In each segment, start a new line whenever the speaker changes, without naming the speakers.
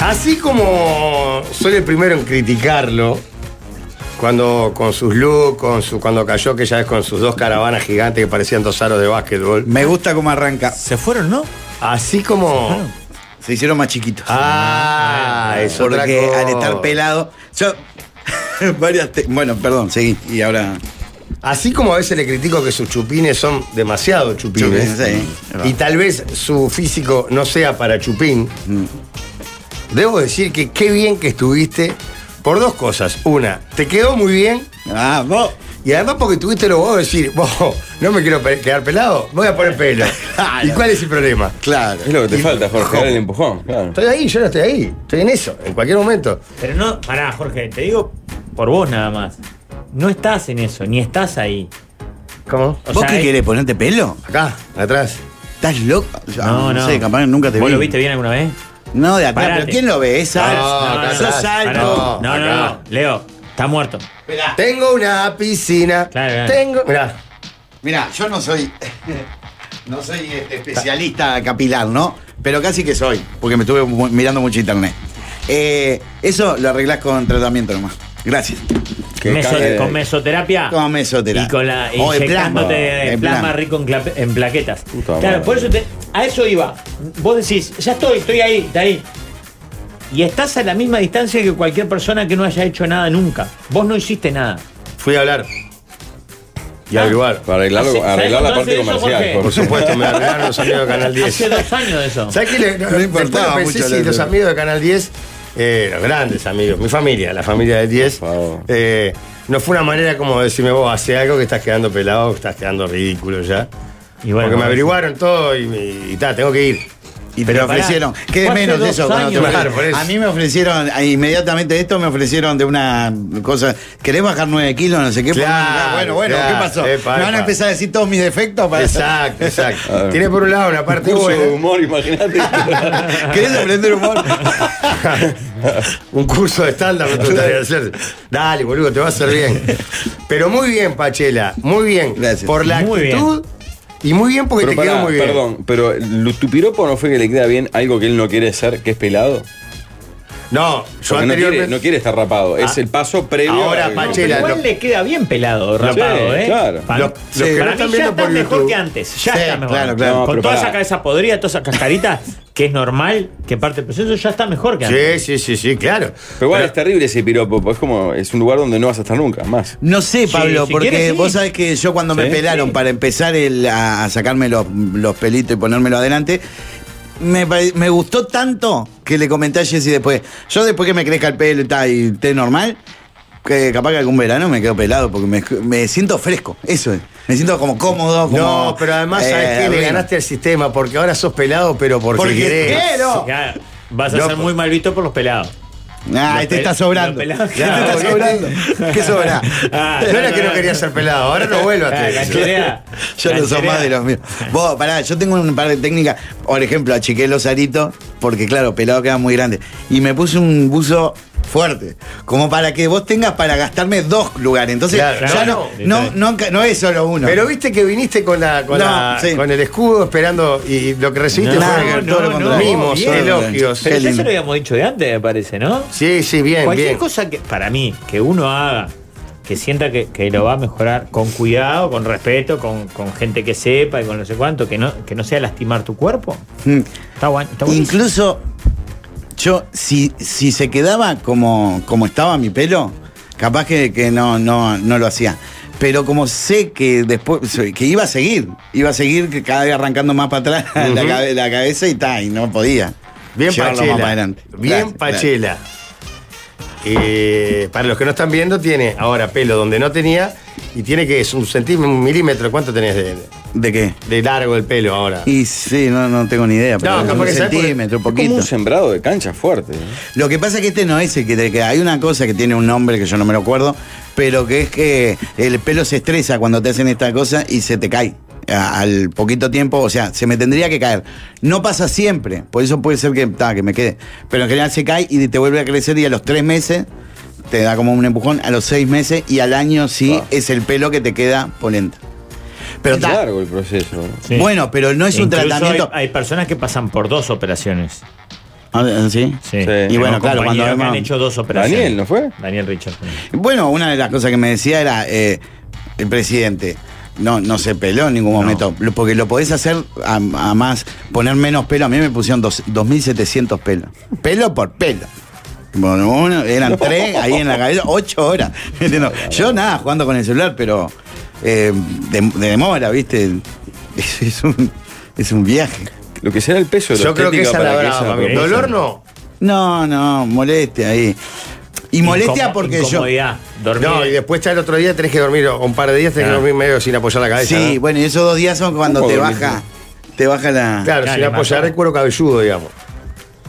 Así como soy el primero en criticarlo, cuando con sus looks, con su, cuando cayó, que ya es con sus dos caravanas gigantes que parecían dos aros de básquetbol.
Me gusta cómo arranca.
Se fueron, ¿no?
Así como.
Se hicieron más chiquitos.
Ah, es otra
porque
cosa.
al estar pelado. Yo. varias te- bueno, perdón, seguí. Y ahora.
Así como a veces le critico que sus chupines son demasiado chupines.
Chupines, sí, es verdad.
y tal vez su físico no sea para chupín.
Mm.
Debo decir que qué bien que estuviste por dos cosas. Una, te quedó muy bien.
Ah, vos.
Y además porque tuviste lo vos de decir, vos, no me quiero pe- quedar pelado, voy a poner pelo.
Claro.
¿Y cuál es el problema?
Claro.
Es lo que te
Y-
falta, Jorge, dar el empujón. Claro.
Estoy ahí, yo no estoy ahí, estoy en eso, en cualquier momento.
Pero no, pará, Jorge, te digo por vos nada más. No estás en eso, ni estás ahí.
¿Cómo?
O
¿Vos
sea,
qué
es-
querés? ¿Ponerte pelo?
Acá, atrás.
¿Estás loco?
No, no.
Ah, sé, capaz que nunca te
¿Vos
vi.
lo viste bien alguna vez?
No, de atrás.
Parate.
¿Pero quién lo ve? Es alto.
No, acá
Sos
atrás.
alto.
Pará.
no,
No, no, no,
acá.
Leo, está muerto.
Tengo una piscina.
Claro, claro.
Tengo. Mirá.
Mira, yo no soy. No soy este, especialista capilar, ¿no? Pero casi que soy, porque me estuve mu- mirando mucho internet. Eh, eso lo arreglás con tratamiento nomás. Gracias.
Que
Meso-
cae-
con mesoterapia.
Con mesoterapia.
Y con la
O de
inyectándote
plasma.
de
De
plasma
plasma.
rico en, cla- en plaquetas.
Puta
claro,
madre.
por eso te- a eso iba. Vos decís, ya estoy, estoy ahí, está ahí. Y estás a la misma distancia que cualquier persona que no haya hecho nada nunca. Vos no hiciste nada.
Fui a hablar. Y a averiguar.
Para arreglarlo-
Así- ¿sabés
arreglar la
cuánto
parte
hace eso,
comercial.
Jorge?
Por supuesto, me arreglaron los amigos de Canal 10.
Hace dos años de eso.
¿Sabes qué? Le,
No importaba
después lo pensé,
mucho
sí,
la-
los amigos de Canal 10, eh, los grandes amigos, mi familia, la familia de 10,
Por favor.
eh, no fue una manera como de decirme vos, hace algo que estás quedando pelado, que estás quedando ridículo ya. Porque me
Y bueno, bueno.
averiguaron todo y, y, y ta, tengo que ir.
Y te lo
pará,
ofrecieron. ¿Qué de
fue hace
menos de
dos
eso? cuando te
años.
ofrecieron?
Claro, por eso.
a mí me ofrecieron, a- inmediatamente esto me ofrecieron de una cosa. ¿Querés bajar 9 kilos? No sé qué.
Claro,
bueno, bueno,
claro.
¿qué pasó?
Epa,
¿Me van
epa.
a empezar a decir todos mis defectos? Para...
Exacto, exacto.
Ah.
Tiene por un lado una parte
Curso de
buena,
humor, imagínate.
¿Querés aprender humor?
un curso de estándar que tú tenés que hacer. Dale, boludo, te va a hacer bien. Pero muy bien, Pachela, muy bien.
Gracias.
Por la
Muy bien.
actitud y muy bien porque
Pero
te quedó
pará,
muy bien.
perdón, pero ¿lo- tu piropo no fue que le queda bien algo que él no quiere ser, que es pelado.
No, yo
Porque no quiere,
anteriormente. Ah,
no quiere estar rapado. Es el paso previo.
Ahora,
a-
No,
Pache-
pero
Chela,
igual
lo-
le queda bien pelado, rapado, ¿eh?
claro.
Pa-
Los-
sí,
los que no
para
están
mí ya
viendo
está
por
mejor
YouTube.
que antes. Ya
Sí,
está mejor.
claro, claro.
No,
Con
pero
toda
pará.
esa cabeza podrida, toda esa cascarita, que es normal que parte del proceso, ya está mejor que antes.
Sí, sí, sí, sí, claro.
Pero igual es terrible ese piropo, pues es como, es un lugar donde no vas a estar nunca más.
No sé,
Sí,
Pablo,
si
porque
quieres, sí.
vos sabés que yo cuando me
Sí,
pelaron
sí.
para empezar el- a, a sacarme los, los pelitos y ponérmelo adelante, me, pare- me gustó tanto que le comenté a Jessy después. Yo después que me crezca el pelo y tal, y esté normal, que capaz que algún verano me quedo pelado porque me, me siento fresco, eso es. Me siento como cómodo. Como,
No, pero además, ¿sabes
eh,
qué? Le
bien.
ganaste al sistema porque ahora sos pelado, pero porque,
Porque
querés.
quiero.
Ya vas a
No,
ser
por-
muy mal visto por los pelados.
pues. Ah,
Los
este
pe-
está
los
sobrando.
pelados,
Este
claro,
está
porque-
sobrando. ¿Qué sobra?
Ah,
No era que no quería ser pelado, ahora no vuelvas.
Ah, cancherea.
Yo no soy
Cancherea.
más de los míos. Vos, pará, yo tengo un par de técnicas. Por ejemplo, achiqué los aritos, porque claro, pelado queda muy grande. Y me puse un buzo fuerte, como para que vos tengas para gastarme dos lugares. Entonces,
Claro,
ya
claro.
no, no, no, no es solo uno.
Pero viste que viniste con la, con,
No,
la-
sí.
con el escudo esperando y lo que recibiste
No,
fue
no, no,
mimos,
bien.
elogios.
Qué
Pero ya se
lindo.
lo habíamos dicho de antes, me parece, ¿no?
Sí, sí, bien,
Cualquier
bien.
cosa que, para mí, que uno haga, que sienta que, que lo va a mejorar con cuidado, con respeto, con, con gente que sepa y con no sé cuánto, que no, que no sea lastimar tu cuerpo,
Mm.
está bueno. Está buenísimo.
Incluso yo, si, si se quedaba como, como estaba mi pelo, capaz que, que no, no, no lo hacía. Pero como sé que después que iba a seguir, iba a seguir que cada vez arrancando más para atrás la, cabe- la cabeza y tal, y no podía.
Bien
llevarlo
Pachela.
más para adelante.
Bien
Gracias, gracias.
Pachela. Eh, para los que no están viendo, tiene ahora pelo donde no tenía y tiene que es un centímetro, un milímetro. ¿Cuánto tenés de,
¿De qué?
de largo el pelo ahora?
Y sí, no, no tengo ni idea, pero
capaz
un
que sabés porque-
centímetro,
Como
poquito.
un sembrado de cancha fuerte. ¿eh?
Lo que pasa es que este no es el que te queda. Hay una cosa que tiene un nombre que yo no me lo acuerdo, pero que es que el pelo se estresa cuando te hacen esta cosa y se te cae a- al poquito tiempo. O sea, se me tendría que caer. No pasa siempre, por eso puede ser que, ta, que me quede. Pero en general se cae y te vuelve a crecer y a los tres meses te da como un empujón, a los seis meses y al año sí
Ah.
es el pelo que te queda polenta. Pero
es
ta,
largo el proceso.
Sí.
Bueno, pero no es un
Incluso
tratamiento.
Hay, hay personas que pasan por dos operaciones.
Ah, ¿Sí?
Sí.
Sí.
Y bueno, claro,
Tengo compañeros
cuando
que
además-
han hecho dos operaciones.
Daniel, ¿no fue?
Daniel Richardson.
Bueno, una de las cosas que me decía era eh, el presidente. No, no se peló en ningún momento. Lo- Porque lo podés hacer a, a más, poner menos pelo. A mí me pusieron dos- 2.700 pelos. Pelo por pelo. Bueno, uno, eran tres ahí en la cabeza, ocho horas. Entiendo. Yo nada, jugando con el celular, pero eh, de, de demora, ¿viste? Es, es un, es un viaje.
Lo que será el peso de la
Yo creo que
estética
esa la
para que
brava,
esa
amigo.
propuesta-
Dolor no.
No, no, molestia ahí. Y molestia
Incomo-
porque yo.
incomodidad. Dormir.
No, y después ya el otro día tenés que dormir, o un par de días tenés
Ah.
Claro.
que dormir medio sin apoyar la cabeza.
Sí,
¿no?
bueno, y esos dos días son cuando
¿Cómo
te
dormís?
baja, te baja la. Claro,
Claro,
Claro,
sin apoyar
más.
el cuero cabelludo, digamos.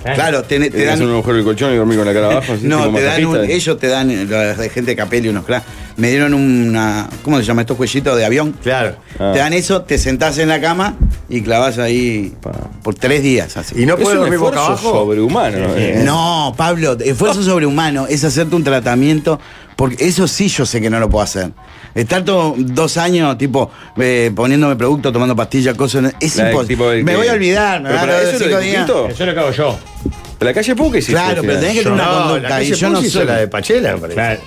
¿Eh?
te, te
Te hacer un
dan.
agujero en el colchón y dormir con la cara abajo. así,
No,
tipo
te dan un-
masajista.
ellos te dan, la de gente de Capelli, unos cra- me dieron una, ¿cómo se llama? Estos cuellitos de avión.
Claro.
Ah.
Te dan eso, te sentás en la cama y clavas ahí
Pa.
por tres días así.
Y no
Es
puedes
un
dormir boca
esfuerzo
abajo.
sobrehumano. eh.
No, Pablo, esfuerzo sobrehumano es hacerte un tratamiento, porque eso sí yo sé que no lo puedo hacer. Estar to- dos años, tipo, eh, poniéndome producto, tomando pastillas, cosas, no- es
La de- tipo
imposible.
el
Me
que-
voy a olvidar, me
Pero
van a
para
dar
eso lo
cinco
de
días.
Pupito,
Eso es lo que hago yo.
La calle Pou que hiciste.
Claro, pero tenés que tener una
No, la
conducta.
que
Y
se
yo no
puso hizo
soy.
la de Pachela, me parece.
Claro.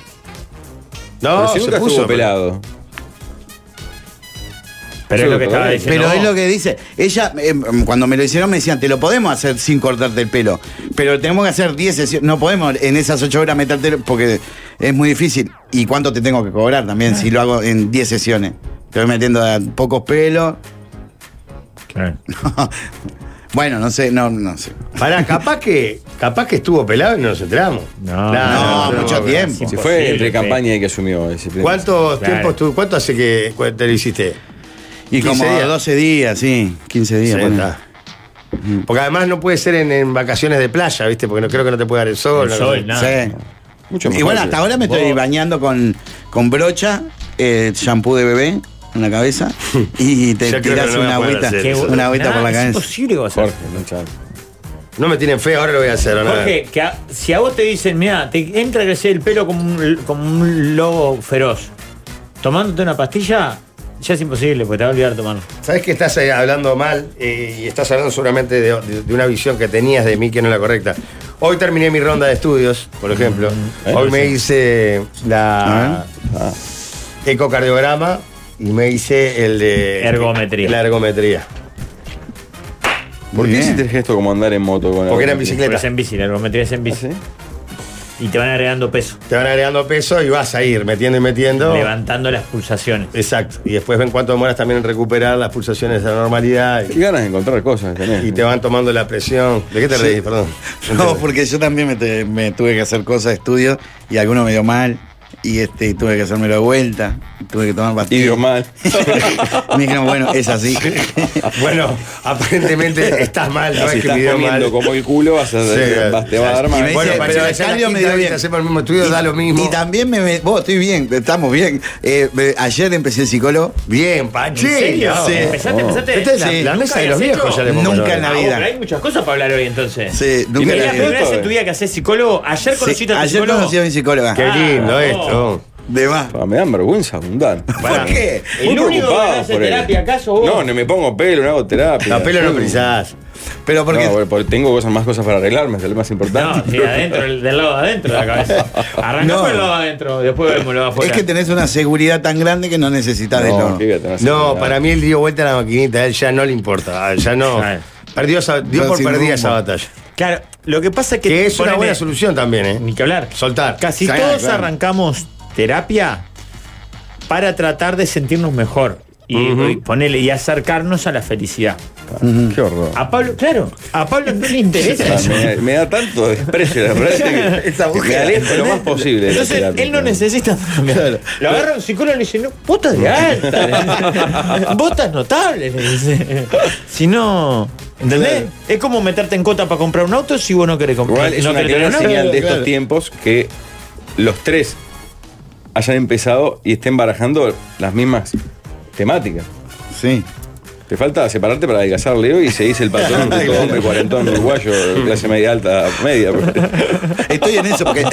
No,
Pero si nunca estuvo pelado.
Pero es lo que estaba diciendo.
Pero
vos.
es lo que dice. Ella, eh, cuando me lo hicieron, me decían, te lo podemos hacer sin cortarte el pelo. Pero tenemos que hacer 10 sesiones. No podemos en esas 8 horas meterte porque es muy difícil. ¿Y cuánto te tengo que cobrar también si lo hago en 10 sesiones? Te voy metiendo a pocos pelos.
Claro.
bueno, no sé, no, no sé.
Pará, capaz que, capaz que estuvo pelado y no nos enteramos.
No,
no, mucho
pero-
tiempo.
Si
Imposible,
fue entre
sí.
campaña y que asumió. ese primer-
¿Cuántos
Claro.
tiempos tú, cuánto hace que cu- te lo hiciste?
Y
15
como
días.
12 días, sí. 15 días.
Sí,
ponele.
está. Porque además no puede ser en, en vacaciones de playa, ¿viste? Porque no creo que no te pueda dar el sol.
El
no-
sol, nada.
Sí.
Mucho
Y
mejor
bueno,
que-
hasta ahora me estoy
Vos-
bañando con, con brocha, eh, shampoo de bebé en la cabeza y te
Yo creo que
tiras
no voy a
una
poder
agüita,
hacer
Qué
eso.
una agüita
nada,
por la
Es
cabeza.
imposible que vos hagas.
Jorge, no, chao.
No me tienen fe, ahora lo voy a hacer. ¿o no?
Jorge, que a- si a vos te dicen, mira, te entra a crecer el pelo como un, como un lobo feroz, tomándote una pastilla, ya es imposible, porque te va a olvidar tomarlo.
Sabes que estás eh, hablando mal eh, y estás hablando seguramente de, de- de una visión que tenías de mí que no es la correcta. Hoy terminé mi ronda de estudios, por ejemplo.
eh,
Hoy
sí.
me hice la
Ah.
ecocardiograma y me hice el de.
Ergometría.
La ergometría.
¿Por qué
Bien.
hiciste el gesto como andar en moto? con la-
Porque era en bicicleta.
Pero es en bici, la ergometría es en
¿Ah,
bici.
sí?
Y te van agregando peso,
Te van agregando peso y vas a ir metiendo y metiendo.
levantando las pulsaciones.
Exacto. Y después ven cuánto demoras también en recuperar las pulsaciones de la normalidad
Y ganas de encontrar cosas que tenés.
y, y te van tomando la presión. ¿De qué te
Sí.
reís? Perdón.
No, porque yo también me, te- me tuve que hacer cosas de estudio y alguno me dio mal y este y tuve que hacérmelo de vuelta, tuve que tomar
Y
pastillas.
Dios mal.
me dijeron, bueno, es así.
Bueno, aparentemente estás mal, no
si
es que
estás
me dio
comiendo
mal.
como el culo, vas a,
Sí,
vas- te va a dar
Y
mal.
me
Bueno,
dice,
parece
pero
que
el
sea la
cardio me dio
quinta vez
bien.
que hacemos el mismo estudio, da lo mismo.
Y también me, me- vos estoy bien, estamos bien. Eh, me- ayer empecé el psicólogo.
Bien, Pache.
¿En serio?
Sí.
Empezaste,
Oh.
empezaste.
Esta es la-
Sí.
la
¿Nunca
mesa de
habías
los viejos,
hecho?
ya le hemos
Nunca
contado.
en la
Ah,
vida.
¿eh?
pero hay muchas cosas para hablar hoy entonces.
Sí, nunca
Y
en
es
la vida.
la primera vez en tu
Esto,
vida que haces psicólogo. Ayer
Sí,
conociste a tu
ayer
psicólogo.
conocí a mi psicóloga.
Qué lindo
Ah,
esto.
De más.
Ah, me dan vergüenza abundante.
¿Por qué?
El
Muy
único que
preocupado
hace
por él.
terapia, ¿acaso vos?
No, no me pongo pelo, no hago terapia.
La pelo no
Uy.
precisás.
Pero porque
No, bueno, porque tengo cosas, más cosas para arreglarme, es lo más
No,
importante.
sí, adentro, el- del lado de adentro de la cabeza. Arrancamos
No.
el lado de adentro, después vemos lo de afuera.
es que tenés una seguridad tan grande que no necesitas de
No,
todo.
qué gato, no hace
No,
nada.
ah,
para mí él dio vuelta a la maquinita, a él ya no le importa, a él ya no.
Claro.
Perdió esa- dio
Pero
por
sin
perdida
rumbo.
esa batalla.
Claro, lo que pasa es que.
Que es una
ponele-
buena solución también, ¿eh?
Ni que hablar.
Soltar.
Casi
Ya,
todos
claro.
arrancamos terapia para tratar de sentirnos mejor. Y, y ponerle y acercarnos a la felicidad.
Ah, Qué horror.
A Pablo, claro, a Pablo no le interesa
Ah,
eso.
me, me da tanto desprecio la verdad que,
Esa
que me
mujer.
alejo lo más posible. de la
Entonces,
terapia.
él no necesita terapia. Lo agarra un psicólogo y le dice, no, botas de alta. botas notables, le dice. Si no. ¿Entendés?
Claro.
Es como meterte en cota para comprar un auto si vos no querés comprar.
Igual es
no
una
querés
clara
tener un auto.
señal de estos
Claro.
tiempos que los tres hayan empezado y estén barajando las mismas temáticas.
Sí.
Pero Te falta separarte para adelgazar, Leo, y seguís el patrón de todo hombre cuarentón uruguayo, clase media alta, media. pues.
Estoy en eso porque,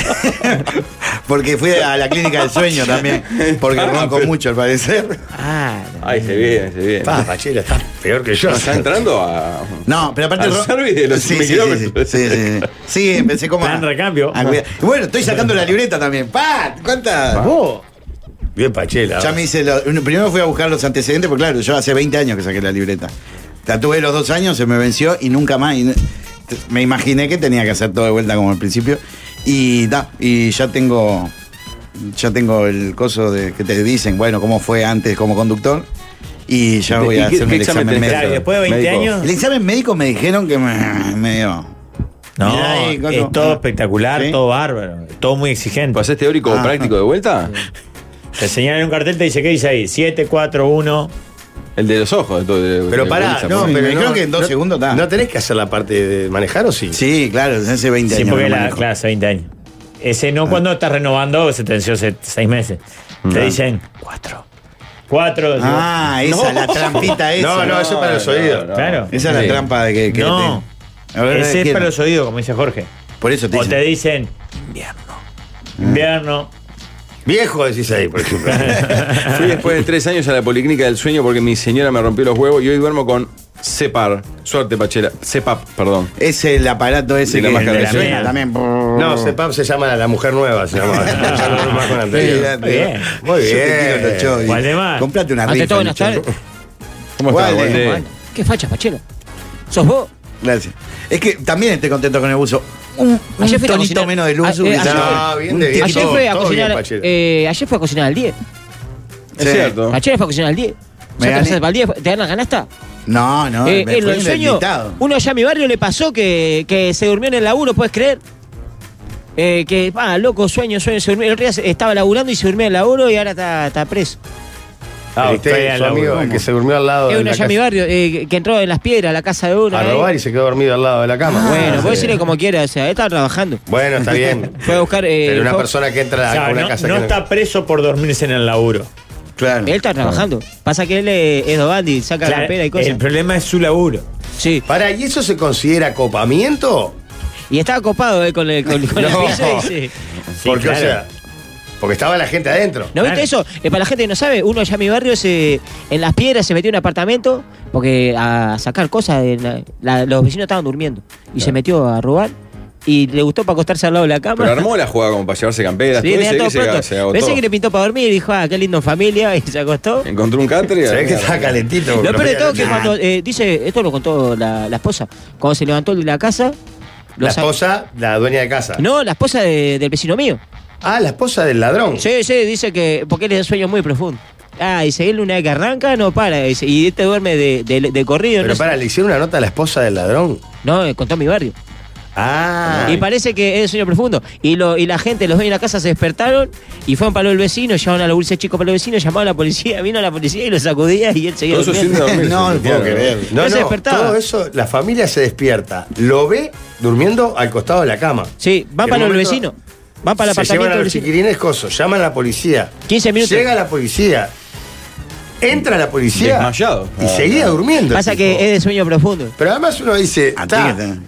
porque fui a la clínica del sueño también. Porque
Ah,
ronco
pero-
mucho al parecer.
Ah,
Ay, se viene, se viene.
Pa, Pachela, está peor que yo.
Está entrando a.
No, pero aparte
Al
ron-
service de los
sí, sí, sí, sí,
kilómetros.
sí, sí, sí. Sí, empecé como a,
Plan recambio.
a cuidar. Y Bueno, estoy sacando la libreta también. ¡Pa! ¿Cuánta?
vos.
Bien, Pachela.
Ya me hice lo- primero fui a buscar los antecedentes, porque claro, yo hace 20 años que saqué la libreta. La tuve los dos años, se me venció y nunca más. y n- t- me imaginé que tenía que hacer todo de vuelta como al principio. Y da, y ya tengo. Ya tengo el coso de que te dicen, bueno, cómo fue antes como conductor. Y ya voy
¿Y
a
qué-
hacerme
qué
el
examen
examen
tenés?
Claro, y
médico.
después de 20
Médico.
años.
El examen médico me dijeron que me, me dio.
No,
Mirá eh, ahí, coso.
es todo espectacular,
Sí.
todo bárbaro, todo muy exigente.
¿Pasás teórico o
Ah.
práctico de vuelta?
Te señalan un cartel, te dice, ¿qué dice ahí? 7, 4, 1.
El de los ojos. de- de-
Pero
de
pará,
bolsa,
no,
pues.
Me
pero
dijeron
no-
que en dos
no-
segundos está.
¿No tenés que hacer la parte de manejar o sí?
Sí, claro, desde hace 20
Sí,
años.
porque
no
la
manejo. Ah.
clase 20 años. Ese no cuando estás renovando, se te venció hace 6 meses. Te dicen 4. 4.
Ah, esa, la trampita esa.
No, no, eso es para los
No,
oídos.
no.
Claro.
Esa es
Sí.
la trampa de que, que
No.
te- A ver,
Ese es
¿quién?
para los oídos, como dice Jorge.
Por eso te
O
dicen.
te dicen invierno. Invierno.
Viejo decís ahí, por ejemplo.
Fui después de tres años a la policlínica del sueño porque mi señora me rompió los huevos y hoy duermo con CEPAR. Suerte, Pachela. CEPAP, perdón.
Es el aparato ese
Y la
que
máscara
de
de
la
sueño.
mina también.
No, CEPAP se llama la mujer nueva, se llama. Ya no lo más con anterior.
Muy bien.
Muy
Yo te
bien.
tiro los chovis.
Waldemar.
Comprate una
Ante
rifa.
Ah. todo, buenas
Lucho.
tardes.
¿Cómo estás,
Walde?
Walde?
Bueno, ¿Qué facha, Pachelo? ¿Sos vos?
Gracias. Es que también estoy contento con el buzo. Un, un
Ayer fui a
tonito
cocinar.
menos de luz.
Ah, eh, ayer
No, bien de bien.
Ayer
todo-
fue a
todo bien,
cocinar.
Pachela.
eh, Ayer fue a cocinar al 10.
Es cierto.
Ayer fue a cocinar al 10.
Me
¿Ya te
gané.
haces para el 10? ¿Te ganas canasta?
No, no.
Eh,
me
en
fue
los
un
sueños,
invitado.
uno allá a mi barrio le pasó que, que se durmió en el laburo, ¿puedes creer? Eh, que, ah, loco, sueño, sueño, se durmió. El otro día se- estaba laburando y se durmió en el laburo y ahora está, está preso.
Ah,
Ah,
usted,
Australia,
su amigo,
la-
el que se durmió al lado
Es
de la
uno allá a mi
casa,
barrio eh, que entró en las piedras a la casa de uno.
a
ahí.
robar y se quedó dormido al lado de la cama. Ah,
Bueno,
pues
vos
sí.
decirle como quiera, o sea, estaba trabajando.
Bueno, está bien.
Fue a buscar, eh,
Pero una
fue-
persona que entra
O sea,
a una
no,
casa
no
que no-
está preso por dormirse en el laburo.
Claro.
Él está trabajando. Pasa que él eh, es dobandi, saca
Claro,
la pera y cosas.
el problema es su laburo.
Sí.
Pará, ¿y eso se considera copamiento?
Y estaba copado eh, con, el, con, con
No.
la pizza. y sí.
porque,
claro.
o sea, porque estaba la gente adentro.
¿No
Claro.
viste eso? Eh, para la gente que no sabe, uno allá en mi barrio se, en las piedras se metió en un apartamento porque a sacar cosas. en la- la- los vecinos estaban durmiendo. Y se metió a robar. Y le gustó para acostarse al lado de la cama.
Pero armó la jugada como para llevarse camperas.
Sí,
todo
tenía
ese
todo
que se,
pronto.
se agotó.
Pensé que le pintó para dormir y dijo, ah, qué lindo en familia. Y se acostó.
Encontró un catre.
Se ve que estaba calentito.
Lo
porque
peor de todo
Ah.
que
la-
cuando eh, dice, esto lo contó la, la esposa, cuando se levantó de la casa, lo
La
sa-
esposa, la dueña de casa.
No, la esposa de- del vecino mío.
Ah, la esposa del ladrón.
Sí, sí, dice que, porque él es de sueño muy profundo. Ah, dice, él una vez que arranca no para, dice, y este duerme de, de- de corrido.
Pero
no, sé.
para, le hicieron una nota a la esposa del ladrón.
No, eh, contó mi barrio.
Ah.
Y parece que es de sueño profundo. Y lo y la gente, los dueños de la casa se despertaron y fueron para los vecinos, llevaron a la bolsa chico para los vecinos, llamaron a la policía, vino la policía y lo sacudía y él seguía
Todo eso sin
durmiendo.
dormir.
No,
se
no puedo
metieron.
creer.
no,
no se
no,
despertaba.
todo eso, la familia se despierta, lo ve durmiendo al costado de la cama.
Sí, van
En
para
un
los
momento
vecinos. Van para el
se
apartamento
llevan a
del
los
vecino.
chiquirines cosos, llaman a la policía.
15 minutos.
Llega la policía, entra la policía.
Desmayado.
Y
Ah,
seguía
claro.
durmiendo. el
Pasa
tipo.
que eh, es de sueño profundo.
Pero además uno dice,
Ah,
A ti
"Ta,
que te-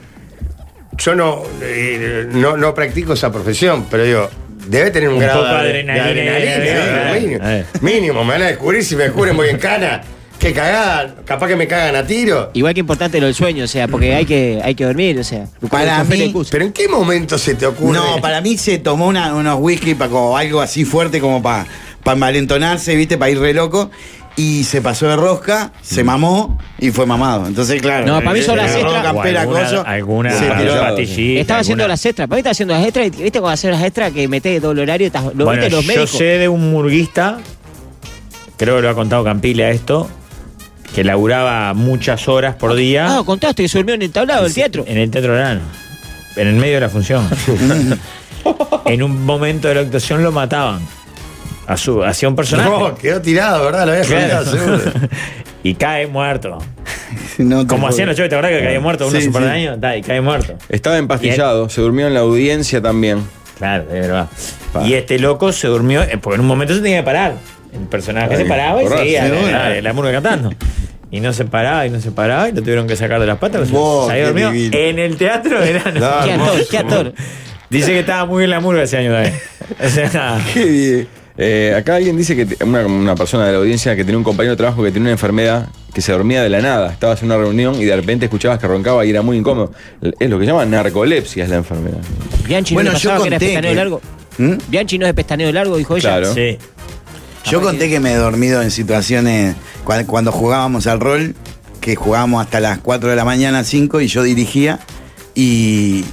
yo no, eh, no, no practico esa profesión, pero digo, debe tener un,
Un
grado
poco de
de
adrenalina,
de
adrenalina,
¿no?
eh,
mínimo,
eh.
Mínimo, me van a descubrir si me descubren voy en cana. Qué cagada, capaz que me cagan a tiro.
Igual que importante lo del sueño, o sea, porque hay que, hay que dormir, o sea.
Para
Buscar el
mí-
excusa.
Pero ¿en qué momento se te ocurre?
No, para mí se tomó una- unos whisky para como algo así fuerte como para para envalentonarse, ¿viste? Para ir re loco. Y se pasó de rosca, se mamó y fue mamado. Entonces, claro.
Mm.
eh,
No, para mí son
se
las
agarró
extras.
Campera,
alguna,
coso,
alguna
se tiró.
patilla.
patillita,
Estaba haciendo
alguna-
las extras, para mí estaba haciendo las extras, y viste cuando haces las extras que metes doble horario, estás, lo
Bueno,
viste los
yo
médicos.
sé de un murguista, creo que lo ha contado Campila esto, que laburaba muchas horas por día
Ah, contaste que se durmió en el tablado del teatro.
en el teatro verano, en el medio de la función. en un momento de la actuación lo mataban. A su, hacía un personaje.
No, quedó tirado, ¿verdad? Lo había
Claro.
jodido, seguro.
y cae muerto.
No te
Como
puedo-
hacían los chavos, ¿te acordás que cae muerto? Uno
Sí,
super
sí.
daño, da, y cae muerto.
Estaba empastillado. Se durmió en la audiencia también.
Claro, de verdad. Y este loco se durmió, eh, porque en un momento se tenía que parar. El personaje
Ay,
se paraba y
borracho,
seguía
sí,
la-
bueno.
la, la murga cantando. Y no se paraba, y no se paraba, y lo tuvieron que sacar de las patas.
Vos,
se había
qué
dormido
divino.
en el teatro de verano.
No,
Qué
hermoso,
actor, qué actor.
Dice que estaba muy en la murga ese año también. O sea,
Qué bien. Eh, acá alguien dice que te- una, una persona de la audiencia que tenía un compañero de trabajo que tenía una enfermedad que se dormía de la nada. Estabas en una reunión y de repente escuchabas que roncaba y era muy incómodo. Es lo que llaman narcolepsia, es la enfermedad.
Bianchi
Bueno,
no le
yo
pasaba que era de
conté
pestañeo
que-
largo.
¿Mm?
Bianchi no es de pestañeo largo, dijo ella.
Claro.
sí.
Yo conté que me he dormido en situaciones cua- cuando jugábamos al rol, que jugábamos hasta las 4 de la mañana, 5, y yo dirigía y,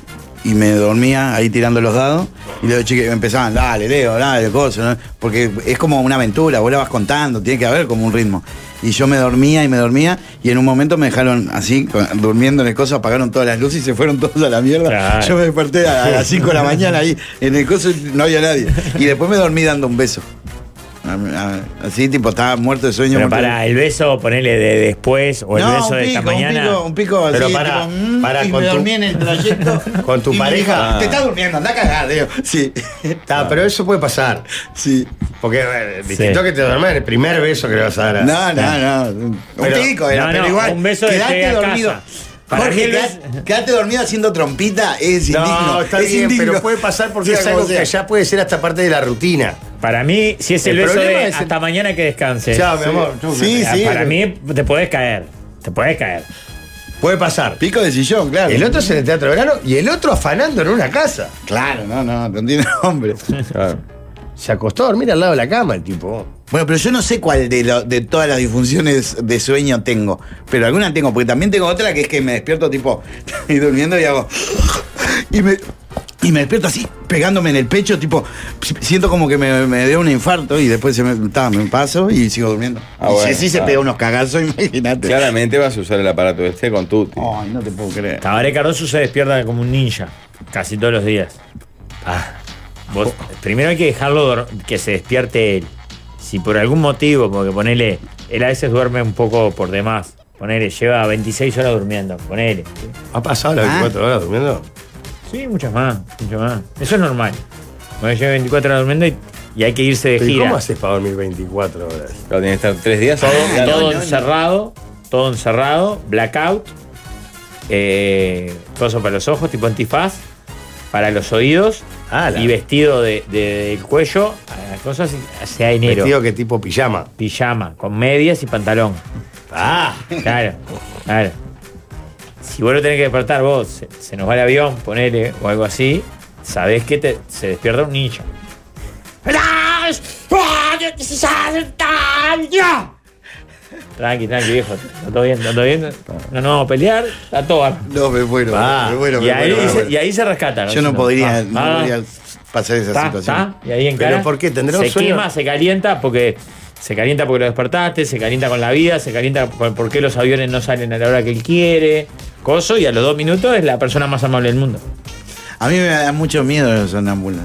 y me dormía ahí tirando los dados. Y los chicos empezaban, dale, Leo, dale, cosa, ¿no? porque es como una aventura, vos la vas contando, tiene que haber como un ritmo. Y yo me dormía y me dormía, y en un momento me dejaron así, con- durmiendo en el coso, apagaron todas las luces y se fueron todos a la mierda.
Claro.
Yo me desperté a, a las 5 de la mañana ahí, en el coso no había nadie. Y después me dormí dando un beso. A- a- Así, tipo, estaba muerto de sueño.
Pero
muerto de-
para el beso, ponele de después o el
No,
beso
un
de esta
pico, un
mañana.
pico, un pico así,
Pero pará,
tipo, mm,
pará,
y
con
me
tu-
dormí en el trayecto.
con tu
y me
pareja.
dijo, Te estás durmiendo, anda a cagar, digo. Sí,
Está, pero eso puede pasar.
sí.
Porque eh, distinto que te duermas en el primer beso que le vas a dar. a- Ah.
No, no, no. Un
Pero-
pico era,
no,
pero
no,
igual.
un beso de
quedarte
llegar a
dormido.
casa. Para mí
Jorge,
el
quedar-
beso-
quedarte dormido haciendo trompita es
No,
indigno.
está
es
bien,
indigno.
pero puede pasar porque
Sea
es algo
como sea.
que ya puede ser hasta parte de la rutina.
Para mí, si es el,
El
beso
problema
de
es el-
hasta mañana que descanse.
Chao, mi amor. Chau,
Sí,
chau.
sí.
para mí te podés caer. Te podés caer.
Puede pasar.
Pico de sillón, claro.
El otro es en el teatro de verano y el otro afanando en una casa.
Claro, no, no, no tiene nombre.
Claro.
Se acostó a dormir al lado de la cama el tipo.
Bueno, pero yo no sé cuál de, lo- de todas las disfunciones de sueño tengo. Pero alguna tengo, porque también tengo otra que es que me despierto tipo, y durmiendo y hago. Y me, y me despierto así, pegándome en el pecho, tipo, si- siento como que me, me dio un infarto y después se me, ta, me paso y sigo durmiendo.
Ah,
y
bueno,
si sí se
ah.
pega unos cagazos, imagínate.
Claramente vas a usar el aparato este con tu.
Ay, no te puedo creer.
Tabaré Cardoso se despierta como un ninja. Casi todos los días. Ah, vos-
Oh.
primero hay que dejarlo dor- que se despierte él. Si por algún motivo, porque ponele. Él a veces duerme un poco por demás. Ponele, lleva 26 horas durmiendo. Ponele.
¿Ha pasado las
Ah.
24 horas durmiendo?
Sí, muchas más, muchas más. Eso es normal. Bueno, llevo 24 horas durmiendo y, y hay que irse de
¿Y
gira.
cómo haces para dormir 24 horas?
Claro, tiene que estar tres días.
Ah, Todo,
Claro.
todo encerrado, todo encerrado, blackout, eh, coso para los ojos, tipo antifaz, para los oídos
Ah, la-
y vestido de- de- del cuello, eh, a las cosas hacia enero.
Vestido que tipo pijama.
Pijama, con medias y pantalón.
Ah,
Claro, claro. Si vos lo tenés que despertar, vos, se, se nos va el avión, ponele, o algo así, sabés que te, se despierta un nicho. Tranqui, tranqui, viejo. Está todo bien, está todo bien. No nos vamos a pelear, está todo bien.
No, me muero.
Ah,
me muero, me
y, ahí,
muero, me
se-
muero.
y ahí se rescata.
Yo no podría,
Ah,
no
ah,
podría pasar esa
está,
situación.
está, y ahí en
¿Pero por qué? ¿Tendrá un
Se
sueño?
quema, se calienta porque. Se calienta porque lo despertaste, se calienta con la vida, se calienta por por qué los aviones no salen a la hora que él quiere, coso, y a los dos minutos es la persona más amable del mundo.
A mí me da mucho miedo los sonámbulos.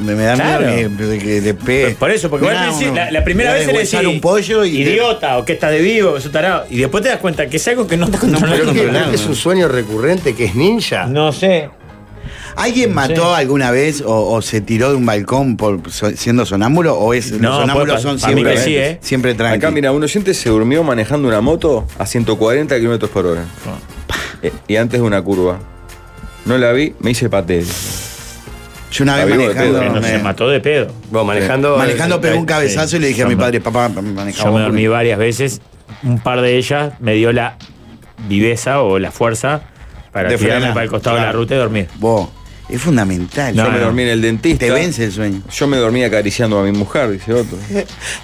Me, me da
Claro.
miedo que, que- que le pegue.
Pues Por eso, porque
Me
vos
da
le decís-
uno-
la, la primera
me da
vez
de
le
huesar
decís,
un pollo y
idiota, o que estás de vivo, que sos tarado, y después te das cuenta que es algo que no estás
podés
pero
controlando.
que-
controlar,
es
¿no?
un sueño recurrente que es ninja.
No sé,
¿Alguien mató alguna vez o, o se tiró de un balcón por so- siendo sonámbulo o es
No,
los sonámbulos
pues,
son
pa- pa' mí
siempre
que sí, ¿eh?
siempre tranqui?
Acá, mira, un oyente se durmió manejando una moto a 140 kilómetros por hora.
Ah.
Eh, Y antes de una curva. No la vi, me hice patel.
Yo una vez
Está vivo de
manejando
pedo,
que no
me-
se mató de pedo.
Vos manejando.
manejando pegó un cabezazo y le dije a
eh, Yo
mi
me-
padre, papá,
Yo me
manejaba.
dormí varias veces, un par de ellas me dio la viveza o la fuerza para
De
tirarme
frenar,
para el costado de la
claro.
ruta y dormir.
Vos, es fundamental.
No,
Yo me
no.
dormí en el dentista.
Te vence el sueño.
Yo me dormí acariciando a mi mujer, dice otro.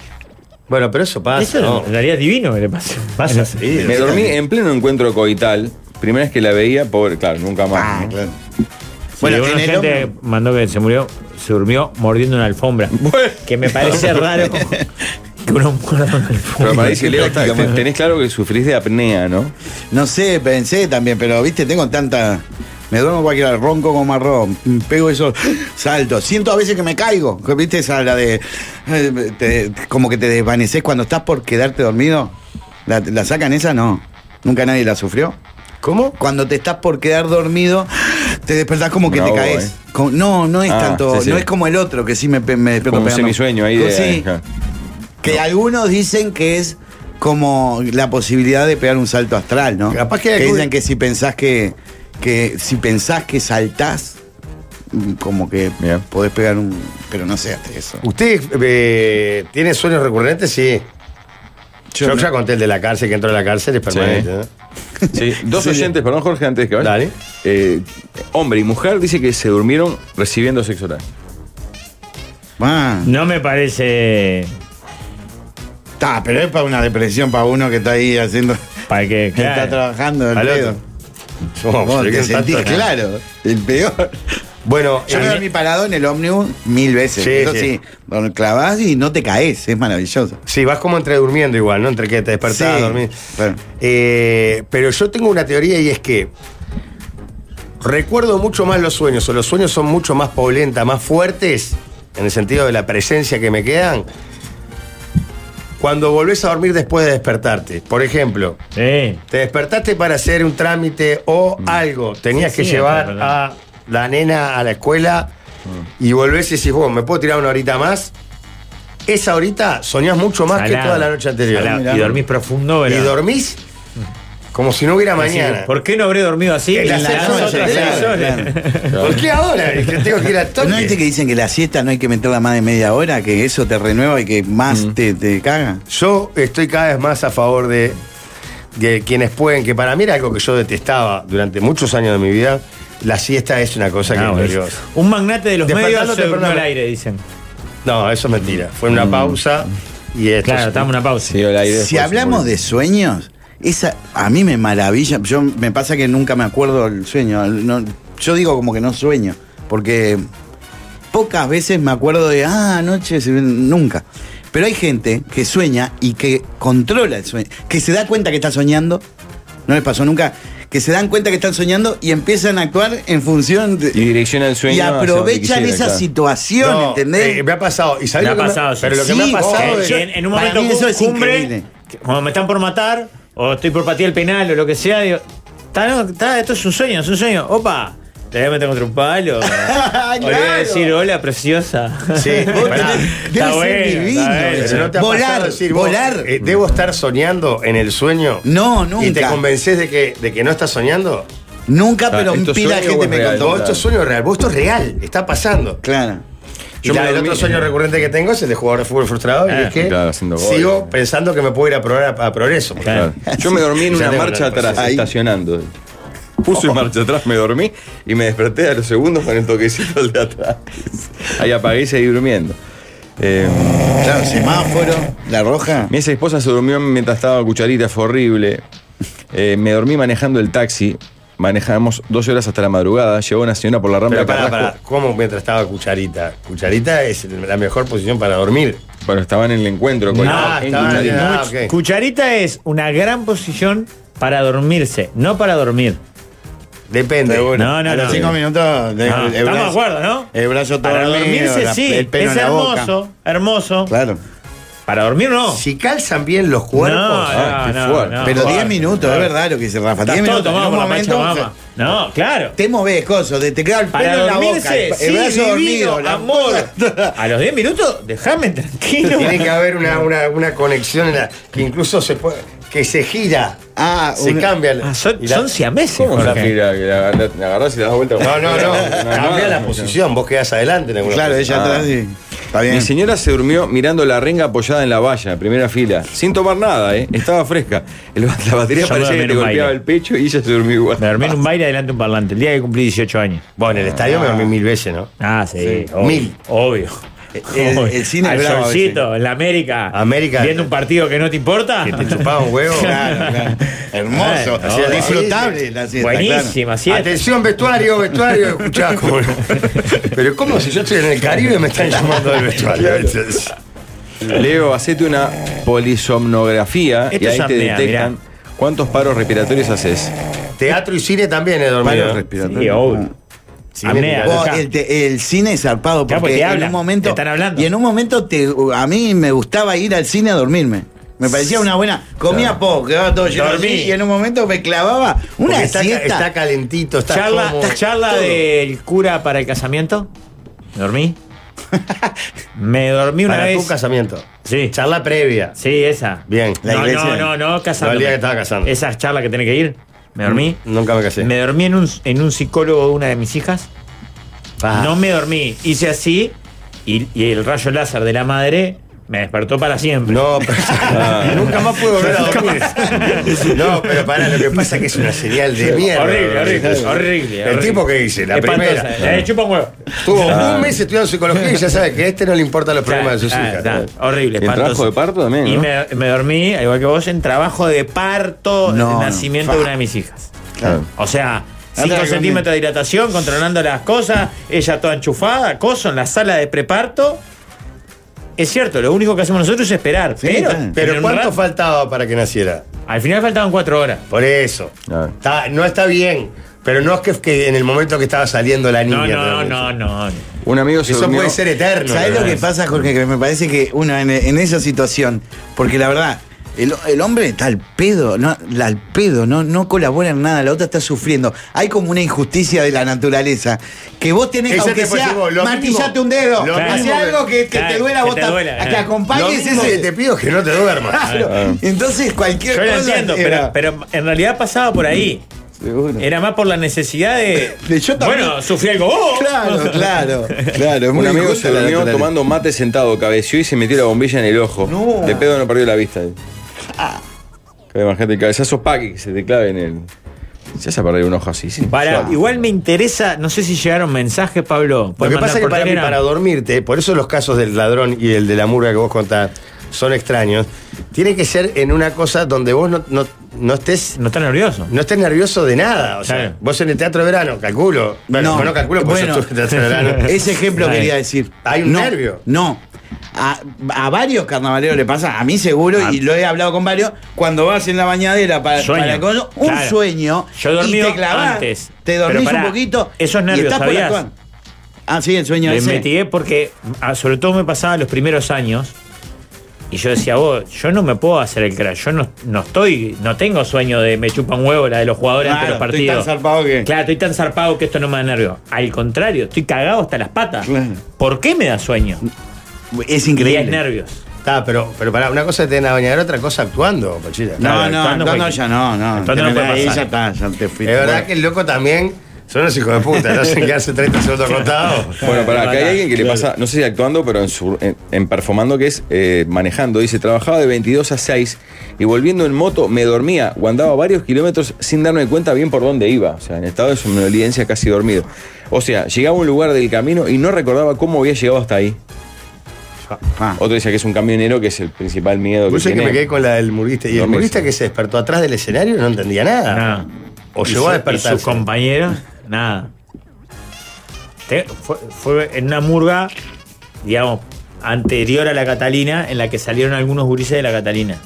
Bueno, pero eso pasa.
Eso
¿no?
en realidad es divino que le pasa.
Pasa sí.
Me dormí en pleno encuentro coital. Primera vez que la veía, pobre, claro, nunca más.
Ah,
¿no?
claro. Bueno,
Bueno, una
en el
gente
hombre-
mandó que se murió, se durmió mordiendo una alfombra.
Bueno.
Que me parece raro que uno muerda una alfombra.
Pero me dice, Leo, está-
práctica,
tenés claro que sufrís de apnea, ¿no?
No sé, pensé también, pero viste, tengo tanta. Me duermo cualquiera, ronco como marrón, pego eso, salto. Siento a veces que me caigo. ¿Viste esa la de. eh, te- como que te desvaneces cuando estás por quedarte dormido? ¿La, la sacan esa? No. Nunca nadie la sufrió.
¿Cómo?
Cuando te estás por quedar dormido, te despertás como que
Bravo,
te caes.
eh.
Como- No, no es
Ah,
tanto.
sí, sí.
No es como el otro, que sí me, pe- me despierto
Como un
eh,
pegando.
semisueño ahí de.
Sí,
ajá.
que algunos dicen que es como la posibilidad de pegar un salto astral, ¿no?
Capaz que hay
dicen
algún-
que si pensás que, que si pensás que saltás, mm, como que
Bien.
podés pegar un. Pero no sé hasta eso.
¿Usted eh, tiene sueños recurrentes? Sí. Yo, ya conté el de la cárcel, que entró a la cárcel, es permanente.
Sí.
¿no?
Sí, dos
Sí.
oyentes, perdón Jorge, antes que vaya.
Dale.
Eh, hombre y mujer dice que se durmieron recibiendo sexo oral.
Ah,
No me parece.
Está, pero es para una depresión, para uno que está ahí haciendo.
Para que.
que está
claro.
trabajando el
Al otro.
pedo.
No,
Vos te
pero qué
sentís
tanto, ¿no?
claro, el peor.
Bueno,
Yo
eh,
me mi parado en el ómnibus mil veces.
Sí,
Eso
sí.
sí. Bueno, clavás y no te caes, es maravilloso.
sí, vas como entre durmiendo igual, ¿no? Entre que te despertás,
Sí,
dormís.
claro.
Eh, pero yo tengo una teoría y es que recuerdo mucho más los sueños, o los sueños son mucho más polenta, más fuertes, en el sentido de la presencia que me quedan, cuando volvés a dormir después de despertarte. Por ejemplo,
Sí. Mm.
Te despertaste para hacer un trámite o algo. Tenías
Sí,
que
sí, es
llevar
verdad.
a la nena a la escuela y volvés y decís, vos, ¿me puedo tirar una horita más? Esa horita soñás mucho más que
Salado.
toda la noche anterior.
Salado.
Mirá.
Y dormís profundo,
Y
¿verdad?
dormís como si no hubiera
Así,
mañana.
¿Por qué no habré dormido así?
En la
Las
noche,
otras
claro,
seis horas.
¿Por qué ahora? Es que tengo que ir a toque.
¿No viste que dicen que la siesta no hay que meterla más de media hora, que eso te renueva y que más te, te caga?
Yo estoy cada vez más a favor de, de quienes pueden, que para mí era algo que yo detestaba durante muchos años de mi vida. La siesta es una cosa
No,
que
es-
Dios.
Ah, un magnate de los
Despertándote
medios se durmió
temprano.
al aire, dicen.
No, eso es mentira. Fue una pausa y esto.
Mm. Claro, estamos en una pausa.
Sí, al aire
Si
después,
hablamos
seguro.
de sueños, esa a mí me maravilla. Yo me pasa que nunca me acuerdo el sueño. No- yo digo como que no sueño, porque pocas veces me acuerdo de ah anoche se- nunca. Pero hay gente que sueña y que controla el sueño, que se da cuenta que está soñando. No les pasó nunca. Que se dan cuenta que están soñando y empiezan a actuar en función de.
Y direcciona el sueño
y
hacia donde
aprovechan
quisiera,
esa
claro.
situación,
No,
¿entendés?
eh, me ha pasado. ¿Y sabés
Me
lo
ha
que
pasado, Ah, sí.
Pero lo que me
Sí,
ha pasado
vos,
es.
Que en, en un
Para
momento
mí eso
cum-
es
cumbre,
increíble.
que cuando me están por matar, o estoy por patear el penal, o lo que sea, digo, "Ta, no, ta, esto es un sueño, es un sueño, opa, te voy a meter contra un palo. O le voy a
Claro.
decir, hola, preciosa.
Sí, vos
Pará,
debe
tenés-
está
ser
bueno, está
divino
bueno.
eso.
Pero no te ha
Volar,
pasado decir, vos,
volar.
eh, ¿Debo estar soñando en el sueño?
No, nunca.
¿Y te convences de que, de que no estás soñando?
Nunca,
Ah,
pero
esto es
pila de gente
sueño o es
me
real.
contó.
Todo esto es sueño real. Vos esto es real. Está pasando.
Claro.
Y
Yo
la-
me
el
dormí-
otro sueño recurrente que tengo es el de jugador de fútbol frustrado. y
Ah,
es que
Eh, claro, haciendo goles.
sigo pensando que me puedo ir a, progr- a progreso. porque-
Claro. Yo me dormí en
Ya
una
tengo
marcha
la
atrás,
Ahí.
estacionando. Puse en marcha atrás, me dormí y me desperté a los segundos con el toquecito al de atrás. Ahí apagué y seguí durmiendo. Eh,
Claro, semáforo, la roja.
mi ex esposa se durmió mientras estaba cucharita, fue horrible. Eh, me dormí manejando el taxi. Manejamos 12 horas hasta la madrugada. Llegó una señora por la rambla
Pero pará,
Carrasco.
pará. ¿Cómo mientras estaba Cucharita? Cucharita es la mejor posición para dormir.
Bueno, estaba en el encuentro con
Ah,
en
estaba en
Cucharita.
Ah,
Cuch-
ok.
Cucharita es una gran posición para dormirse, no para dormir.
Depende.
No, no,
a los
no.
cinco minutos. de-
No,
el
estamos de
brazo-
acuerdo, ¿no?
El brazo todo
Para dormirse,
dormido, la-
sí.
el pelo en
es
la boca.
hermoso, hermoso.
Claro.
Para dormir, no.
Si calzan bien los cuerpos.
Ay, qué fuerte.
Ah, pero
fuerte.
10 minutos, es verdad lo que dice Rafa. 10
Estás todo
minutos. en
tomado
un
por la
momento,
Pachamama. No, claro.
Te moves, coso, te, te queda el
Para
pelo en la boca.
dormirse,
El,
sí,
el brazo
divino,
dormido, la
amor.
puta.
A los 10 minutos, déjame tranquilo.
Tiene que haber una, una, una conexión en la- que incluso se puede, que se gira.
Ah,
se
una-
cambia. la-
Ah, son,
y la-
son siameses,
¿Cómo la
Jorge.
fibra? Que La, la- la agarrás y la das vuelta.
No, no, no. Cambia la
no.
posición. Vos quedás adelante en alguna
Claro, ella
Ah.
atrás y. Está
Mi
bien.
señora se durmió mirando la renga apoyada en la valla, primera fila, sin tomar nada, ¿eh? Estaba fresca. El- la batería
Yo me dormí
parecía que
en
te
un
golpeaba
baile.
el pecho y ella se durmió igual.
Me dormí en un baile delante de un parlante el día que cumplí 18 años.
Vos en el estadio me dormí mil veces, ¿no?
Ah, sí. obvio,
Mil.
Obvio.
el-
Obvio.
el cine es
Al
bravo a veces.
solcito, en la América.
América.
Viendo un partido que no te importa.
Que te chupaba un huevo.
Claro, claro. Hermoso.
Bueno, no,
disfrutable la siesta, claro.
Buenísima, siesta.
Atención, vestuario, vestuario. Escuchá, cómo- Pero ¿cómo si yo estoy en el Caribe me están llamando del vestuario? Entonces,
Leo, hacete una polisomnografía
Esto
y ahí
es
te
apnea,
detectan cuántos paros respiratorios haces.
Teatro y cine también he dormido.
Palo
Sí,
respiratorio.
obvio. Apnea,
Vos,
Ah, acá.
el, te- el cine es zarpado
Claro,
porque
porque te
en
hablan,
un momento
te están hablando.
y en un momento te, a mí me gustaba ir al cine a dormirme. Me parecía una buena. Comía poco, quedaba todo lleno
Dormí.
así, y en un momento me clavaba una
Porque está,
siesta.
está calentito, está
charla
cómodo.
charla
Todo.
del cura para el casamiento. ¿Dormí? Me dormí una
Para
vez.
tu casamiento.
Sí.
Charla previa.
Sí, esa.
Bien.
La
no,
iglesia.
no, no, no,
No,
casando.
el día que estaba casando.
Esas charlas que tenés que ir. Me dormí.
Nunca me casé.
Me dormí en un, en un psicólogo de una de mis hijas.
Ah.
No me dormí. Hice así y, y el rayo láser de la madre me despertó para siempre.
No, pero- nunca más pude volver a dormir. No, pero para lo que pasa es que es una señal de mierda.
Horrible, horrible, horrible,
El
horrible.
tipo que dice, la
Espantosa.
primera.
Eh, chupa un huevo.
Estuvo un mes estudiando psicología y ya sabe que a este no le importan los problemas de sus
Ah,
hijas.
ah, horrible,
¿Y en
espantoso.
trabajo de parto también,
Y
no?
me, me dormí, al igual que vos, en trabajo de parto,
No, no.
en nacimiento de una de mis hijas.
Claro.
O sea,
Anda
5
con
centímetros de dilatación, controlando las cosas, ella toda enchufada, coso, en la sala de preparto. Es cierto, lo único que hacemos nosotros es esperar.
Sí,
pero,
está bien.
en
Pero
un
¿cuánto
rato-
faltaba para que naciera?
Al final faltaban 4 horas.
Por eso.
Ah.
Está- no está bien. Pero no es que, que en el momento que estaba saliendo la niña.
No, no,
también.
no, no.
Un amigo se
Eso
durmió-
puede ser eterno.
¿Sabes
¿no?
lo que pasa, Jorge? Que me parece que uno en, en esa situación, porque la verdad, el, el hombre está al pedo, no, la- al pedo, no, no colabora en nada, la otra está sufriendo. Hay como una injusticia de la naturaleza. Que vos tenés,
Ese
aunque
te
sea,
positivo, lo
martillate
mismo-
un dedo,
lo
hace
mismo que-
algo que, que te
Claro,
duela,
que
vos
te
ta-
duela,
a que
claro.
Lo
acompañes
mismo que
ese.
te pido es que no te duermas.
Claro. Entonces, cualquier
Yo lo
cosa.
entiendo, pero,
era-
pero en realidad pasaba por ahí.
Seguro.
Era más por la necesidad de.
De yo también.
bueno, sufrí algo. ¡Oh!
Claro, claro, claro. es
Un
muy
amigo
injusta
se
la
durmió
naturaleza.
tomando mate sentado, cabeció y se metió la bombilla en el ojo.
No.
De pedo no perdió la vista. Claro, Imagínate el cabezazo paqui que se te clave en el. Ya se ha perdido un ojo así. sí.
Para,
Ya.
igual me interesa, no sé si llegaron mensajes, Pablo.
Lo
¿Puedes
que
mandar
pasa es que
por
para, mí,
Telegram?
para dormirte, por eso los casos del ladrón y el de la murga que vos contás son extraños, tiene que ser en una cosa donde vos no, no, no estés...
No estás nervioso.
No estés nervioso de nada, o sea,
Claro.
vos en el teatro de verano, calculo. Bueno,
No.
no, no calculo porque
pues,
Bueno.
yo estuve en el teatro de verano.
Ese ejemplo
Ahí.
quería decir.
Hay un
no,
nervio.
No. A, a varios carnavaleros le pasa, a mí seguro,
A-
y lo he hablado con varios, cuando vas en la bañadera para,
Sueño.
para con- un
Claro.
sueño
Yo dormí
y te clavás,
antes.
te dormís
Pero pará,
un poquito
esos nervios,
y estás por
¿sabías?
actuar. Ah, sí, el sueño
Me
ese.
metigué porque, ah, sobre todo, me pasaba los primeros años. Y yo decía, vos, yo no me puedo hacer el crash. Yo no, no estoy, no tengo sueño de me chupa un huevo la de los jugadores
Claro,
ante los
estoy
partidos.
tan zarpado que-
Claro, estoy tan zarpado que esto no me da nervio. Al contrario, estoy cagado hasta las patas.
Claro.
¿Por qué me da sueño?
Es
Y es
increíble.
nervios.
Está, pero, pero para una cosa es tener la bañadera, otra cosa actuando, Pochila.
No,
Claro,
no,
actuando
actuando
cualquier-
ya no, no.
Actuando no puede
Ahí
pasar.
ya está, ya te fuiste.
Es verdad que el loco también son los hijos de puta, no hacen quedarse 30 segundos contados.
Bueno, para
Claro,
acá hay
claro,
alguien que le
claro.
pasa, no sé si actuando, pero en, su- en, en performando, que es eh, manejando. Dice, trabajaba de 22 a 6 y volviendo en moto me dormía o andaba varios kilómetros sin darme cuenta bien por dónde iba. O sea, en estado de somnolencia casi dormido. O sea, llegaba a un lugar del camino y no recordaba cómo había llegado hasta ahí.
Ah.
Otro dice que es un camionero, que es el principal miedo que
Puse que
tiene.
me quedé con la del murguista. Y
No
el
me
murguista
hizo.
que se despertó atrás del escenario no entendía nada.
Nada.
O
Y
llegó
su-
a
Y sus
despertarse.
compañeros, nada. Te- fue, fue en una murga, digamos, anterior a la Catalina, en la que salieron algunos gurises de la Catalina.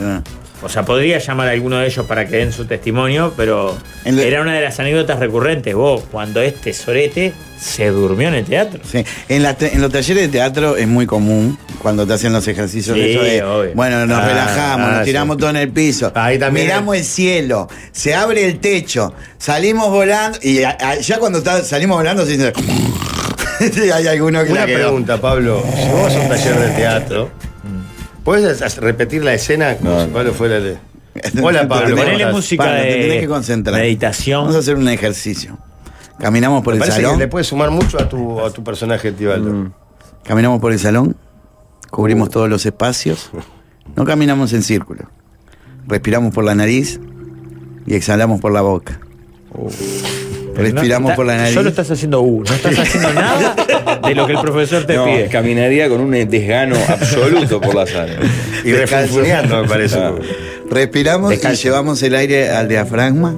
Ah.
O sea, podría llamar a alguno de ellos para que den su testimonio, pero
En la-
era una de las anécdotas recurrentes. Vos, cuando este sorete se durmió en el teatro.
Sí. En, las te- en los talleres de teatro es muy común cuando te hacen los ejercicios
Sí,
eso de,
obvio.
bueno, nos
Ah,
relajamos,
ah,
nos tiramos
sí.
todo en el piso,
Ahí también
miramos el cielo, se abre el techo, salimos volando y a- a- ya cuando está- salimos volando se dice Sí, hay alguno que
Una
la quedó.
pregunta, Pablo. Si vos vas a un taller de teatro, ¿puedes as- repetir la escena como
No.
si Pablo fuera el.
No,
Hola,
no,
Pablo.
te-
¿cómo
Ponele
estás?
música.
Pablo, te
de
tenés que concentrar.
meditación.
Vamos a hacer un ejercicio. Caminamos por
Me
el
parece que
salón,
le puede sumar mucho a tu, a tu personaje, Tibaldo.
caminamos por el salón, cubrimos todos los espacios, no caminamos en círculo. Respiramos por la nariz y exhalamos por la boca. Respiramos
No,
por la
está-
nariz.
Solo estás haciendo U, no estás haciendo nada de lo que el profesor te
No,
pide.
caminaría con un desgano absoluto por la sala.
Y
Descalzo.
refunfuneando, me parece.
Ah.
Respiramos
Descalzo.
y llevamos el aire al diafragma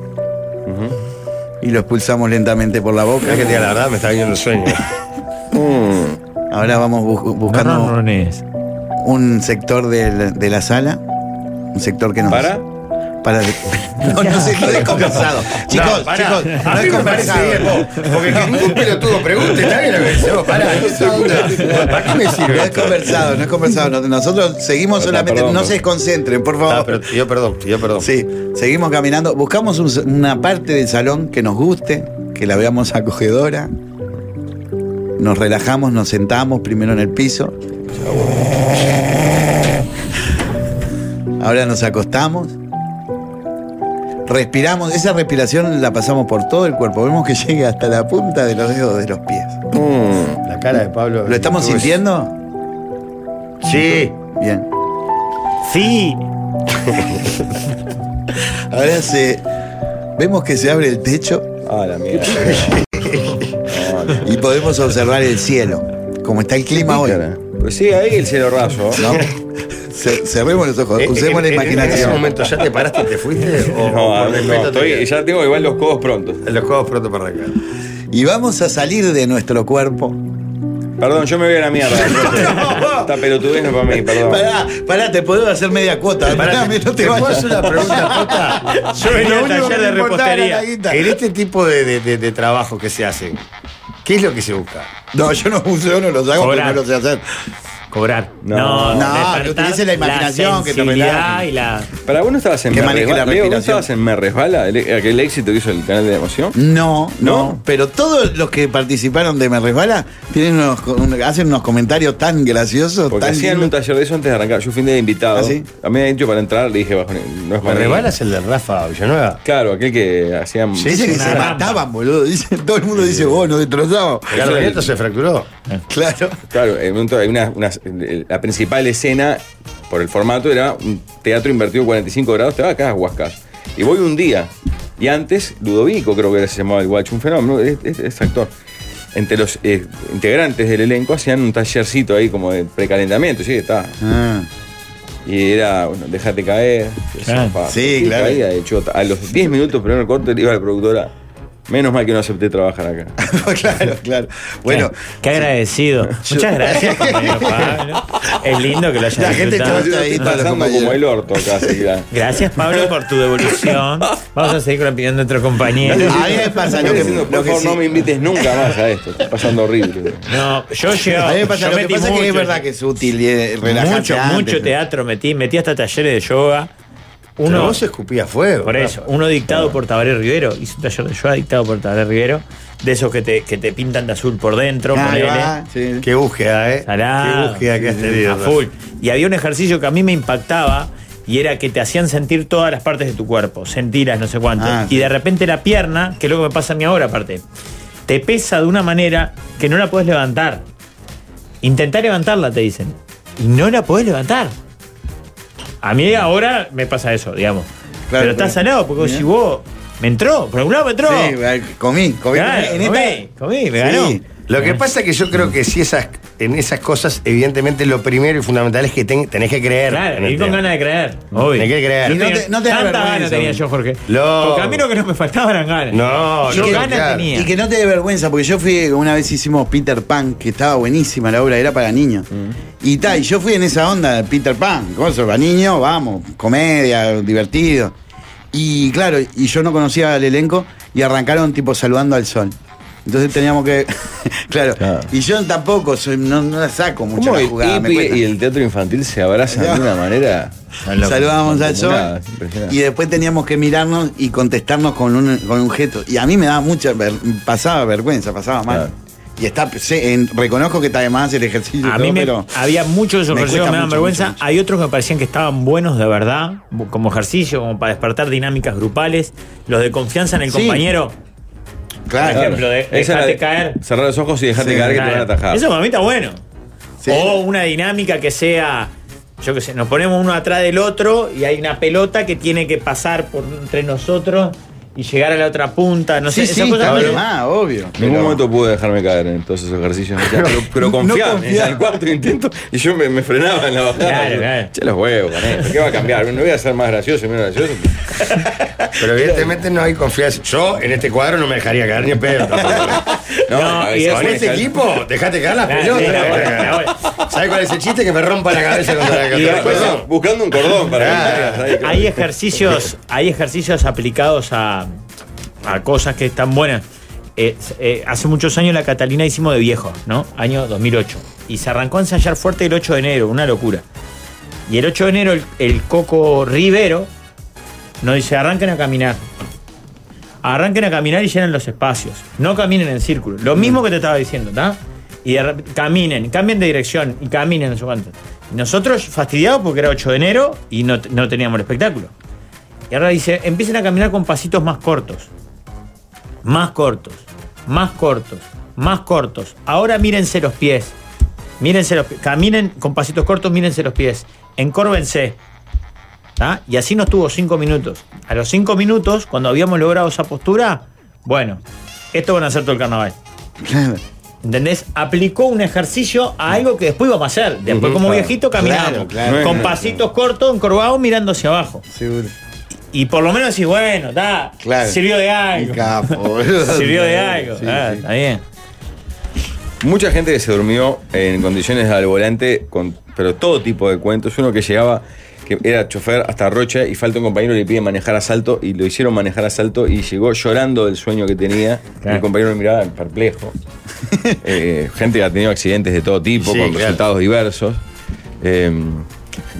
y lo expulsamos lentamente por la boca.
Mirá que te diga la verdad, me está viniendo el sueño.
Mm. Ahora vamos bu-
No,
buscando
no, no, no es.
un sector del- de, la sala, un sector que nos...
¿Para?
Para... No, no sé, no es conversado. Chicos,
No, pará.
chicos,
a
no
mí
es
me parece
conversado.
bien, vos, porque que ningún pelotudo pregunte, está bien lo que decís vos, pará, esa onda, ¿para qué me
No
sirve?
es
esto?
conversado, no es conversado. No- Nosotros seguimos
Perdón,
solamente,
perdón,
no
perdón.
se desconcentren, por favor.
Ah, pero te pido perdón, te pido perdón.
Sí, seguimos caminando. Buscamos un- una parte del salón que nos guste, que la veamos acogedora. Nos relajamos, nos sentamos primero en el piso. Ahora nos acostamos. Respiramos, esa respiración la pasamos por todo el cuerpo. Vemos que llega hasta la punta de los dedos de los pies.
La cara de Pablo.
¿Lo estamos
Uy.
sintiendo?
Sí.
Bien.
Sí.
Ahora se. Vemos que se abre el techo
Ah, la mierda.
y podemos observar el cielo. Como está el clima hoy.
Cara. Pues sí, ahí el cielo raso.
¿no? Ce- Cerremos los ojos,
Eh,
usemos
eh,
la
en- ¿En ese
imaginación.
momento ya te paraste y te fuiste? ¿O o
No,
por
no,
respeto te
estoy,
quedas?
ya tengo igual los codos prontos.
Los codos pronto para arrancar.
Y vamos a salir de nuestro cuerpo.
Perdón, yo me voy a la mierda. Esta pelotudez no es para mí, perdón.
Pará, pará, te puedo hacer media cuota. Pará, no te
¿Te puedo
vayas.
hacer una pregunta, Jota?
Yo venía al taller de repostería.
En este tipo de, de- de- de trabajo que se hacen, ¿qué es lo que se busca?
No, yo no, yo no los hago porque
Cobrar.
no los sé hacer.
Cobrar.
No.
No,
No,
despertar
que utilice la imaginación, que te
sensibilidad
relaje.
y la.
Para vos no estabas en
Que
Me
maneje la
Resbala. Leo, ¿vos
respiración.
estabas en Me Resbala? El- aquel éxito que hizo el canal de emoción.
No, no,
¿No?
Pero todos los que participaron de Me Resbala tienen unos co- un- hacen unos comentarios tan graciosos,
Porque
tan
hacían un
lindos.
taller de eso antes de arrancar. Yo fui un día de invitado.
¿Ah, sí?
A mí me han dicho para entrar, le dije, bajo, no es
¿Me
para mí.
rebalas el de Rafa Villanueva?
Claro, aquel que hacían.
Sí,
Dicen que
una
se
rama.
mataban, boludo. Dicen- todo el mundo dice, vos, nos destrozamos.
Carlos Nieto se fracturó.
Claro.
Claro, en un momento hay una- unas- el- la principal escena, por el formato, era un teatro invertido 45 grados, te va acá a Huascas. Y voy un día, y antes, Ludovico creo que era, se llamaba el guacho, un fenómeno, es, es- es actor. Entre los eh, integrantes del elenco hacían un tallercito ahí como de precalentamiento, sí, está.
Ah,
Y era, bueno, déjate caer.
Claro.
zapa.
Sí,
Y
claro.
Caía de chota. A los 10 minutos, primero corte, le iba a la productora. Menos mal que no acepté trabajar acá.
claro, claro. Bueno,
Qué agradecido. Muchas gracias, compañero Pablo. Es lindo que lo hayas
La gente
disfrutado.
está-
Estoy
está los
pasando como
compañeros.
el orto acá, así, ya.
Gracias, Pablo, por tu devolución. Vamos a seguir con la opinión de nuestro compañero.
a mí me pasa lo que,
Diciendo,
lo
por
que
favor,
sí-
no me invites nunca más a esto. Está pasando horrible.
No, yo llevo.
A mí me pasa
yo
lo que
metí
pasa es que es
mucho-
verdad que es útil eh, relajarse
Mucho,
antes.
mucho teatro metí. Metí hasta talleres de yoga.
Uno,
Uno,
vos escupía fuego.
por eso, uno dictado por Tabaré Rivero. Hice un taller de yoga dictado por Tabaré Rivero. De esos que te, que te pintan de azul por dentro.
Ahí
ponele.
va, sí.
Qué búsqueda, ¿eh?
Salado.
Qué búsqueda que has tenido.
A full. Y había un ejercicio que a mí me impactaba y era que te hacían sentir todas las partes de tu cuerpo, sentirlas, no sé cuánto.
Ah,
y
sí.
de repente la pierna, que es lo que me pasa a mí ahora aparte, te pesa de una manera que no la podés levantar. Intentá levantarla, te dicen. Y no la podés levantar. A mí ahora me pasa eso, digamos.
Claro,
pero está
claro.
salado, porque
Bien.
si vos. Me entró, por algún lado me entró.
Sí, comí, comí.
Claro,
En esta-
comí, comí, me ganó.
Sí.
Lo que pasa es que yo creo que si esas, en esas cosas, evidentemente lo primero y fundamental es que ten- tenés que creer. en
Claro,
el
ir con
tema.
ganas de creer. Obvio.
Tenés que creer.
Yo
Y
no
tenía-
te- no te da
tanta
vergüenza,
ganas tenía
bro.
yo, Jorge.
No.
Porque a mí lo que no me faltaban eran ganas.
No,
yo
no,
ganas
claro.
tenía.
Y que no te dé vergüenza, porque yo fui, una vez hicimos Peter Pan, que estaba buenísima la obra, era para niños.
Mm.
Y tal, y yo fui en esa onda de Peter Pan, cosa, para niños, vamos, comedia, divertido. Y claro, y yo no conocía al elenco y arrancaron tipo saludando al sol. Entonces teníamos que. claro.
Claro.
Y yo tampoco, soy- no, no la saco mucho
¿Cómo
la
el
jugada. me
hippie
cuesta.
y el teatro infantil se abrazan de una manera?
Saludábamos al sol
Nada, es impresionante.
y después teníamos que mirarnos y contestarnos con un, con un gesto. Y a mí me daba mucha, ver- pasaba vergüenza, pasaba mal.
Claro.
Y está, sé, en- reconozco que está de más el ejercicio, y
A
todo,
mí me,
pero
había muchos de esos
me
ejercicios
cuesta
que me dan
mucho,
vergüenza.
mucho, mucho.
Hay otros que me parecían que estaban buenos de verdad, como ejercicio, como para despertar dinámicas grupales. Los de confianza en el
Sí.
compañero.
claro,
Por ejemplo, de-
Esa es la
dejate caer.
Cerrar los ojos y dejate
Sí,
caer que te
Claro.
van a atajar.
Ah, eh. Eso para mí está bueno.
Sí.
O una dinámica que sea, yo qué sé, nos ponemos uno atrás del otro y hay una pelota que tiene que pasar por entre nosotros y llegar a la otra punta. No sé,
sí, sí,
esas cosas
está
me-
de más, Ah, obvio.
En
pero-
ningún momento pude dejarme caer en todos esos ejercicios. Ya, pero pero
no
confiaba, en
confiaba.
el cuarto intento y yo me, me frenaba en la bajada.
Claro, claro.
Che, los huevos, Vanessa, ¿qué va a cambiar? No voy a ser más gracioso, menos gracioso.
Pero evidentemente Este no hay confianza. Yo en este cuadro no me dejaría caer ni en pedo.
No,
a
y
veces
es-
Con
pones
este
cal-
equipo, dejate caer las
Claro, sí, la buena, la
pelotas.
buena.
¿Sabes cuál es el chiste? Que me rompa la cabeza contra la
Y
contra el
después,
cordón.
buscando un cordón para
Claro.
que me caigas ahí,
Hay ejercicios, hay ejercicios aplicados a, a cosas que están buenas. Eh, eh, hace muchos años la Catalina hicimos de viejo, ¿no? Año 2008. Y se arrancó a ensayar fuerte el 8 de enero, una locura. Y el 8 de enero el, el Coco Rivero nos dice, arranquen a caminar.
Mm.
Arranquen a caminar y llenen los espacios. No caminen en círculo. Lo mismo que te estaba diciendo, ¿está? y de rep- caminen, cambien de dirección y caminen, no sé cuánto. Nosotros fastidiados porque era 8 de enero y no, t- no teníamos el espectáculo. Y ahora dice, empiecen a caminar con pasitos más cortos. Más cortos, más cortos, más cortos. Ahora mírense los pies. Mírense los pies. Caminen con pasitos cortos, mírense los pies. Encórvense. ¿tá? Y así nos tuvo cinco minutos. A los cinco minutos, cuando habíamos logrado esa postura, bueno, esto van a hacer todo el carnaval.
Claro.
¿Entendés? Aplicó un ejercicio a algo que después íbamos a hacer. Después,
Ujú,
como
claro.
viejito, caminamos.
Claro, claro.
con
Bueno,
pasitos cortos, encorvados, mirando hacia abajo.
Seguro.
Y por lo menos decís, bueno, da,
Claro.
sirvió de
Qué
algo.
capo, boludo.
Sirvió de algo.
Sí,
Ah,
sí.
Está bien.
Mucha gente que se durmió en condiciones al volante, con, pero todo tipo de cuentos. Uno que llegaba, que era chofer hasta Rocha y falta un compañero le pide manejar a salto y lo hicieron manejar a salto y llegó llorando del sueño que tenía.
Claro.
El compañero lo miraba perplejo. Eh, gente que ha tenido accidentes de todo tipo,
Sí,
con
claro.
resultados diversos. Eh,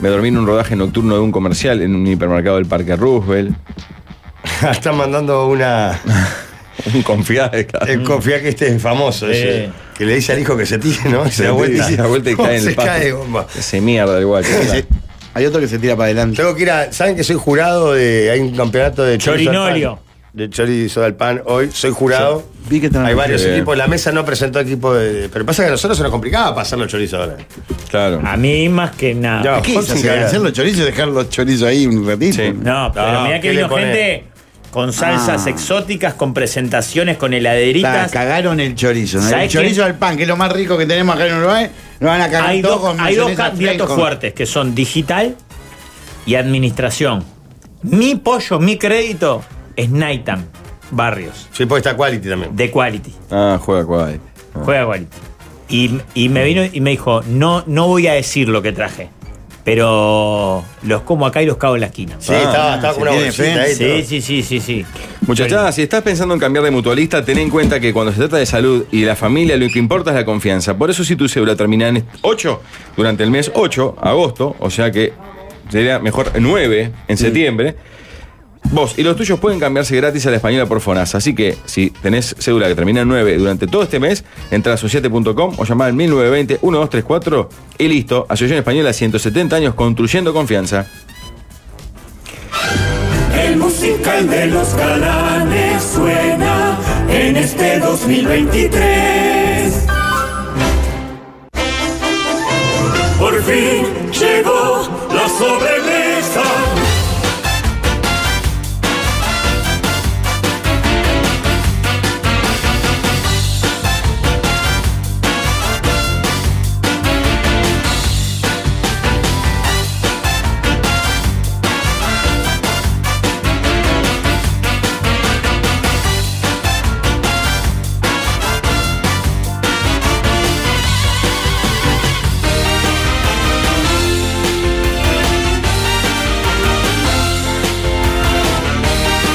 me dormí en un rodaje nocturno de un comercial en un hipermercado del Parque Roosevelt.
Están mandando una.
Un confiado de cada-
Eh, confía que este es famoso. ese,
Sí.
que le dice al hijo que se tire, ¿no? Y se da vuelta.
Se da vuelta y cae en
Se
el pasto.
cae, bomba.
Se mierda igual.
Hay otro que se tira para adelante.
Tengo que ir a. ¿Saben que soy jurado de. Hay un campeonato de chorizo al pan?
Chorinolio.
De chorizo al pan. Hoy soy jurado.
Vi que estaban-
Hay varios
Bien.
equipos. La mesa no presentó equipo de. Pero pasa que a nosotros se nos complicaba pasar los chorizos ahora.
Claro.
A mí más que nada.
Ya,
¿Qué
Jorge,
hizo?
sin cagar.
¿Hacer los chorizos y dejar los chorizos ahí un ratito?
Sí.
No, pero
No,
mirá que
¿qué le
vino
ponés?
gente con salsas
Ah.
exóticas, con presentaciones, con
Ta,
heladeritas.
cagaron el chorizo. ¿no? El
¿Sabés
chorizo
qué?
al pan, que es lo más rico que tenemos acá en Uruguay. Lo van a cagar
hay
todo
dos,
con
hay dos
mayonesa
candidatos
fresco.
fuertes que son digital y administración. Mi pollo, mi crédito es Nightam Barrios,
Sí, pues está quality también.
de Quality.
Ah, juega cuál.
Juega Quality. Y, y me vino y me dijo, no, no voy a decir lo que traje, pero los como acá y los cago en la esquina.
Sí,
Ah,
estaba, estaba
se
con una
tiene
bolsita
defensa.
ahí. todo.
Sí, sí, sí, sí, sí.
Muchachada, si estás pensando en cambiar de mutualista, ten en cuenta que cuando se trata de salud y de la familia, lo que importa es la confianza. Por eso si tu cédula termina en 8 durante el mes 8, agosto, o sea que sería mejor 9 en septiembre, vos y los tuyos pueden cambiarse gratis a la española por FONAS. Así que si tenés cédula que termina en 9 durante todo este mes, entra a asociate.com o llamá al 1920-1234 y listo. Asociación Española, 170 años construyendo confianza.
El musical de los galanes suena en este 2023. Por fin llegó la sobremesa.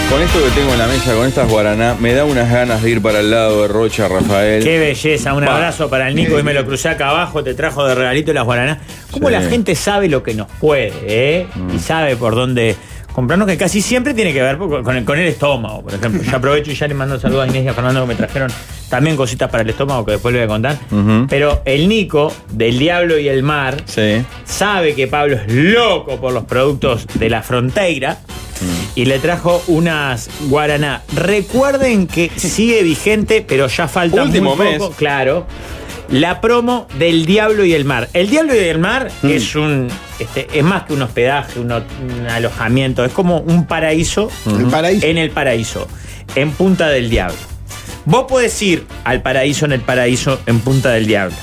Con esto que tengo en la mesa, con estas guaraná, me da unas ganas de ir para el lado de Rocha, Rafael.
Qué belleza, un
Va.
abrazo para el Nico y me lo crucé acá abajo, te trajo de regalito las guaraná. Cómo
Sí. Mm.
la gente sabe lo que nos puede, ¿eh? Y sabe por dónde comprarnos, que casi siempre tiene que ver por- con el, con el estómago, por ejemplo. Yo aprovecho y ya le mando un saludo a Inés y a Fernando que me trajeron también cositas para el estómago que después le voy a contar.
Ujú.
Pero el Nico, del Diablo y el Mar,
Sí.
sabe que Pablo es loco por los productos de la frontera
Mm.
y le trajo unas guaraná. Recuerden que sigue vigente, pero ya falta
Último
muy
mes.
poco, claro. La promo del Diablo y el Mar. El Diablo y el Mar
Mm.
es un este, es más que un hospedaje, un, hot- un alojamiento, es como un paraíso
El paraíso.
en el paraíso, en Punta del Diablo. Vos podés ir al paraíso en el paraíso en Punta del Diablo.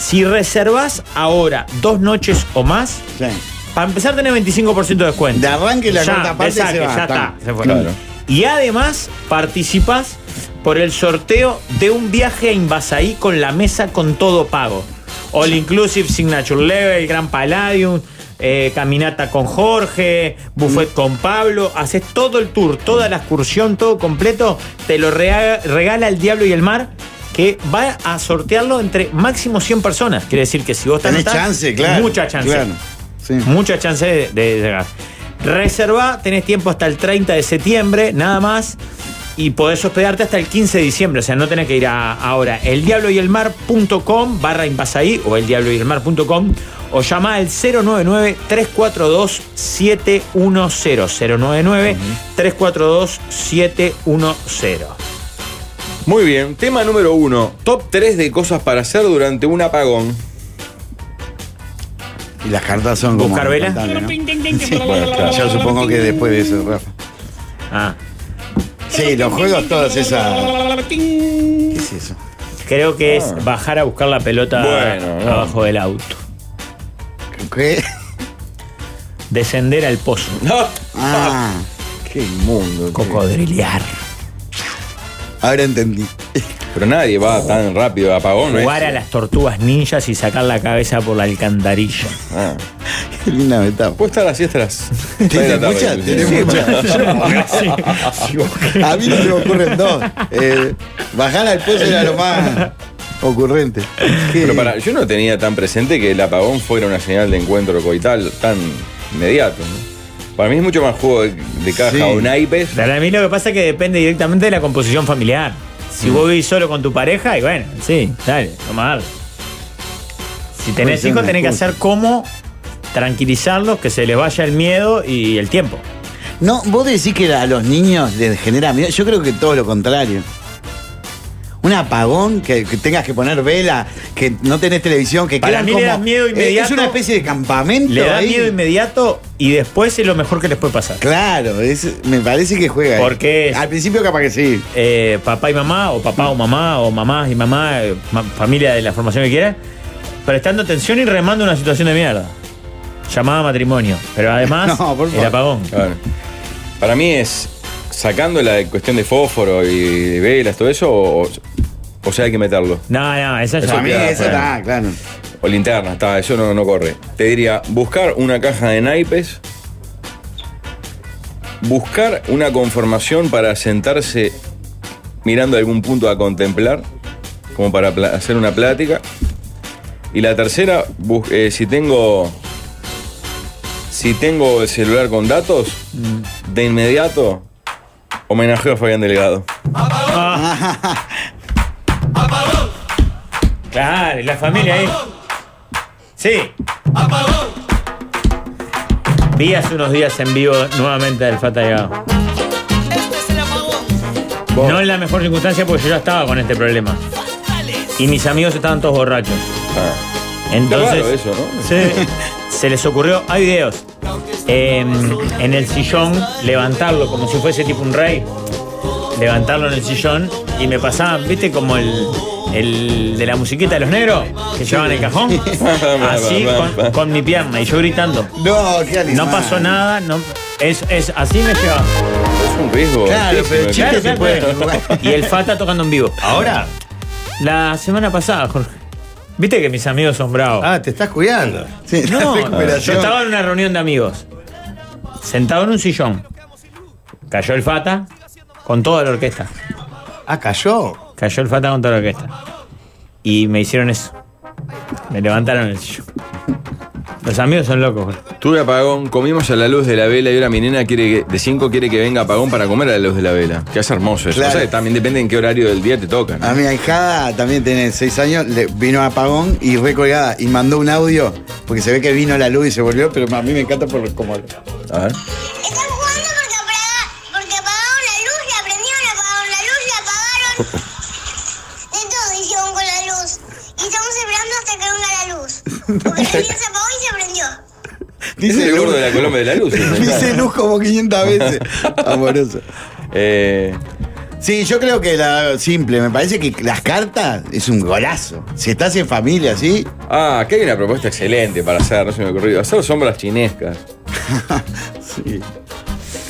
Si reservas ahora dos noches o más,
Sí.
para empezar tenés 25% de descuento.
De arranque la
Ya,
cuarta parte
de saque,
se va.
Ya está,
Tan-
se fue.
Claro.
Y además participás por el sorteo de un viaje a Invasaí con la mesa con todo pago. All Inclusive, Signature Level, Gran Palladium, eh, caminata con Jorge, buffet con Pablo. Haces todo el tour, toda la excursión, todo completo. Te lo rea- regala el Diablo y el Mar. Que va a sortearlo entre máximo 100 personas. Quiere decir que si vos te
Tenés
anotás,
chance, claro.
Mucha chance.
Claro. Sí.
Mucha chance de, de llegar. Reservá, tenés tiempo hasta el 30 de septiembre, nada más. y podés hospedarte hasta el 15 de diciembre, o sea, no tenés que ir a, ahora. Eldiabloyelmar.com barra Invasaí o eldiabloyelmar.com o llama al 099-342-710. 099-342-710.
Muy bien, tema número uno. Top 3 de cosas para hacer durante un apagón.
Y las cartas son como.
¿Buscar vela?
incantables, ¿no?
Bueno, claro.
Yo supongo que después de eso, Rafa.
Ah,
Sí, los juegos todos esa. ¿Qué es eso?
creo que es bajar a buscar la pelota
Ah. Bueno, no.
abajo del auto.
¿Qué?
Descender al pozo.
Ah,
Qué inmundo.
Cocodrilear.
ahora entendí.
Pero nadie va tan rápido a apagón, ¿no? es?
Jugar a las tortugas ninjas y sacar la cabeza por la alcantarilla.
Ah.
Qué linda metáfora.
Puede estar así hasta las
Tiene
seis de la
mucha,
tarde.
tiene mucha.
Sí.
A mí no se me ocurren dos. Eh, bajar al pozo era lo más ocurrente. ¿Qué?
Pero para, yo no tenía tan presente que el apagón fuera una señal de encuentro coital tan inmediato. ¿no? Para mí es mucho más juego de, de caja
Sí.
o naipes.
Para mí lo que pasa es que depende directamente de la composición familiar. Si vos vivís solo con tu pareja, y bueno, sí, dale, tomar. Si tenés
Cuestión
hijos,
de
tenés que
excusa.
hacer cómo tranquilizarlos, que se les vaya el miedo y el tiempo.
No, vos decís que a los niños les genera miedo. Yo creo que todo lo contrario. Un apagón, que, que tengas que poner vela, que no tenés televisión, que
Para
quedan
mí le
como...
da miedo
Eh, Es
inmediato.
una especie de campamento
Le da
ahí.
miedo inmediato y después es lo mejor que les puede pasar.
Claro, es- me parece que juega. ahí.
¿Por qué?
Al principio capaz que sí.
eh, papá y mamá, o papá o mamá, o mamás y mamá, eh, ma- familia de la formación que quieras, prestando atención y remando una situación de mierda. Llamada matrimonio. Pero además,
No, por
el
favor.
apagón.
Claro. Para mí es sacando la cuestión de fósforo y de velas, todo eso, o, o sea, hay que meterlo.
No, no, esa
Eso
ya.
Para mí
queda
eso
fuera.
está, claro.
O linterna, está, eso no, no corre. Te diría, buscar una caja de naipes, buscar una conformación para sentarse mirando algún punto a contemplar, como para pla- hacer una plática. Y la tercera, bus- eh, si tengo. Si tengo el celular con datos, de inmediato homenajeo a Fabián Delgado.
Claro, y la familia ahí. Sí. Vi hace unos días en vivo nuevamente al Fata Delgado. No en la mejor circunstancia porque yo ya estaba con este problema. Y mis amigos estaban todos borrachos.
Ah, qué raro
Entonces.
eso, ¿no?
Sí. Se les ocurrió, hay videos, eh, en el sillón, levantarlo como si fuese tipo un rey, levantarlo en el sillón y me pasaban, viste, como el, el de la musiquita de los negros que llevaban el cajón, así con, con mi pierna y yo gritando.
No, qué animal.
No pasó nada, no, es, es, así me llevaba.
Es un riesgo.
Claro,
altísimo,
pero el
Claro,
chiste se
claro,
puede
claro.
jugar.
Y el Fata tocando en vivo. Ahora, la semana pasada, Jorge, viste que mis amigos son bravos.
Ah, te estás cuidando.
Sí, la
No, yo
recuperación.
estaba en una reunión de amigos, sentado en un sillón. Cayó el Fata con toda la orquesta.
Ah, cayó.
Cayó el Fata con toda la orquesta. Y me hicieron eso. Me levantaron el sillón. Los amigos son locos, güey.
Tuve apagón, comimos a la luz de la vela y ahora mi nena quiere que, de 5 quiere que venga apagón para comer a la luz de la vela. Que es hermoso eso.
Claro.
O sea, que también depende en qué horario del día te tocan.
A mi ahijada también tiene seis años, le vino a apagón y recolgada y mandó un audio porque se ve que vino la luz y se volvió, pero a mí me encanta por como
A ver.
Están jugando porque, apaga- porque apagaron la luz, la prendieron, apagaron la luz, la apagaron. De todo hicieron con la luz. Y estamos esperando hasta que venga la luz. Porque recién se apagó y se prendió.
Ese es el gordo de la Colombia de la luz. ¿no?
Dice luz como 500 veces. Amoroso.
Eh,
Sí, yo creo que la simple, me parece que las cartas es un golazo. Si estás en familia, ¿sí?
ah, aquí hay una propuesta excelente para hacer, no se me ha ocurrido. Hacer sombras chinescas.
Sí.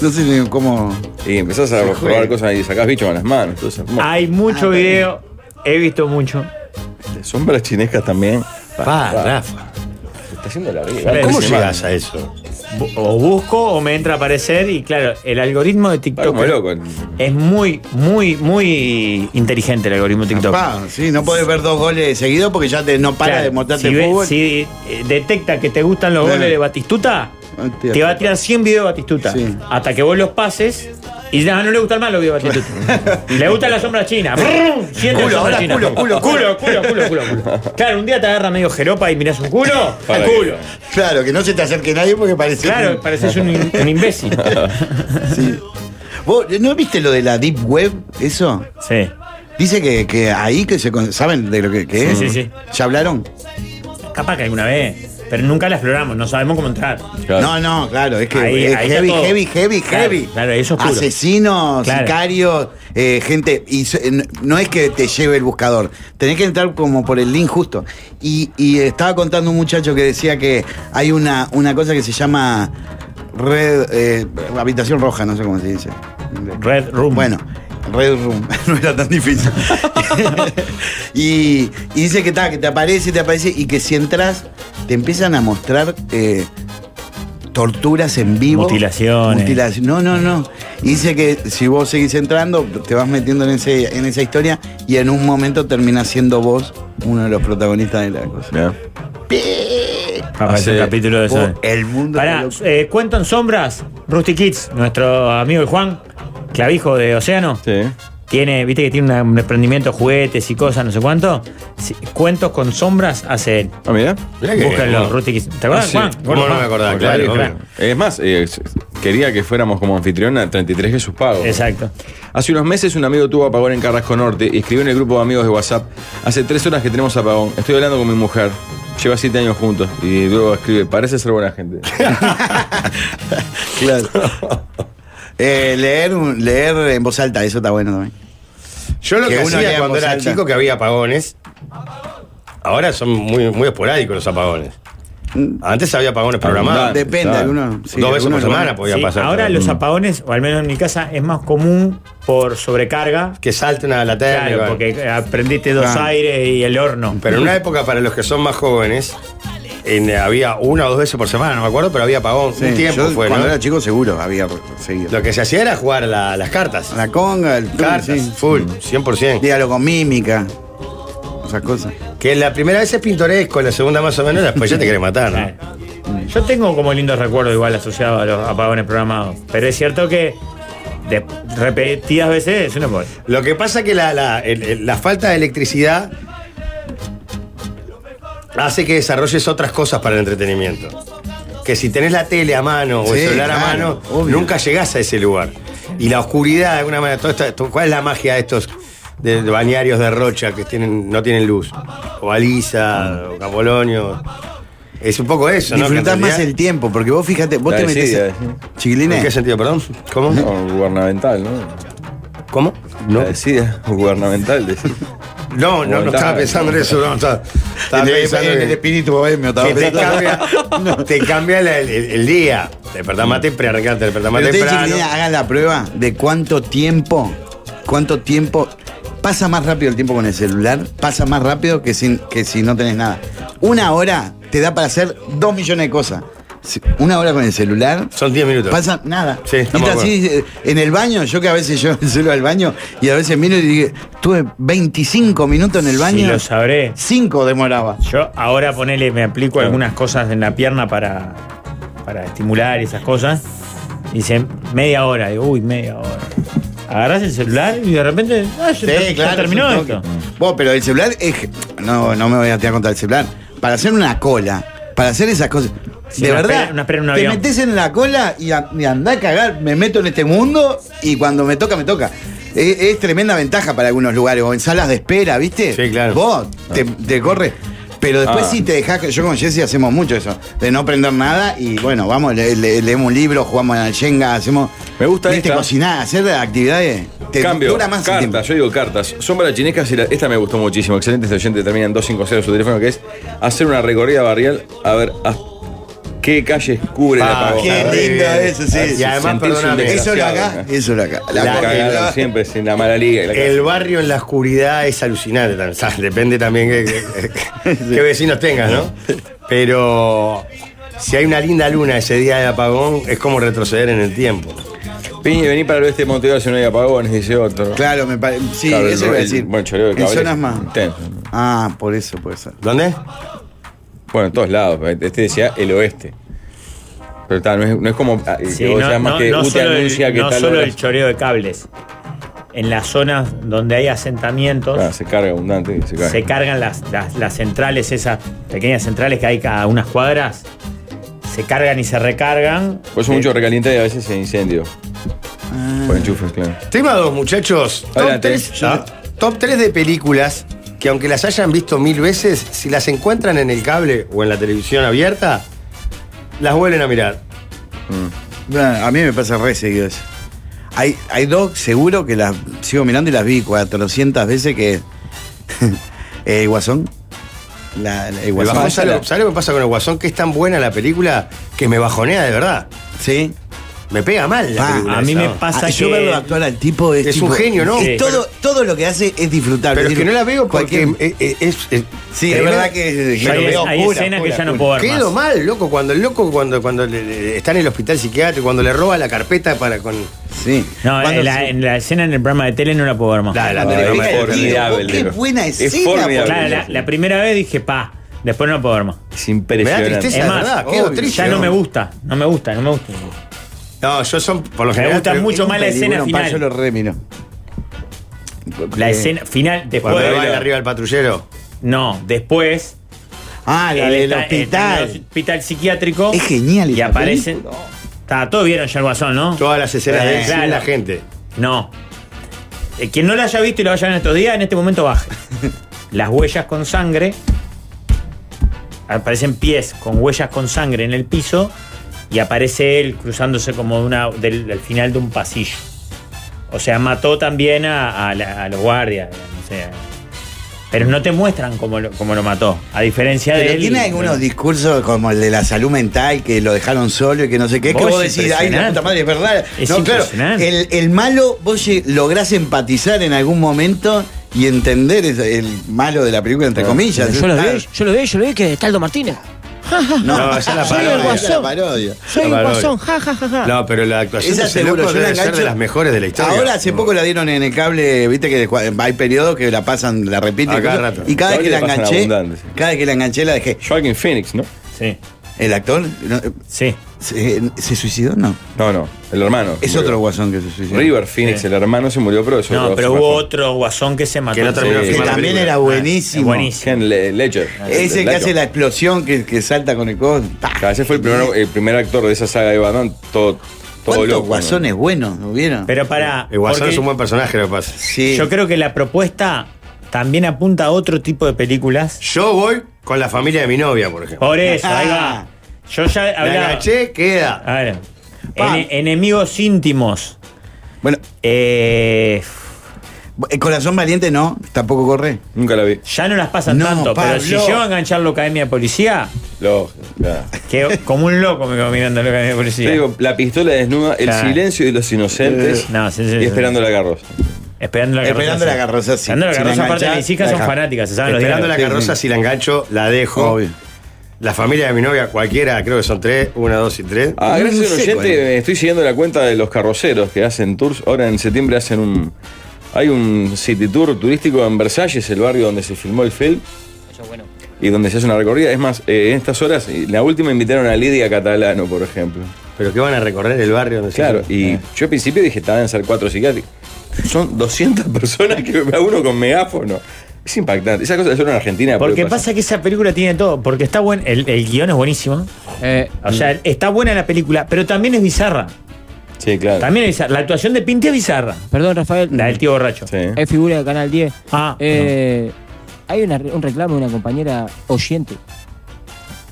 No sé ni cómo.
Y empezás a probar cosas y sacás bichos con las manos. Entonces, hermoso.
Hay mucho video, he visto mucho.
Sombras chinescas también.
Pa, Rafa.
Se está haciendo la vida.
Parece.
¿Cómo
Sí,
llegas a eso?
Bu- O busco o me entra a aparecer y claro, el algoritmo de
Va como
TikTok
loco.
es muy, muy, muy inteligente el algoritmo de TikTok.
Pa, Ah, sí, no podés ver dos goles seguidos porque ya te, no para
Claro,
de mostrarte
si ve-
fútbol.
si, eh, detecta que te gustan los
Claro.
goles de Batistuta,
Ah,
te va a tirar 100 videos de Batistuta.
Sí.
Hasta que vos los pases Y no, no le gusta el malo, viejo actitud. Le gusta la sombra china. Brum, Siente
Culo,
la sombra
ahora
china.
culo, culo,
culo, culo, culo, culo, culo. Claro, un día te agarra medio jeropa y mirás un culo. Al
Para
culo.
Claro, que no se te acerque nadie porque parece.
Claro, pareces un, un imbécil.
Sí. ¿Vos no viste lo de la Deep Web? Eso.
Sí.
Dice que, que ahí que se. con- ¿Saben de lo que, que es?
Sí, sí, sí.
¿Ya hablaron?
Capaz que alguna vez. Pero nunca la exploramos, no sabemos cómo entrar.
Claro.
No, no, claro, es que
Ahí-
es
ahí está
heavy,
todo.
heavy, heavy,
Claro,
heavy.
claro, eso es oscuro.
Asesinos,
Claro.
sicarios, eh, gente. Y so- n- no es que te lleve el buscador, tenés que entrar como por el link justo. Y, y estaba contando un muchacho que decía que hay una, una cosa que se llama red. eh, habitación roja, no sé cómo se dice.
Red Room.
Bueno, Red Room, no era tan difícil. y, y dice que, ta, que te aparece, te aparece, y que si entras, te empiezan a mostrar eh, torturas en vivo.
Mutilaciones.
Mutilaciones. No, no, no. Y dice que si vos seguís entrando, te vas metiendo en, ese, en esa historia y en un momento terminás siendo vos uno de los protagonistas de la cosa.
Mirá.
Aparece un
Hace-
capítulo de
Vos,
eso.
Oh, el mundo. de
Para,
lo-
eh, cuento en sombras, Rusty Kids, nuestro amigo el Juan, clavijo de Océano,
Sí.
tiene, viste que tiene una- un emprendimiento, juguetes y cosas, no sé cuánto. Sí, cuentos con sombras hace él.
Ah, mirá.
Mirá que-
Búsquenlo, Rusty Kids. ¿Te acuerdas,
Ah, sí.
Juan?
¿Cómo no me voy a acordar?
Juan,
Claro,
claro.
Es más, eh, s- quería que fuéramos como anfitriona 33 Jesús Pago.
Exacto.
Hace unos meses un amigo tuvo apagón en Carrasco Norte y escribió en el grupo de amigos de WhatsApp, hace tres horas que tenemos apagón, estoy hablando con mi mujer, lleva siete años juntos y luego escribe, parece ser buena gente.
Claro. Eh, leer, un- leer en voz alta, eso está bueno también.
Yo lo
Que
que,
uno lea
hacía
en
cuando
voz
era
alta.
chico que había apagones. Ahora son muy, muy esporádicos los apagones.
Mm.
Antes había apagones programados.
Abundante.
Depende,
Claro.
algunos.
Dos veces por
algunos
semana
lo-
podía
Sí,
pasar.
ahora
Pero-
los apagones, o al menos en mi casa, es más común por sobrecarga.
Que salten a la tele.
Claro, porque aprendiste dos
Claro.
aires y el horno.
Pero en una época, para los que son más jóvenes, en- había una o dos veces por semana, no me acuerdo, pero había apagón.
Sí,
un tiempo
yo
fue,
Cuando
¿no?
era chico, seguro había seguido.
Lo que se hacía era jugar a la- las cartas.
La conga, el
cartas,
sí. Mm.
full, 100%.
Diálogo con mímica. Esas cosas.
Que la primera vez es pintoresco, la segunda más o menos, después ya te querés matar, ¿no?
Claro. Yo tengo como lindos recuerdos igual asociados a los apagones programados. Pero es cierto que de repetidas veces es una polla.
Lo que pasa que la, la- el- el- la falta de electricidad hace que desarrolles otras cosas para el entretenimiento. Que si tenés la tele a mano o
Sí,
el celular a
claro,
mano,
obvio.
nunca llegás a ese lugar. Y la oscuridad, de alguna manera, todo esto- esto- ¿cuál es la magia de estos de, de bañarios de Rocha que tienen, no tienen luz? O Alisa, o Capolonio. Es un poco eso, ¿no?
Disfrutás
Que en
más el
realidad-
tiempo, porque vos fíjate, vos
La
te metés.
desidia,
¿En qué
Chiquilines.
sentido, perdón? ¿Cómo?
No, gubernamental, ¿no?
¿Cómo?
La decida, gubernamental, decía.
No, no, no estaba pensando en eso, no, estaba, estaba
En el-
pensando
en el
que-
espíritu bohemio, estaba
Que te
pensando.
cambia, te cambia la- el, el día. Te despertás más temprano, arrancás, te despertás más
Pero ustedes,
temprano.
chiquilines, hagan la prueba de cuánto tiempo, cuánto tiempo pasa más rápido el tiempo con el celular, pasa más rápido que, sin, que si no tenés nada. Una hora te da para hacer dos millones de cosas. Si- Una hora con el celular.
Son 10 minutos.
Pasa nada.
Sí, estamos
Viste así,
de
eh, en el baño, yo que a veces yo el celular al baño y a veces miro y digo, tuve 25 minutos en el
Y
baño.
lo sabré.
5 demoraba.
Yo ahora ponele, me aplico algunas cosas en la pierna para, para estimular esas cosas. Dice media hora, digo, uy, media hora. Agarrás el celular y de repente, ah, ya ter- ya terminó
es un
esto.
toque. Vos, pero el celular es. No, no me voy a tirar contra el celular. Para hacer una cola, para hacer esas cosas.
Sí,
de
una
verdad,
espera- una espera en un
te
avión.
metes en la cola y, a- y andá a cagar. Me meto en este mundo y cuando me toca, me toca. Es, es tremenda ventaja para algunos lugares. O en salas de espera, ¿viste?
Sí, claro.
Vos te, te corres. Pero después
Ah.
sí te dejás. Yo con Jesse hacemos mucho eso. De no prender nada y bueno, vamos, le- le- leemos un libro, jugamos al Shenga, hacemos.
Me gusta
¿viste?
esta.
cocinar, hacer actividades. Te
Cambio,
dura más el tiempo.
cartas, yo digo cartas. Sombra chinesca, si la- esta me gustó muchísimo. Excelente, este oyente termina en 250 su teléfono, que es hacer una recorrida barrial a ver a qué calles cubre
Ah,
la pagón.
qué
A ver,
lindo
a ver
eso, sí.
si
Y además,
sentís un
perdóname,
Eso lo
desgraciado,
acá,
¿no?
eso lo acá. La
La,
La-
cagaron
el-
siempre sin la mala liga. y la
El barrio en la oscuridad es alucinante también. O sea, depende también que, que- qué vecinos tengas, ¿no? Pero si hay una linda luna ese día de apagón, es como retroceder en el tiempo.
Piñi, vení para el oeste de Montevideo si no hay apagones, dice otro.
Claro, me parece. Sí,
Claro, el
eso iba a
ro- el-
decir.
bueno, choreo de
en
cables
zonas más.
intenso.
Ah, por eso puede ser.
¿Dónde?
Bueno, en todos lados. Este decía el oeste. Pero está, no, es, no es como. ah,
Sí,
o
no,
sea, más
no-
que
no
UTE
solo, el,
anuncia que
no
tal
solo
hora-
el choreo de cables. En las zonas donde hay asentamientos,
Ah, se carga abundante. Se carga.
se cargan las, las- las centrales, esas pequeñas centrales que hay cada unas cuadras, se cargan y se recargan.
Por eso
Eh,
mucho recaliente y a veces se incendio.
Ah.
Por enchufes, claro.
Tema 2, muchachos. Top
Adelante.
3, de películas que aunque las hayan visto mil veces, si las encuentran en el cable o en la televisión abierta, las vuelven a mirar.
Bueno, A mí me pasa re seguido eso. Hay, hay dos, seguro, que las sigo mirando y las vi 400 veces que. eh, Guasón. La, la- el
El
Guasón.
Guasón, ¿Sabes
Pásala.
lo- sabes lo que pasa con el Guasón? Que es tan buena la película que me bajonea de verdad.
Sí.
Me pega mal la
Pa,
película
a mí
esa,
me
¿no?
pasa
Ah, Yo
que-
verlo actuar al tipo es.
Es un
tipo-
genio, ¿no?
es
Sí.
todo, todo lo que hace es disfrutable.
Pero es
Es
que no
decir,
la veo porque
cualquier-
eh, eh, es, es-
Sí, es
primero,
verdad que.
ya hay,
pero-
hay
oscura,
escenas que
oscura,
ya no
oscura.
puedo ver
Quedo
más.
mal, loco, cuando el loco cuando, cuando le- le- está en el hospital psiquiátrico, cuando le roba la carpeta para con
Sí.
No,
Cuando
en la,
se-
en la escena en el programa de tele no la puedo ver más.
la, la
Ah,
telegrama
es
de-
formidable,
Qué
loco.
buena escena,
Es formidable.
Claro, la, la primera vez dije, pa, después no la puedo ver más.
Es
Me da
impresionante.
tristeza,
Es
de
más,
verdad, quedo
obvio,
triste.
Ya no
¿no?
me gusta, no me gusta, no me gusta.
No, yo son por lo
Me
general.
gusta
pero-
mucho más la escena
Peliculón, pa, Yo lo
final.
remiro.
La escena final, después.
Cuando
de-
baila arriba el patrullero.
No, después.
Ah, la
él
del
está- en el
hospital.
hospital psiquiátrico.
Es genial
Y
esa
aparecen. Está, todos vieron ya el guasón, ¿no?
Todas las escenas
Eh,
de él
Claro.
sin la gente.
No. Eh, quien no la haya visto y la vaya a ver en estos días, en este momento baje. Las huellas con sangre. Aparecen pies con huellas con sangre en el piso. Y aparece él cruzándose como de una, del, del final de un pasillo. O sea, mató también a, a la- a los guardias. o sea. Pero no te muestran cómo lo, cómo lo mató. A diferencia de
Pero
él.
tiene algunos discursos como el de la salud mental que lo dejaron solo y que no sé qué. Que
Vos
vos
es
decís, ay, la
impresionante.
puta madre, es verdad.
Es
no, claro.
impresionante.
El, el malo, vos lleg- lográs empatizar en algún momento y entender es- el malo de la película, entre comillas.
Yo lo
Está-
vi, yo lo vi, yo lo vi que es Taldo Martínez. Ja, ja, ja.
No, esa es la
Soy
parodia,
el
esa es
es la
guasón.
parodia.
Soy el
La parodia.
guasón. Ja, ja, ja, ja.
No, pero la actuación
Esa
de ese
seguro,
loco
yo la
debe ser
engancho.
de las mejores de la historia.
Ahora hace poco la dieron en el cable, viste que cua- hay periodos que la pasan, la repiten.
A
y
cada
cosas,
rato.
Y cada vez que la
Cable pasan
enganché,
abundante, sí.
cada vez que la enganché la dejé.
Joaquin Phoenix, ¿no?
Sí,
¿El actor? No, eh,
sí.
¿se, se suicidó? No.
No, no. El hermano.
Es
murió.
otro guasón que se suicidó.
River Phoenix,
Sí.
el hermano se murió, pero es
No,
otro-
pero
otro
hubo
guasón.
otro guasón que se mató.
Que no terminó de
Sí. Ah,
Que
filmar la
también
película.
era buenísimo.
Es buenísimo.
Ken Le- Ledger.
Ese que
Ledger.
hace la explosión que, que salta con el codo. ¡Pah!
Claro, Ese fue el primer, el primer actor de esa saga de Batman. Todo, todo
¿Cuántos
loco.
guasones buenos no vieron?
Pero para.
El Guasón
porque
es un buen personaje, lo que pasa.
sí.
Yo creo que la propuesta también apunta a otro tipo de películas.
Yo voy con la familia de mi novia, por ejemplo.
Por eso, ahí
Ah.
va. Yo ya
La
hablaba.
enganché, queda.
A ver.
Pa.
ene- enemigos íntimos.
Bueno,
Eh,
el corazón valiente no, tampoco corre.
¿no? Nunca la vi.
ya no las pasan
No,
tanto, pero
Pablo.
si llego a enganchar la academia de policía,
Lo- claro.
que como un loco me quedo mirando la academia de policía.
Te digo, la pistola desnuda, el
Claro.
silencio de los inocentes
No, sí, sí,
y
sí.
esperando la carroza.
esperando la carroza.
Esperando la carroza, sí.
Esperando la
Si la
carroza, aparte
enganchás,
mis hijas
la
son
deja.
fanáticas, se saben los
Esperando la
diálogos.
carroza, si la engancho, la dejo.
Obvio.
La familia de mi novia, cualquiera, creo que son tres, una, dos y tres.
Ah,
No
gracias a un
sé cuál
oyente,
es.
eh, estoy siguiendo la cuenta de los carroceros que hacen tours. Ahora en septiembre hacen un. Hay un city tour turístico en Versalles, el barrio donde se filmó el film.
Eso es bueno.
Y donde se hace una recorrida. Es más, eh, en estas horas, y la última invitaron a Lidia Catalano, por ejemplo.
Pero que van a recorrer el barrio donde se-
Claro, y yo al principio dije, estaban en ser cuatro psiquiátricos. Son 200 personas que va uno con megáfono. Es impactante. Esas cosas son en Argentina.
Porque
puede pasar.
pasa que esa película tiene todo, porque está buen, el, el guión es buenísimo.
Eh,
O sea, está buena la película, pero también es bizarra.
Sí, claro.
También es bizarra. La actuación de Pinti es bizarra.
perdón, Rafael.
La del tío borracho.
Sí.
Es figura de Canal 10.
Ah,
Eh, Hay una- un reclamo de una compañera oyente.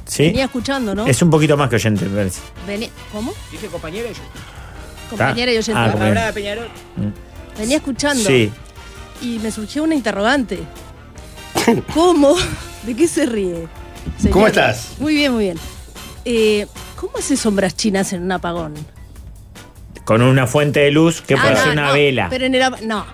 ¿Sí?
Venía escuchando, ¿no?
Es un poquito más que oyente, me parece.
Vení- ¿Cómo?
Dije compañera oyente.
Compañera y oyente. Mm.
Ah, compañera. Hablaba
Peñarol.
Venía escuchando
Sí.
y me surgió una interrogante. ¿Cómo? ¿De qué se ríe? señor?
¿Cómo estás?
Muy bien, muy bien. Eh, ¿Cómo hace sombras chinas en un apagón?
Con una fuente de luz que
Ah,
parece
no,
una
no,
vela.
Pero en el ap- no,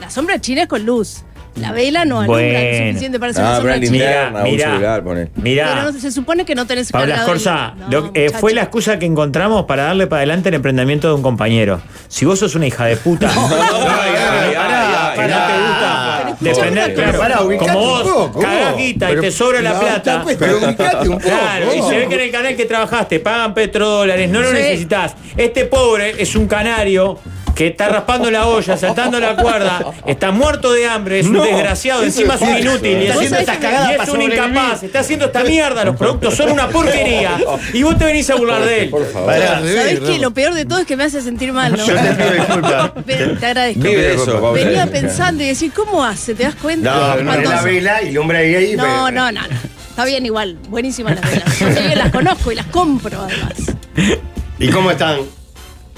la sombra china es con luz. La vela no alumbra
Bueno.
lo suficiente para hacer
Ah,
una sombra
Brandy
china.
Mira,
Interna, un
mira.
celular, poné.
Mirá,
Pero no- se supone que no tenés
Paula
cargado el-
Escorza,
No,
lo- eh, fue
muchacho.
la excusa que encontramos para darle para adelante el emprendimiento de un compañero. Si vos sos una hija de puta,
Ay, ay,
pará,
ay,
pará,
ay,
no te
ay.
gusta.
Pero
Depender,
Pero
claro.
pará, ubicate
como
un
vos,
poco,
cagás
vos.
guita y
Pero-
te sobra la plata.
pues, pero ubicate un poco.
Claro, y
vos.
se ve que en el canal que trabajaste pagan petrodólares, no lo
Sí.
necesitas. Este pobre es un canario que está raspando la olla, saltando la cuerda, está muerto de hambre, es un desgraciado, encima es un inútil, y
¿eh?
Está
es,
haciendo estas
y
cagadas
es
para
un
sobrevivir.
incapaz, está haciendo esta mierda, los productos son una porquería, y vos te venís a burlar de él.
Pará,
¿Sabés
Rebe,
qué? Lo peor de todo es que me hace sentir mal, ¿no?
Yo te pido disculpas.
Ven, Te agradezco.
Vive eso, Pablo.
Venía pensando y decir, ¿cómo hace? ¿Te das cuenta?
No, no,
Cuando-
la vela y el hombre ahí. ahí
no, no, no, no. Está bien igual, buenísimas las velas. En serio, las conozco y las compro además.
¿Y cómo están?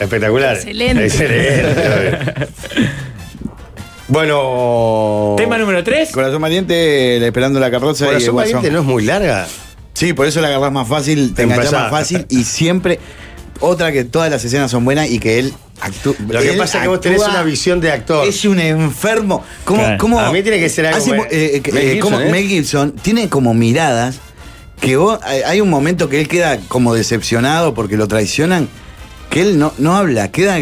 Espectacular.
Excelente.
Excelente. bueno.
Oh. Tema número 3.
Corazón valiente, esperando la carroza y el
Corazón
guasón.
valiente no es muy larga.
Sí, por eso la agarrás más fácil, te
Empezá.
enganchás más fácil y siempre. Otra que todas las escenas son buenas y que él actúa.
Lo que pasa es que vos tenés una visión de actor.
Es un enfermo. ¿Cómo,
Claro.
cómo-
A mí tiene que ser algo
hace mo-
bueno.
eh, que-
Mel
eh,
Gibson,
cómo-
¿eh?
Mel Gibson tiene como miradas que vos, hay hay un momento que él queda como decepcionado porque lo traicionan, que él no, no habla, queda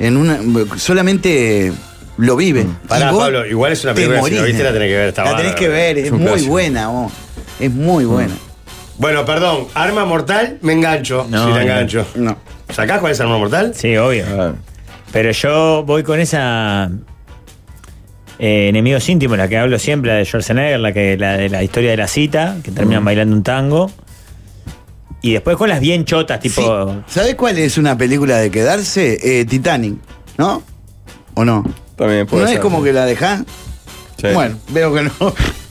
en una. solamente lo vive.
Pará,
Y vos
Pablo, igual es una
te
película, si la
morís.
viste la tenés que ver, está
La tenés
bárbara. Mm.
que ver, es,
Es un
muy
clásico.
buena, vos. Es muy buena.
Bueno, perdón, arma mortal, me engancho.
No,
si
no.
te engancho.
No.
¿Sacás cuál es arma mortal?
Sí, obvio.
Ah,
Pero yo voy con esa. eh, enemigos íntimos, la que hablo siempre, la de Schwarzenegger, la, que, la de la historia de la cita, que
Mm.
terminan bailando un tango. Y después con las bien chotas, tipo.
¿Sabes cuál es una película de quedarse? Eh, Titanic, ¿no? ¿O no?
También Eh, puede
¿No es
ser.
como que la dejás?
Sí.
Bueno, veo que no.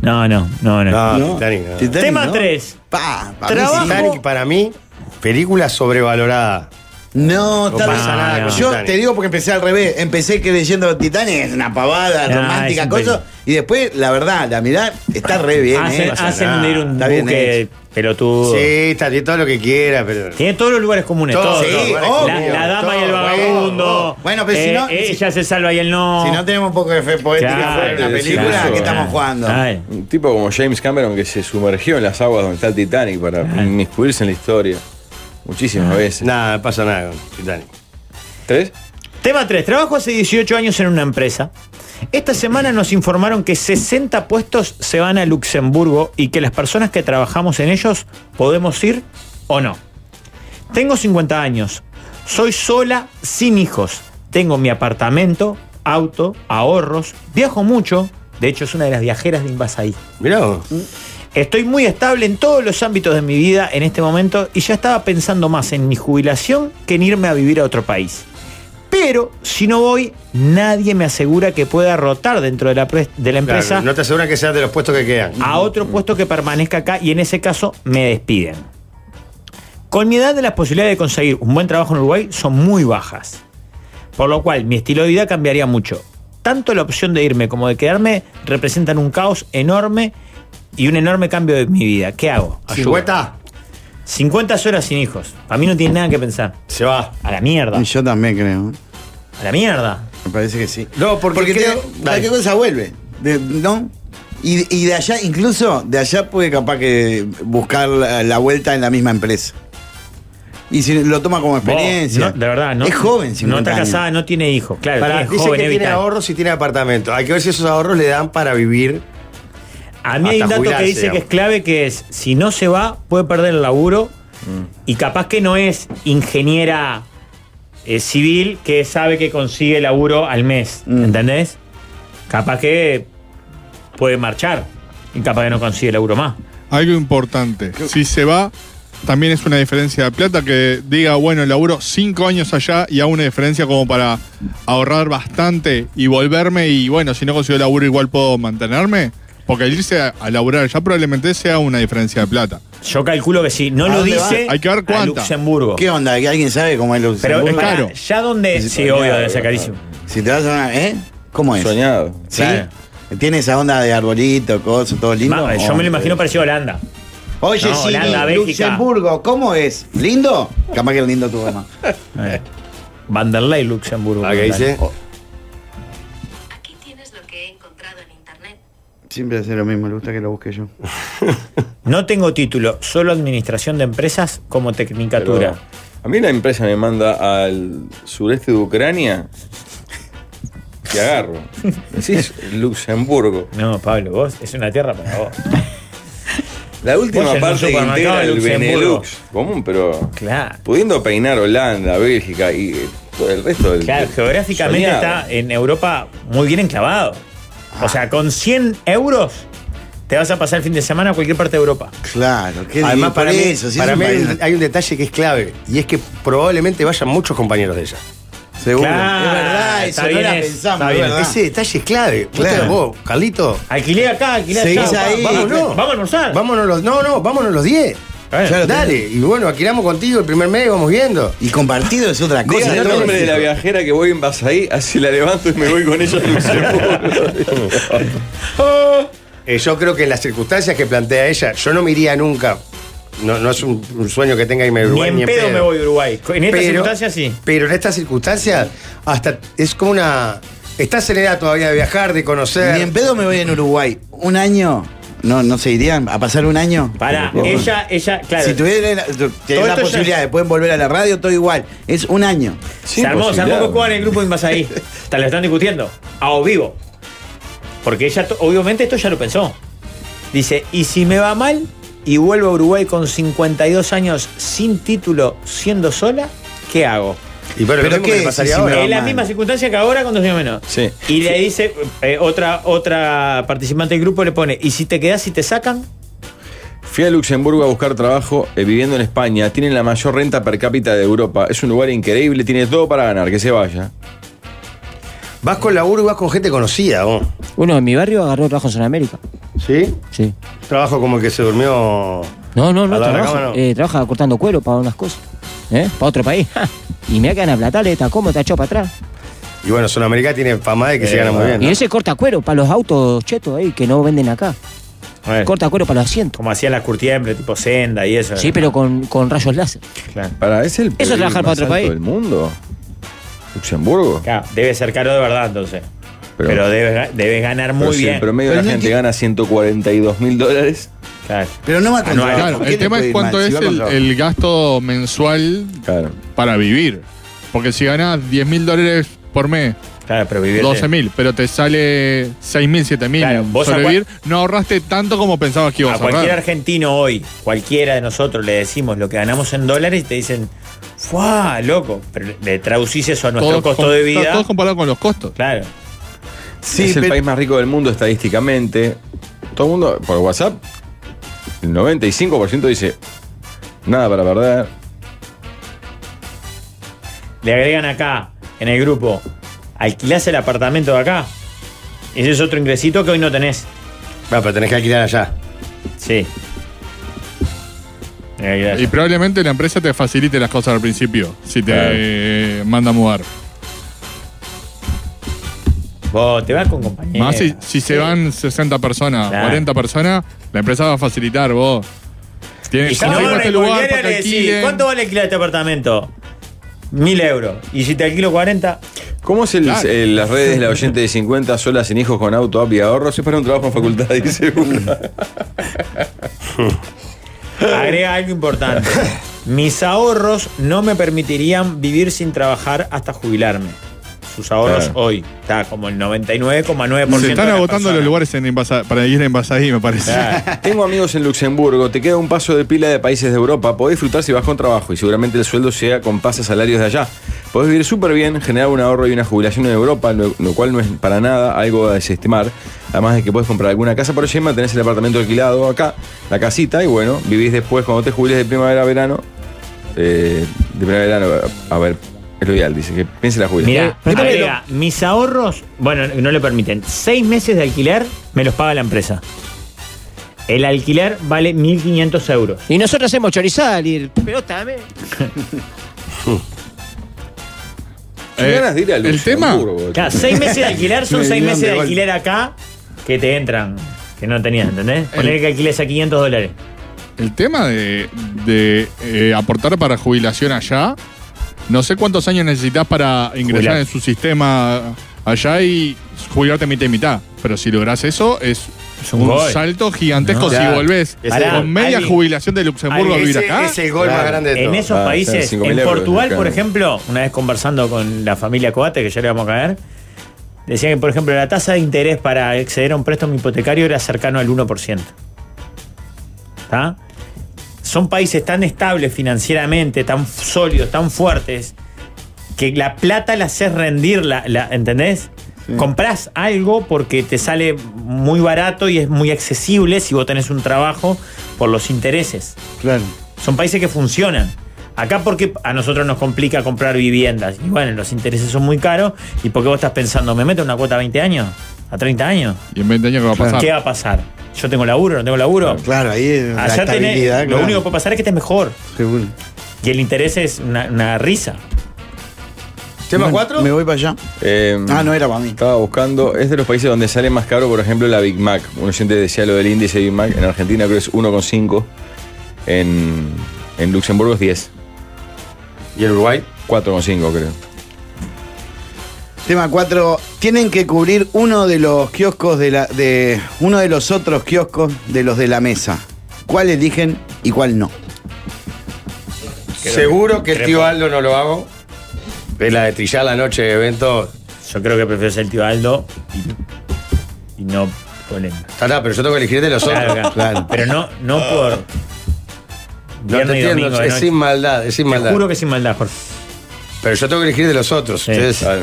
No, no, no, no.
No, Titanic. no.
Tema tres.
Pa, pa' mí
Trabajo.
sí.
Titanic para mí, película sobrevalorada.
No,
No
está
pasa
bien.
nada con
Yo
Titanic.
te digo porque empecé al revés. Empecé creyendo Titanic es una pavada
Nah,
romántica,
Ah, es un
cosa. Y después, la verdad, la mirá, está re bien.
hacen
¿eh?
hacen
nada,
hundir un
está bien
buque pelotudo.
Sí, está tiene todo lo que quiera, pero.
Tiene todos los lugares comunes.
Todo,
todos.
sí,
obvio,
la, la dama y el
todo,
vagabundo.
bueno, pero si
eh,
no-
Ella se salva y él no.
Si no tenemos un poco de fe poética
Claro,
en la
sí,
película,
claro.
¿a ¿qué estamos jugando?
Ay.
Un tipo como James Cameron que se sumergió en las aguas donde está el Titanic para
Ah.
inmiscuirse en la historia. Muchísimas veces.
Nada, no pasa nada con Titanic.
¿Tres?
Tema 3. Trabajo hace 18 años en una empresa. Esta semana nos informaron que 60 puestos se van a Luxemburgo y que las personas que trabajamos en ellos podemos ir o no. Tengo 50 años. Soy sola, sin hijos. Tengo mi apartamento, auto, ahorros. Viajo mucho. De hecho, es una de las viajeras de Invasaí. Mm.
Mirá vos.
Estoy muy estable en todos los ámbitos de mi vida en este momento y ya estaba pensando más en mi jubilación que en irme a vivir a otro país. Pero si no voy, nadie me asegura que pueda rotar dentro de la, pre- de
Claro,
la empresa
no te aseguran que seas de los puestos que quedan.
a otro puesto que permanezca acá y en ese caso me despiden. Con mi edad, las posibilidades de conseguir un buen trabajo en Uruguay son muy bajas. Por lo cual, mi estilo de vida cambiaría mucho. Tanto la opción de irme como de quedarme representan un caos enorme y un enorme cambio de mi vida. ¿Qué hago? Ayuda.
50,
50 horas sin hijos. A mí no tiene nada que pensar.
se va.
A la mierda.
Y Yo también creo.
A la mierda.
Me parece que sí.
No, porque creo-
te-
dale.
cualquier cosa vuelve. de- ¿No? Y, y de allá, incluso de allá puede capaz que buscar la, la vuelta en la misma empresa. Y si lo toma como
Vos,
experiencia.
no, de verdad, no.
Es joven, 50
No está
años.
casada, no tiene hijos. Claro,
Pará,
es
dice
joven,
que
es
tiene
vital.
ahorros y tiene apartamento. Hay que ver si esos ahorros le dan para vivir.
A mí hay
Hasta
un dato que
jubilarse,
dice que
digamos.
es clave, que es, si no se va, puede perder el laburo
Mm.
y capaz que no es ingeniera eh, civil que sabe que consigue laburo al mes,
Mm.
¿entendés? Capaz que puede marchar y capaz que no consigue laburo más.
Algo importante, si se va, también es una diferencia de plata que diga, bueno, laburo cinco años allá y hago una diferencia como para ahorrar bastante y volverme y bueno, si no consigo laburo igual puedo mantenerme. Porque el irse a, a laburar allá probablemente sea una diferencia de plata.
Yo calculo que si no
¿A
lo
dónde va?
dice
Hay que ver
a
cuánta.
Luxemburgo.
¿Qué onda? ¿Que ¿Alguien sabe cómo es
Pero
Luxemburgo?
es
pará,
caro.
ya donde... Sí,
Sí,
obvio,
claro,
debe ser
claro.
carísimo.
Si te vas a una. ¿Eh? ¿Cómo es?
Soñado.
¿Sí?
Claro.
Tiene esa onda de arbolito, cosas, todo lindo.
Ma- eh, yo
¿O-
me lo imagino parecido a Holanda.
Oye,
No,
sí,
Holanda, Bélgica.
Luxemburgo, ¿cómo es? ¿Lindo? Capaz que es lindo tu mamá.
Eh. Vanderlei, Luxemburgo.
¿A qué dice?
Oh,
Aquí tienes lo que he encontrado en internet.
Siempre hace lo mismo, le gusta que lo busque yo.
No tengo título, solo administración de empresas como
Pero
tecnicatura.
a mí la empresa me manda al sureste de Ucrania. que agarro. Decís Luxemburgo.
No, Pablo, vos es una tierra para vos.
La última
Vos en un
parte que
supermercado
integra
de
el
Luxemburgo.
Benelux. Común, pero.
Claro.
Pudiendo peinar Holanda, Bélgica y eh, todo el resto del.
Claro,
del-
geográficamente
soñado.
está en Europa muy bien enclavado. O sea, con 100 euros te vas a pasar el fin de semana a cualquier parte de Europa.
Claro, qué
Además,
lindo.
para
Por
mí,
eso, sí,
para
es un
mí hay,
país-
un, hay un detalle que es clave, y es que probablemente vayan muchos compañeros de ella.
Seguro.
Claro,
es verdad, eso
está
no
bien
la
eso,
pensamos,
está
es
bien.
verdad.
Ese detalle es clave. Vos
Claro.
te- Vos, Carlito,
Alquilé acá, alquilé
Seguís
allá. va-
ahí.
Vámonos,
No.
vámonos a almorzar.
vámonos los. No, no, vámonos los 10.
Bueno,
Claro,
Dale, y bueno, alquilamos contigo el primer mes y vamos viendo.
Y compartido es otra cosa.
Digan el
¿no?
nombre de la viajera que voy en Basaí, así la levanto y me voy con ella a Luxemburgo.
Eh, yo creo que en las circunstancias que plantea ella, yo no me iría nunca. No, no es un, un sueño que tenga y me
Ni
Uruguay,
en pedo me voy a Uruguay. En estas circunstancias sí.
Pero en estas circunstancias, hasta es como una. Estás en edad todavía de viajar, de conocer.
Ni en pedo me voy en Uruguay. Un año. No, no se irían a pasar un año.
Pará, ella, ella, claro.
Si tuviera eh, la, tu- tenés la
esto ya-
posibilidad de poder volver a la radio, todo igual. Es un año.
se armó, se armó
posibilidad.
Cocua en el grupo de Invasaí. Te lo están discutiendo. A o vivo. Porque ella, to- obviamente, esto ya lo pensó. Dice, y si me va mal y vuelvo a Uruguay con 52 años sin título, siendo sola, ¿qué hago?
Y bueno,
Pero
lo mismo
qué
que le
es,
pasaría
si me
ahora.
va
Es la
mal.
misma circunstancia que ahora cuando soy menos.
Sí.
Y le dice, eh, otra, otra participante del grupo le pone, ¿y si te quedás y te sacan?
Fui a Luxemburgo a buscar trabajo eh, viviendo en España. Tienen la mayor renta per cápita de Europa. Es un lugar increíble, tiene todo para ganar, que se vaya.
Vas con laburo y vas con gente conocida, vos.
Uno en mi barrio agarró trabajo en Sudamérica.
¿Sí?
Sí.
Trabajo como el que se durmió.
No, no, no,
Al lado de la
trabaja,
cama, no.
eh, trabaja cortando cuero para unas cosas. ¿Eh? Para otro país. ja. Y me hagan a platales, está cómodo, está echado para atrás.
Y bueno, Sudamérica tiene fama de que se
Eh,
gana muy bien.
Y
¿no?
ese corta cuero para los autos chetos ahí que no venden acá. Corta cuero para los asientos.
Como hacían las curtidas de tipo senda y eso.
Sí, pero con, con rayos láser.
Claro.
Para, es el
Eso es trabajar
más
para otro
alto
país.
del mundo. Luxemburgo.
Claro, Debe ser caro de verdad, entonces.
Pero-
Pero, debes, ga- debes ganar
Pero
muy
si
bien.
En promedio
Pero
la
no
gente
enti-
gana 142 mil dólares. Ah,
Claro.
Pero no va a
Anual.
trabajo.
Claro,
¿Qué le
Ah, el tema
puede
es
ir
cuánto
mal? Si
es
va con
el,
trabajo.
el gasto mensual
Claro.
para vivir. Porque si ganas 10 mil dólares por mes,
Claro, pero vivir.
12 mil, pero te sale 6 mil, 7 mil
Claro, vos
sobrevivir, no ahorraste tanto como pensabas que ibas a
A cualquier
ahorrar.
argentino hoy, cualquiera de nosotros, le decimos lo que ganamos en dólares y te dicen, ¡fuah, loco! Pero le traducís eso a nuestro
Todos
costo
com-
de
está-
vida.
Todos comparado con los costos.
Claro.
Sí,
es el
pero-
país más rico del mundo estadísticamente. Todo el mundo, por WhatsApp, el 95% dice nada para perder.
Le agregan acá, en el grupo, alquilás el apartamento de acá. Ese es otro ingresito que hoy no tenés.
Va, pero tenés que alquilar allá.
Sí.
Y probablemente la empresa te facilite las cosas al principio, si te
Claro.
eh, manda a mudar.
Vos te vas con compañía.
Más si, si se van 60 personas,
Claro.
40 personas, la empresa va a facilitar vos.
Y
Tienes
si no
conseguimos
van a
este lugar para
inmobiliaria,
que
le decís,
alquilen.
¿cuánto vale alquilar este apartamento? Mil euros. Y si te alquilo 40,
¿Cómo es el,
Claro.
el- las redes la oyente de 50 solas sin hijos con auto, app y ahorros? Es para un trabajo en facultad, dice una.
agrega algo importante. Mis ahorros no me permitirían vivir sin trabajar hasta jubilarme. Sus ahorros
Claro.
hoy. Está como el 99,9%.
Se están
de las
agotando
personas.
los lugares en Envasa- para ir a Envasaí, me parece.
Claro.
Ah, Tengo amigos en Luxemburgo, te queda un paso de pila de países de Europa, podés disfrutar si vas con trabajo y seguramente el sueldo sea con pases salarios de allá. Podés vivir súper bien, generar un ahorro y una jubilación en Europa, lo, lo cual no es para nada algo a desestimar. Además de que podés comprar alguna casa por allá, mantenés el apartamento alquilado acá, la casita, y bueno, vivís después cuando te jubiles de primavera a verano. eh, de primavera a verano, a ver, es lo ideal, dice, que piense la jubilación.
Mira, agrega, mis ahorros, bueno, no le permiten. Seis meses de alquiler me los paga la empresa. El alquiler vale 1.500 euros.
Y nosotros hacemos chorizal y el pelota, dame.
Qué ganas de ir a
Eh, el tema,
Luxemburgo, boludo.
Claro, seis meses de alquiler son
Me
seis
dieron
meses
de
de
golpe.
alquiler acá que te entran, que no tenías, ¿entendés? Poner que alquiles a 500 dólares.
el tema de, de, eh, aportar para jubilación allá, no sé cuántos años necesitas para ingresar
Jubilar.
en su sistema allá y jubilarte mitad y mitad. Pero si lográs eso, es
Es un
un
gol.
salto gigantesco
No.
si
Claro.
volvés
Pará,
con media
alguien-
jubilación de Luxemburgo a
alguien-
vivir acá.
Es el gol
Claro.
más grande de
En
todos.
esos
Ah, o sea,
países,
5.000
en
euros,
Portugal,
claro.
por ejemplo, una vez conversando con la familia Coate, que ya le vamos a caer, Decían que, por ejemplo, la tasa de interés para acceder a un préstamo hipotecario era cercano al 1%. ¿Está? Son países tan estables financieramente, tan sólidos, tan fuertes, que la plata la haces rendir, la, la- ¿entendés? Comprás algo porque te sale muy barato y es muy accesible si vos tenés un trabajo por los intereses.
Claro.
Son países que funcionan. Acá porque a nosotros nos complica comprar viviendas. Y bueno, los intereses son muy caros. ¿Y porque vos estás pensando, me meto en una cuota a 20 años? ¿A 30 años?
¿Y en 20 años qué va a pasar?
¿Qué va a pasar? ¿Yo tengo laburo? ¿No tengo laburo?
Claro, ahí es la
Allá tenés-
estabilidad.
Lo
claro.
único que puede pasar es que estés mejor.
Seguro.
Y el interés es una, una risa.
¿Tema
Bueno,
4?
Me voy para allá.
Eh,
Ah, no era para mí.
Estaba buscando, es de los países donde sale más caro, por ejemplo, la Big Mac. Un oyente decía lo del índice Big Mac. En Argentina creo que es 1,5. En, en Luxemburgo es 10.
¿Y en Uruguay?
4,5 creo.
Tema 4. Tienen que cubrir uno de los kioscos de la. de. uno de los otros kioscos de los de la mesa. ¿Cuál eligen y cuál no?
Seguro que el
Creo-
tío Aldo no lo hago. Es la de trillar la noche de eventos.
Yo creo que prefiero ser el tío Aldo y, y no polémica.
Está, está, pero yo tengo que elegir de los
Claro,
otros.
claro. Pero no, no por.
No te
Viernes y
entiendo,
domingo de
es
noche.
sin maldad, es sin
Te
maldad.
juro que sin maldad, Jorge.
Pero yo tengo que elegir de los otros.
Sí,
ustedes-
Claro.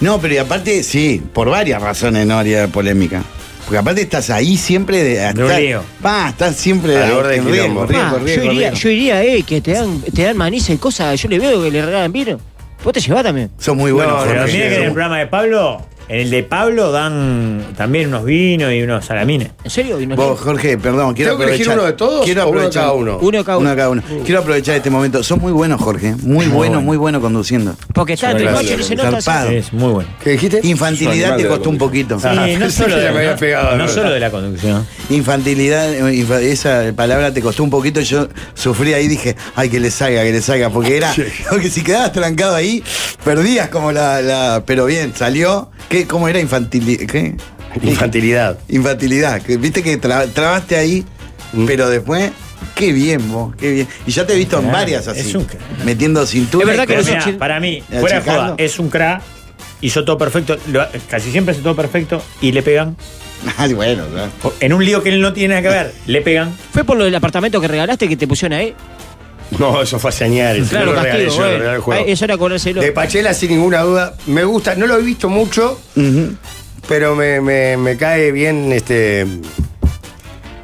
No, pero y aparte, sí, por varias razones no haría polémica. Porque aparte estás ahí siempre de.
De un
estás-
lío. Ah,
Va, estás siempre
Al
en
borde del
riesgo,
quilombo.
riesgo,
Pa,
riesgo,
Ah, yo, iría,
riesgo.
yo iría, eh, que te dan, te dan maniza y cosas. Yo le veo que le regalan vino. Vos te llevás también.
Sos muy bueno,
No,
Pero
Jorge.
mira que en el programa de Pablo, en el de Pablo dan también unos vinos y unos salamines.
¿En serio? Y no-
Vos, Jorge, perdón, quiero
¿Tengo que elegir
aprovechar-
uno de todos
Quiero
o uno de
aprovechar-
cada uno?
Uno cada uno.
Uno cada uno. Quiero aprovechar este momento. Sos muy bueno, Jorge. Muy bueno, muy bueno conduciendo.
Porque está entre
Gracias.
noche que se nota.
Zarpado.
sí.
Es muy bueno.
¿Qué dijiste?
Infantilidad
animal
te
de la
costó un poquito.
Ah,
Sí, no
pensé
solo,
que
de,
me había pegado,
no
¿verdad?
solo de la conducción.
Infantilidad, eh, infa- esa palabra te costó un poquito. Yo sufrí ahí, dije, ay, que le salga, que le salga. Porque era, porque si quedabas trancado ahí, perdías como la. la- pero bien, salió. ¿Qué, ¿Cómo era infantilidad? ¿Qué?
Infantilidad.
Infantilidad. que Viste que tra- trabaste ahí,
Mm.
pero después. Qué bien vos, qué bien. Y ya te he visto en
Claro,
varias así.
es un crack.
Metiendo cintura.
Es verdad
y
que
Pero
no
cosas.
son
mirá,
chin-
para mí,
Eh,
fuera de
chicano.
joda, es un cra. Hizo todo perfecto. lo- casi siempre hace todo perfecto y le pegan.
Ay, bueno, ¿verdad?
En un lío que él no tiene nada que ver, le pegan.
Fue por lo del apartamento que regalaste que te pusieron ahí.
No, eso fue a señalar. eso
Claro,
no lo regalé
castigo.
yo,
eh.
lo regalé el
bueno.
juego.
Ay, Eso era cobrárselo.
De Pachela, sin ninguna duda. Me gusta, no lo he visto mucho,
Ujú.
pero me, me- me cae bien este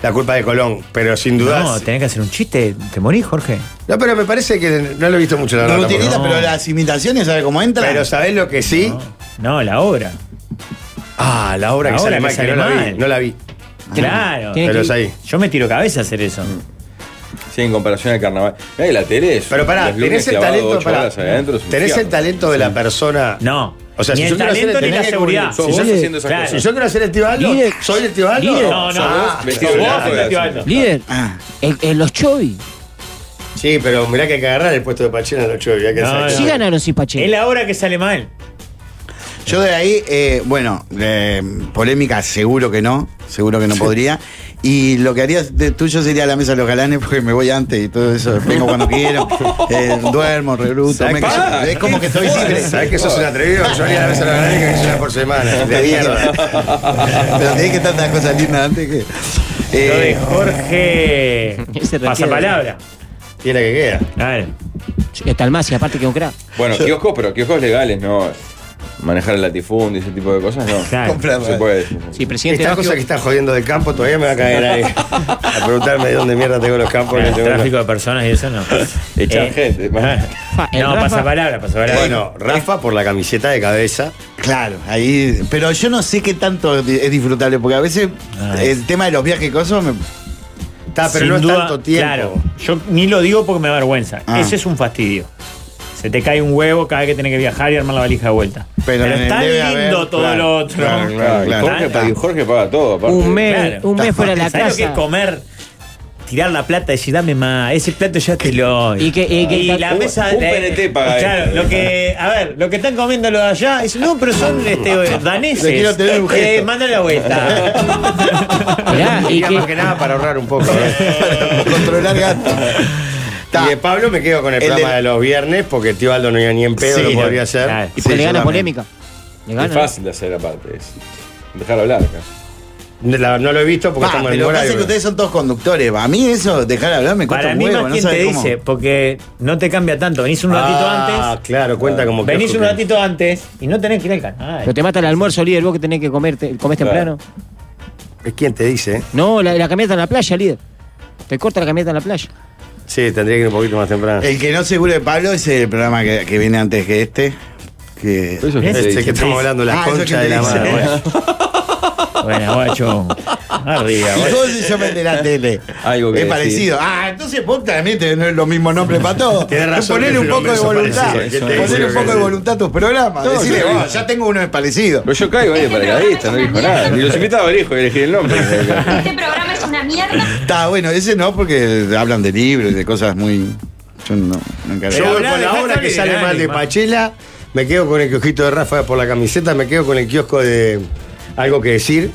la culpa de Colón. Pero sin duda.
No, tenés que hacer un chiste. Te morís, Jorge.
No, pero me parece que no lo he visto mucho, la verdad.
Rutinita,
tampoco.
no.
pero las imitaciones, ¿sabes cómo entran?
Pero ¿sabés lo que sí?
No, no, la obra.
Ah, la obra
La
que
obra
sale
que
mal, que
sale
no la vi.
mal.
No la vi.
Claro.
Tiene
Pero
que-
es ahí.
Yo me tiro cabeza a hacer eso.
Sí, en comparación al carnaval. Mirá que la tele es.
Pero pará,
los lunes
tenés el
clavado
talento.
ocho
pará,
horas adentro, es un
tenés el
fiasco.
talento de la persona.
No.
O sea,
ni
si yo
el
quiero hacer
talento
el-
ni la
tenés que
seguridad.
cubrir. Sos
Si
vos
yo-
haciendo esas
claro.
cosas.
Si yo quiero ser el tío Aldo,
Líder.
¿soy el tío Aldo?
Líder. No, no,
Ah,
vos,
sos vos
Claro.
el tío Aldo.
Líder,
Ah.
el- el- los Chovi.
Sí, pero mirá que hay que agarrar el puesto de Pachela en los ocho, mirá que
No,
sale.
no.
Sí ganaron sin Pacheco.
Es la obra que sale mal.
Yo de ahí, eh, bueno, eh, polémica seguro que no, seguro que no podría. Y lo que haría de tuyo sería la mesa de los galanes, porque me voy antes y todo eso, vengo cuando quiero, eh, duermo, rebruto, me-
Ah,
es como que estoy libre.
¿Sabés que sos un atrevido? Yo haría la vez a la granada que hice una por semana.
Te
De
dije.
mierda.
Pero tenés que tantas cosas lindas antes que.
Lo de
Eh,
Ese
Jorge.
requiere-
Pasapalabra.
Tiene que Ah, queda.
Claro.
Talmacia, aparte que un crack.
Bueno, kioscos, pero kioscos legales, no. Manejar el latifundio, ese tipo de cosas, no.
Claro.
No se puede.
Sí, presidente
Esta
Vázquez-
cosa que está jodiendo del campo todavía me va a caer ahí. A preguntarme de dónde mierda tengo los campos.
Claro,
no tengo
Ah, tráfico de personas y eso no. Eh,
Echar gente.
Fa, el
No,
Rafa-
pasapalabra, pasapalabra.
los- Bueno, Rafa por la camiseta de cabeza.
claro, ahí. Pero yo no sé qué tanto di- es disfrutable, porque a veces
Ay.
el tema de los viajes y cosas me.
Está, pero
Sin
no es
duda,
tanto tiempo.
Claro, yo ni lo digo porque me da vergüenza.
Ah.
Ese es un fastidio. Se te cae un huevo cada vez que tenés que viajar y armar la valija de vuelta. Pero,
en el
es tan
debe
lindo
haber-
todo
claro,
lo otro.
Claro, claro,
Claro, y
claro.
Jorge, paga- Jorge paga todo, aparte.
Un mes,
Claro.
un mes fuera de la
¿Sabés lo que es
casa.
comer? Tirar la plata y decir, dame más, ese plato ya te lo.
Y que- y que-
la
un-
mesa.
un PNT paga
Claro,
esto.
lo que. A ver, lo que están comiendo los de allá, es, no, pero son este, daneses.
Le quiero tener un
Eh,
gesto.
mándale la vuelta.
Mirá, y
Iría más
que,
que nada para ahorrar un poco. ¿eh?
Controlar gato.
Y de Pablo me quedo con el,
El
programa
de-
de los viernes porque el tío Aldo no iba ni en pedo,
Sí,
lo
no,
podría hacer.
claro.
y porque
Sí,
le
yo
gana
también.
polémica. Le gana,
es fácil de hacer aparte. Es dejar hablar casi.
La- no lo he visto porque
Pa,
estamos en
pero pasa
horario.
que ustedes son todos conductores. A mí eso, dejar hablar me cuesta
Para
un
mí
huevo.
más
no
quien
sabes
te
cómo.
dice, porque no te cambia tanto. Venís un ratito
Ah,
antes.
claro, cuenta como que-
Venís un ratito antes y no tenés que ir al canal.
Pero te mata el almuerzo, líder, vos que tenés que comer, te- comés
Claro.
temprano.
Es quien te dice, ¿eh?
No, la, la camioneta en la playa, líder. Te corta la camioneta en la playa.
Sí, tendría que ir un poquito más temprano.
El que no se cure de Pablo es el programa que, que viene antes que este. Que...
Pero eso es que
¿Ves?
te
Este
dije.
que estamos hablando, la
Ah, eso
concha
que
de la
te
madre.
dice.
bueno.
Bueno, guacho. Arriba,
Y
guacho.
vos y yo me de la tele.
Algo que
es
decir.
parecido. Ah, entonces vos también tenés los mismos nombres para todos.
Tenés razón,
Ponerle un
es lo
poco de
mismo,
voluntad.
parecido,
¿qué te
Ponerle
digo
un
que
poco de
sí?
voluntad a tus programas.
No,
Decirle,
yo-
"Oh, ya tengo uno es parecido.
Pero yo caigo ahí de paracaidista, no dijo nada. Ni los invitaba al hijo, elegí el nombre.
Este programa es una mierda.
Está bueno, ese no, porque hablan de libros, de cosas muy. Yo no, nunca
Yo voy
hablá,
con la
dejá
obra
hablar
que
y
sale
dale,
mal de
ma.
Pachela, me quedo con el kiosquito de Rafa por la camiseta, me quedo con el kiosco de algo que decir.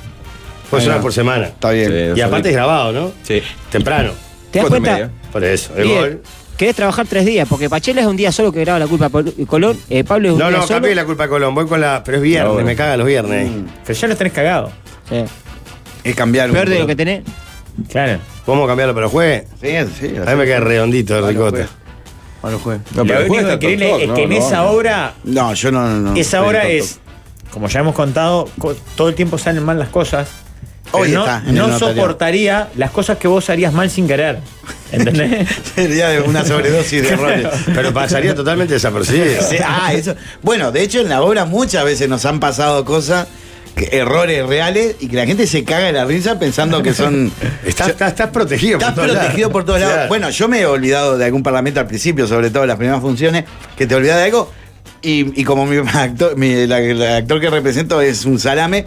Pues
Ahí
una
va.
por semana.
Está bien.
Sí.
Y aparte es grabado, ¿no?
Sí.
Temprano.
¿Te
Cuatro
das
y
cuenta?
media.
Por eso. El
Líder,
gol.
querés trabajar tres días, porque Pachela es un día solo que graba la culpa a Pol- Colón, eh, Pablo es un
No,
día
no,
solo. Mm.
cambié la culpa a Colón. Voy con la. Pero es viernes,
No, bueno.
me caga los viernes.
Pero ya lo tenés cagado.
Sí.
Es cambiar un
Peor de lo
poco.
que tenés.
Claro.
Vamos a cambiarlo para el jueves.
Sí, sí.
A mí me queda redondito, ricota.
Bueno, juez.
No, pero
lo
el juez
único
está
increíble
top,
es
no,
que en
no,
esa
no.
obra,
No, yo no. no
esa
soy
obra
tonto.
es, como ya hemos contado, co- todo el tiempo salen mal las cosas. pero
Hoy
no
está en el
no
notariado.
soportaría las cosas que vos harías mal sin querer. ¿Entendés?
Sería de una sobredosis de errores.
Pero pasaría totalmente desapercibido.
Sí, ah, eso. Bueno, de hecho en la obra muchas veces nos han pasado cosas, que- errores reales, y que la gente se caga de la risa pensando que son.
Estás,
Yo-
estás, estás protegido.
Estás
todos lados.
protegido por todos lados.
Claro.
Bueno, yo me he olvidado de algún parlamento al principio, sobre todo en las primeras funciones, que te olvidas de algo. Y, y como mi actor, mi- la- el actor que represento es un salame,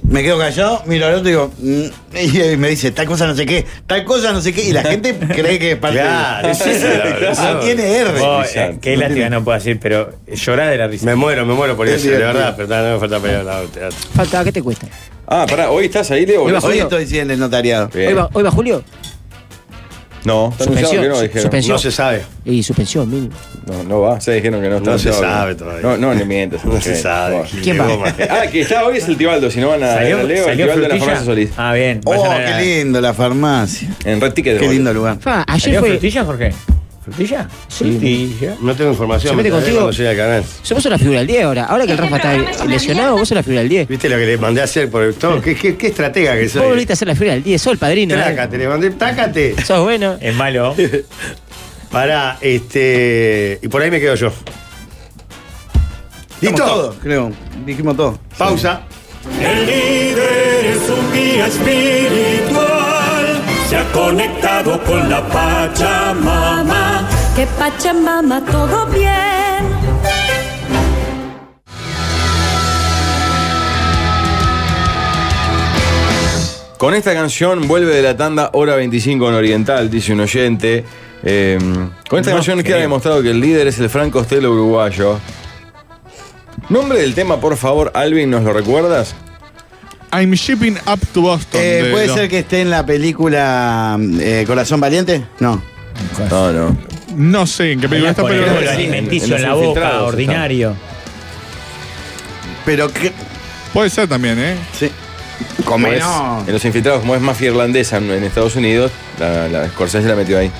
me quedo callado, miro al otro y digo, mm, y, eh, me dice, tal cosa no sé qué, tal cosa no sé qué, y la gente cree que es parte
Claro,
de...
sí, sí, claro.
No tiene R.
Vos,
risa.
eh, qué lástima no puedo decir, pero llorás de la risa.
Me muero, me muero por
Es
eso, de
divertido.
verdad. Pero no me falta pelear al teatro.
Falta, ¿qué te cuesta?
Ah,
oh,
pará, hoy estás ahí, Leo.
Hoy va
Hoy
Julio.
estoy sí, en el notariado.
Bien.
Hoy va, hoy va Julio.
No, está anunciado
Suspensión,
que no,
su-
dijeron.
suspensión.
No se sabe.
Y suspensión, mínimo.
No, no va. Se dijeron que no está
No se
anunciado.
sabe todavía.
No, no, ni mientas.
No
ok,
se sabe.
no.
¿Quién va?
Goma.
Eh, Ah, que está hoy es el Tibaldo, si no van a ver a Leo, el Tibaldo de la
Frutilla?
Farmacia Solís.
Ah, bien.
Oh,
vayan a-
qué lindo la farmacia.
En Red Ticket.
Qué
voy.
lindo lugar.
Fa, ayer
¿Salió
fue.
frutilla, Jorge? ¿Frutilla? Frutilla.
No tengo información.
¿Se mete
me traeré
contigo?
cuando llegue al canal.
so- Vos sos la figura del 10 ahora. Ahora que el Rafa está lesionado, vos sos la figura del 10.
¿Viste lo que le mandé a hacer por el todo? ¿Qué, qué, qué estratega que
Vos
soy?
volviste a ser la figura del 10, sos el padrino. eh.
Trácate, le mandé, tácate.
Sos bueno.
Es malo.
Pará, este. Y por ahí me quedo yo.
Dijimos
¿Listo?
todo, creo. Dijimos todo.
Pausa.
El líder es un guía espiritual, se ha conectado con la Pachamama.
Que Pachamama, todo bien.
Con esta canción vuelve de la tanda Hora 25 en Oriental, dice un oyente. Eh, con esta
No,
canción queda
querido.
demostrado que el líder es el Franco Costello uruguayo. Nombre del tema, por favor, Alvin, ¿nos lo recuerdas?
I'm shipping up to Boston.
Eh,
de-
¿Puede
no.
ser que esté en la película mm, eh, Corazón Valiente? No.
No, no.
No sé en qué película está,
Con el
pero.
oro
sí, en
alimenticio
los
en la boca,
infiltrados
ordinario.
Pero que.
Puede ser también, ¿eh?
Sí.
Como
Come
es-
no.
En Los Infiltrados, como es mafia irlandesa en, en Estados Unidos, la, la Scorsese la metió ahí.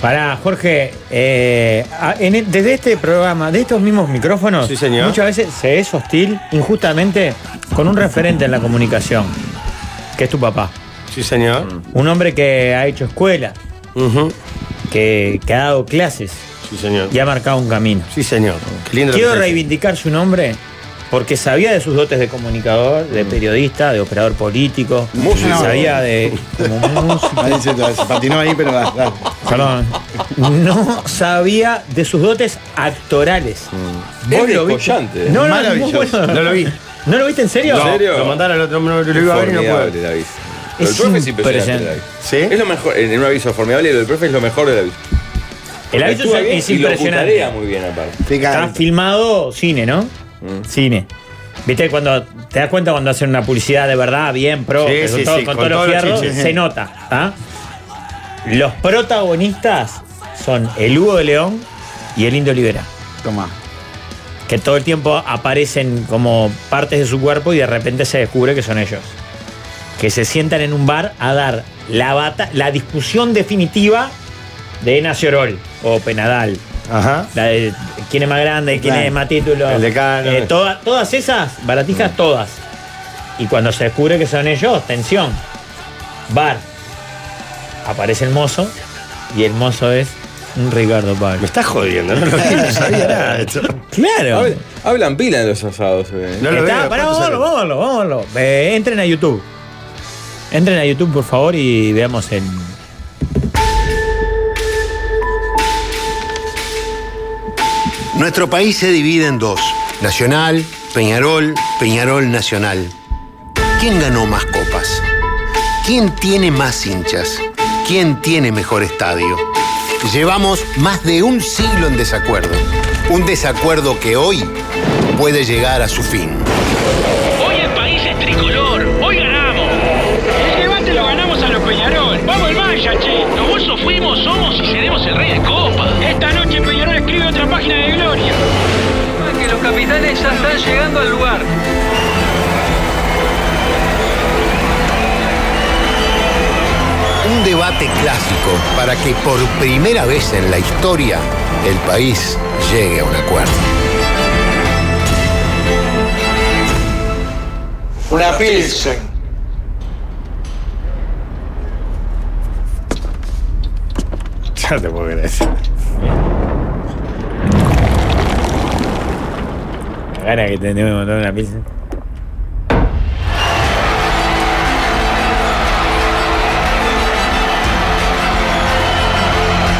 Pará, Jorge, eh, a- en e- desde este programa, de estos mismos micrófonos,
Sí, señor.
muchas veces se es hostil injustamente con un referente en la comunicación, que es tu papá.
Sí, señor.
Un hombre que ha hecho escuela,
Ujú.
que, que ha dado clases
Sí, señor.
y ha marcado un camino.
Sí, señor. Qué lindo. lo
Quiero
que te-
reivindicar su nombre porque sabía de sus dotes de comunicador, de periodista, de operador político,
Músico.
sabía de como músico.
Ahí se, se patinó ahí, pero. va, va.
Perdón. No sabía de sus dotes actorales.
Es descollante.
No, no,
Maravilloso.
muy bueno.
No lo vi.
¿No lo viste en serio?
No. ¿En serio?
Lo mandaron al otro. No, lo iba a ver y no
Formidable
puedo.
el aviso. Lo del
Es
profe es
impresionante.
impresionante. el aviso.
¿Sí?
Es lo mejor, en en un aviso formidable, lo del profe es lo mejor del aviso.
El aviso
Actúa bien
es, es
y lo putarea
impresionante.
muy bien aparte.
Fíjate.
Está filmado cine, ¿no? Cine. ¿Viste cuando te das cuenta cuando hacen una publicidad de verdad, bien pro,
Sí,
que son
sí,
todos-
sí,
con,
con
todos los
todos los
fierros,
chiches.
se nota. ¿ah? Los protagonistas son el Hugo de León y el Indio Olivera.
Toma.
que todo el tiempo aparecen como partes de su cuerpo y de repente se descubre que son ellos. Que se sientan en un bar a dar la, bata- la discusión definitiva de Naciorol o Penadal.
Ajá.
La de quién es más grande, quién
Claro.
es más título.
El Mm. decano.
Eh, toda- todas esas, baratijas todas. Y cuando se descubre que son ellos, tensión. Bar. Aparece el mozo y el mozo es un Ricardo Pablo. Me
estás jodiendo, no, lo- no sabía nada de esto.
Claro.
Hablan, Ah, hablan pila en los asados. eh.
No lo
Está-
veo,
pará,
¿cuánto
vámonos,
sale?
vámonos, vámonos. Eh, entren a YouTube. Entren a YouTube, por favor, y veamos el.
Nuestro país se divide en dos: Nacional, Peñarol, Peñarol Nacional. ¿Quién ganó más copas? ¿Quién tiene más hinchas? ¿Quién tiene mejor estadio? Llevamos más de un siglo en desacuerdo. Un desacuerdo que hoy puede llegar a su fin.
Hoy el país es tricolor, hoy ganamos. El debate lo ganamos a los Peñarol. Vamos el Maya, che. Nosotros fuimos, somos y seremos el rey de copa. Esta noche Peñarol escribe otra página de gloria. Que los capitanes ya están llegando al lugar.
Un debate clásico para que por primera vez en la historia el país llegue a un acuerdo.
Una pilsen.
Ya te puedo creer.
La gana que tenemos de montar una pizza.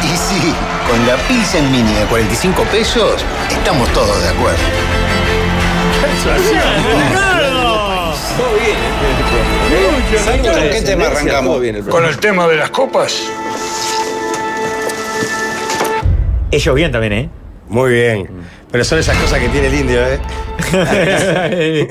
Y sí, con la Pilsen Mini de 45 pesos, estamos todos de acuerdo.
Todo bien.
¿Con qué tema arrancamos? Con el tema de las copas.
Ellos bien también, ¿eh?
Muy bien. Pero son esas cosas que tiene el indio, ¿eh?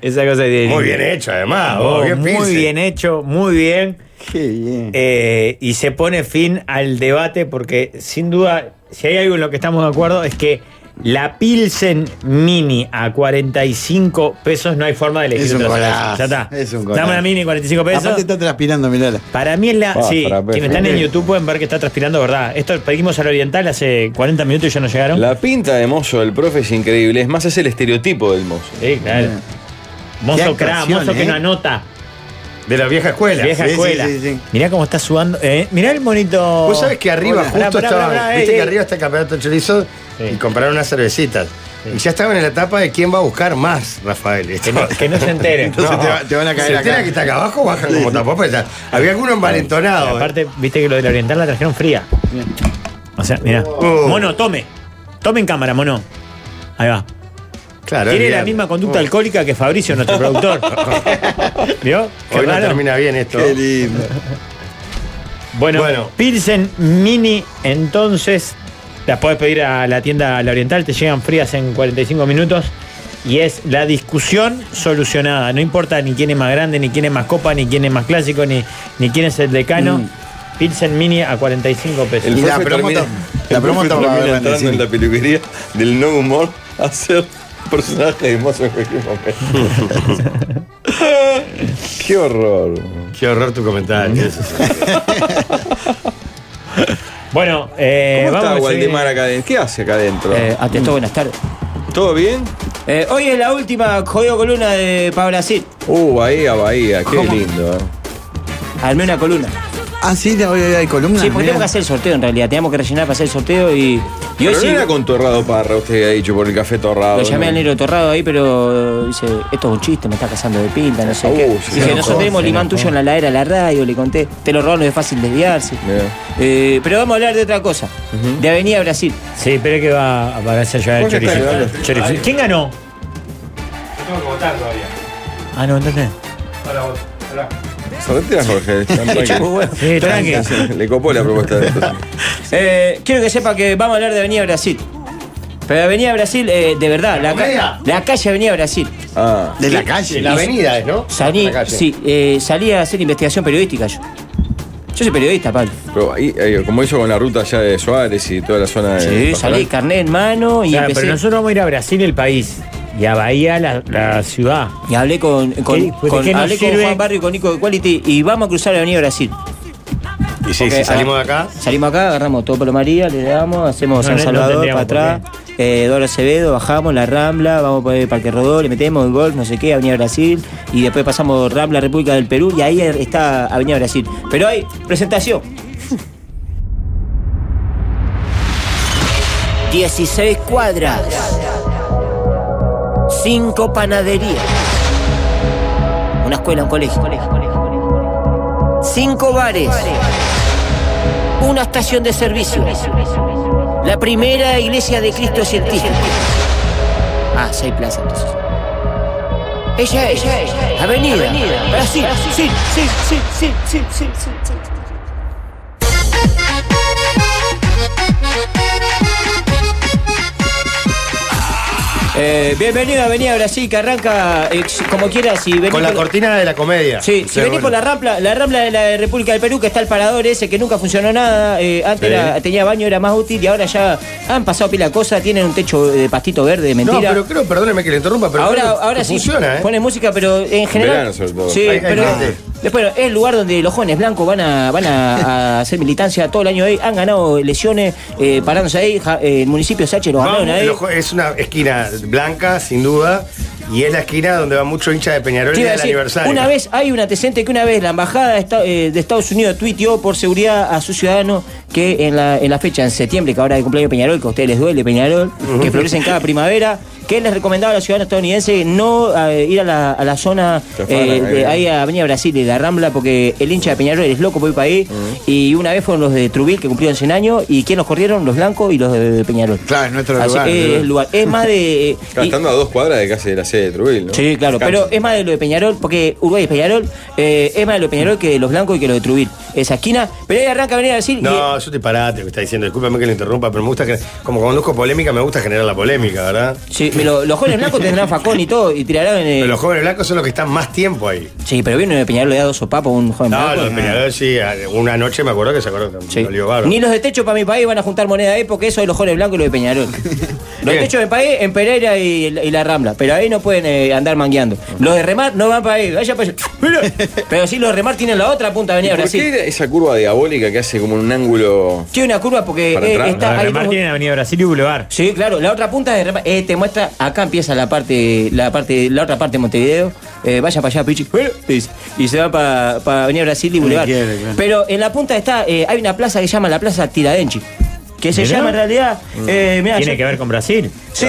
Esa cosa que tiene.
Muy bien hecho, además. vos,
Oh,
qué
muy
pilsen.
bien hecho, muy bien. Eh, y se pone fin al debate porque, sin duda, si hay algo en lo que estamos de acuerdo es que la Pilsen Mini a 45 pesos no hay forma de elegir
Es un
otra cerveza.
golazo.
Ya está.
Es un
Dame una
golazo.
Mini 45 pesos.
Aparte está transpirando, mirala.
Para mí es la.
Ah,
sí,
para ver,
quienes están
sí.
en YouTube pueden ver que está transpirando, ¿verdad? Esto pedimos al Oriental hace 40 minutos y ya no llegaron.
La pinta de mozo del profe es increíble. Es más, es el estereotipo del mozo.
Sí, claro. Mozo cra, mozo
¿eh?
que no anota.
De la vieja escuela.
Vieja
Sí, sí,
escuela.
sí, sí.
Mirá cómo está sudando. eh, mirá el monito.
Vos sabés que arriba
Oh. Hola.
justo
Pará, pará,
estaban,
pará, eh,
viste
ey,
que
ey.
arriba está el campeonato de chorizo y compraron unas cervecitas. Y ya estaban en la etapa de quién va a buscar más, Rafael.
Que no- que no se enteren.
Entonces
No.
te, va- te van a caer
Se
acá.
enteran
que está acá abajo, bajan como
pues
tapapetas. Había alguno
Y
envalentonado. ¿eh?
aparte, viste que lo del oriental la trajeron fría. O sea, mirá.
Oh.
Mono, tome. Tome en cámara, mono. Ahí va.
Claro,
Tiene
es Oh.
la
bien.
misma conducta alcohólica que Fabricio, nuestro productor. ¿Vio? Qué
Hoy no
raro.
termina bien esto.
Qué
lindo.
Bueno,
Bueno.
Pilsen Mini, entonces, las podés pedir a la tienda La Oriental, te llegan frías en 45 minutos. Y es la discusión solucionada. No importa ni quién es más grande, ni quién es más copa, ni quién es más clásico, ni, ni quién es el decano. Pilsen Mini a 45 pesos.
Mm. El profe termina- el profe termina entrando en la peluquería del no humor a ser personaje de mozo en cualquier momento. Qué horror.
Qué horror tu comentario. eso sí.
Bueno, eh,
¿Cómo está
vamos a seguir.
Waldemar acá adentro? ¿Qué hace acá adentro?
Eh, atento, buenas tardes.
¿Todo bien?
Eh, hoy es la última jodido columna de Pablo Cid.
Uh, Bahía, Bahía, qué
¿Cómo?
lindo. eh.
Armé una columna.
Ah, sí, de hoy hay columna.
Sí, porque
mirá.
tengo que hacer el sorteo en realidad. Teníamos que rellenar para hacer el sorteo y. Y
Pero
hoy
no
sí.
era con Torrado Parra, usted ha dicho, por el café Torrado.
Lo llamé
¿no?
al negro torrado ahí, pero dice, esto es un chiste, me está casando de pinta, no sé
Uh,
qué.
se
Dije,
enojó,
nosotros tenemos
se
el imán
enojó.
tuyo en la ladera de la radio, le conté, te lo robaron, es fácil desviarse. Eh, pero vamos a hablar de otra cosa, de Avenida Brasil.
Sí, pero es que va a aparecer ya el
¿Por qué
chorizo.
está el-
Chorizo. ¿Quién ganó?
Tengo que votar todavía.
Ah, no, entonces.
Hola, vos. Hola.
Sortea, Jorge.
bueno.
tranqui.
Tranqui.
Le copó la propuesta de estos.
Eh, quiero que sepa que vamos a hablar de Avenida Brasil. Pero Avenida Brasil, eh, de verdad, la, ca-
moneda?
la calle Avenida Brasil.
Ah.
De la calle. De la avenida es, ¿no?
Salí,
La calle.
sí, eh, salí a hacer investigación periodística yo. Yo soy periodista, Pablo.
Pero ahí, ahí, como hizo con la ruta allá de Suárez y toda la zona de.
Sí,
Pajarán.
salí carnet en mano y
Eh, Claro,
empecé.
pero nosotros vamos a ir a Brasil, el país, y a Bahía, la, la ciudad.
Y hablé con, con,
¿Qué?
con-
¿De qué nos
hablé con
sirve?
Juan Barrio y con Nico de Quality y vamos a cruzar la avenida Brasil.
Y sí,
Ok, ah.
si salimos de acá.
Salimos acá, agarramos todo Palo María, le damos, hacemos
No,
San
no, no
Salvador para
tendríamos
atrás, eh, Eduardo Acevedo, bajamos la Rambla, vamos por el Parque Rodó, le metemos el golf, no sé qué, Avenida Brasil, y después pasamos Rambla, República del Perú, y ahí está Avenida Brasil. Pero hay presentación. 16 cuadras, 5 panaderías, una escuela, un colegio, colegio, colegio, colegio. cinco bares, una estación de servicio, la primera iglesia de Cristo científico. Ah, seis plazas entonces. Ella es, Avenida, Brasil, sí, sí, sí, sí, sí, sí, sí, sí. Eh, bienvenido a Avenida Brasil, que arranca eh, como quieras. Si venís
Con la
por-
cortina de la comedia.
Sí, si venís por la rambla, la rambla de la República del Perú, que está el parador ese que nunca funcionó nada, eh, antes
Sí.
era- tenía baño, era más útil y ahora ya han pasado pila de cosas, tienen un techo de pastito verde, eh, mentira.
No, pero creo, perdóneme que le interrumpa, pero
ahora
creo que
ahora sí
funciona, ¿eh?
pone música, pero en general.
verano, sobre todo.
Sí,
Hay- hay
pero.
gente.
Después, bueno, es el lugar donde los jóvenes blancos van a, van a, a hacer militancia todo el año ahí. Han ganado elecciones eh, parándose ahí. ja- eh, el municipio de Sache los Eh,
Vamos,
ganaron ahí.
lo jo- es una esquina blanca, sin duda, y es la esquina donde va mucho hincha de Peñarol
Te
en
iba a
el
decir,
aniversario.
Una vez, hay un antecedente que una vez la embajada de, Esta- eh, de Estados Unidos tuiteó por seguridad a sus ciudadanos que en la, en la fecha, en septiembre, que ahora es el cumpleaños de Peñarol, que a ustedes les duele Peñarol, que florece en cada primavera, que les recomendaba a los ciudadanos estadounidenses no eh, ir a la, a la zona
Chafala,
eh, de-
ahí.
ahí a Avenida Brasil y la Rambla, porque el hincha de Peñarol es loco por ir para ahí. Y una vez fueron los de Trubil, que cumplieron 100 años, y ¿quién los corrieron? Los blancos y los de, de Peñarol.
Claro, es nuestro
Así
lugar,
que
nuestro
es eh, el lugar. Es más de. eh,
Claro,
y-
estando a dos cuadras de casi de la sede de Trubil, ¿no?
Sí, claro,
Casi.
pero es más de lo de Peñarol, porque Uruguay es Peñarol, eh, es más de lo de Peñarol que de los blancos y que lo de Trubil, esa esquina. Pero ahí arranca a venir a decir.
No, yo te parate lo que está diciendo. Discúlpame que le interrumpa, pero me gusta que, como conduzco polémica, me gusta generar la polémica, ¿verdad?
Sí, pero los jóvenes blancos tendrán facón y todo, y tirarán en el-
Pero los jóvenes blancos son los que están más tiempo ahí.
Sí, pero viene uno de Peñarol le da dos sopapos a un joven
No,
blanco.
los de Peñarol sí, a- una noche me acuerdo que se acordó que me dolió bárbaro.
Ni los de techo para mi país van a juntar moneda ahí porque eso es los jóvenes blancos y los de Peñarol. los de
Bien.
techo de mi país en Pereira y, y la Rambla, pero ahí no pueden eh, andar mangueando. Los de Remar no van para ahí, vaya para allá. Mirá. Pero sí, los de Remar tienen la otra punta
¿Y
de Avenida
¿Por
Brasil.
qué esa curva diabólica que hace como un ángulo.
Tiene una curva porque
Para
eh,
entrar.
está-
La de
hay
Remar
dos-
tiene
Avenida Brasil y Boulevard.
Sí, claro, la otra punta de Remar- eh, te muestra, acá empieza la parte, la parte, la otra parte de Montevideo, eh, vaya para allá, Pichi, te dice, y se va para Avenida Brasil y Boulevard.
quiere, claro.
Pero en la punta está, eh, hay una plaza que se llama la Plaza Tiradenchi, que se
Mirá.
llama en realidad, eh, mirá,
Tiene
yo-
que ver con Brasil.
Sí,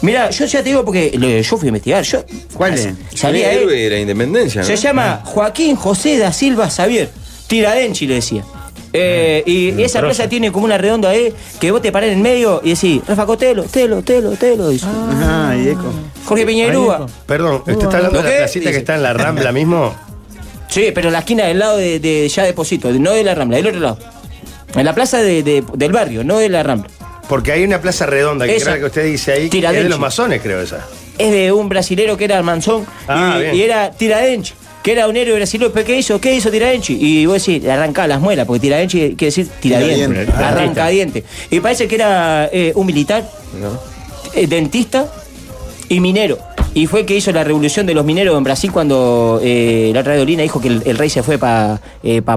mira, yo ya te digo porque lo- yo fui a investigar, yo
¿Cuál
as-
es?
salía ahí,
héroe de la independencia, ¿no?
se llama Joaquín José da Silva Xavier. Tiradenchi le decía. Eh, y, y esa
trozo.
plaza tiene como una redonda ahí que vos te parás en el medio y decís, Rafa Cotelo, Telo, Telo, Telo. dice.
Ah, y eco.
Jorge Piñerúa.
Perdón, ¿usted está hablando
¿Lo
de la
qué?
placita
Dice.
que está en la Rambla mismo?
Sí, pero en la esquina del lado de, de- ya Deposito, no de la Rambla, del otro lado. En la plaza de- de- del barrio, no de la Rambla.
Porque hay una plaza redonda que,
Esa.
creo que usted dice ahí, que es de
Tiradenchi.
los masones, creo esa.
es de un brasilero que era Manzón
Ah,
y,
bien.
y era Tiradenchi, que era un héroe brasileño. ¿Pero qué hizo? ¿Qué hizo Tiradenchi? Y vos decís, arrancá las muelas, porque Tiradenchi quiere decir tiradiente,
Tiradiente.
arranca diente. Y parece que era eh, un militar, eh, dentista y minero. Y fue el que hizo la revolución de los mineros en Brasil cuando eh, la otra vez Dolina dijo que el, el rey se fue para de, de
Una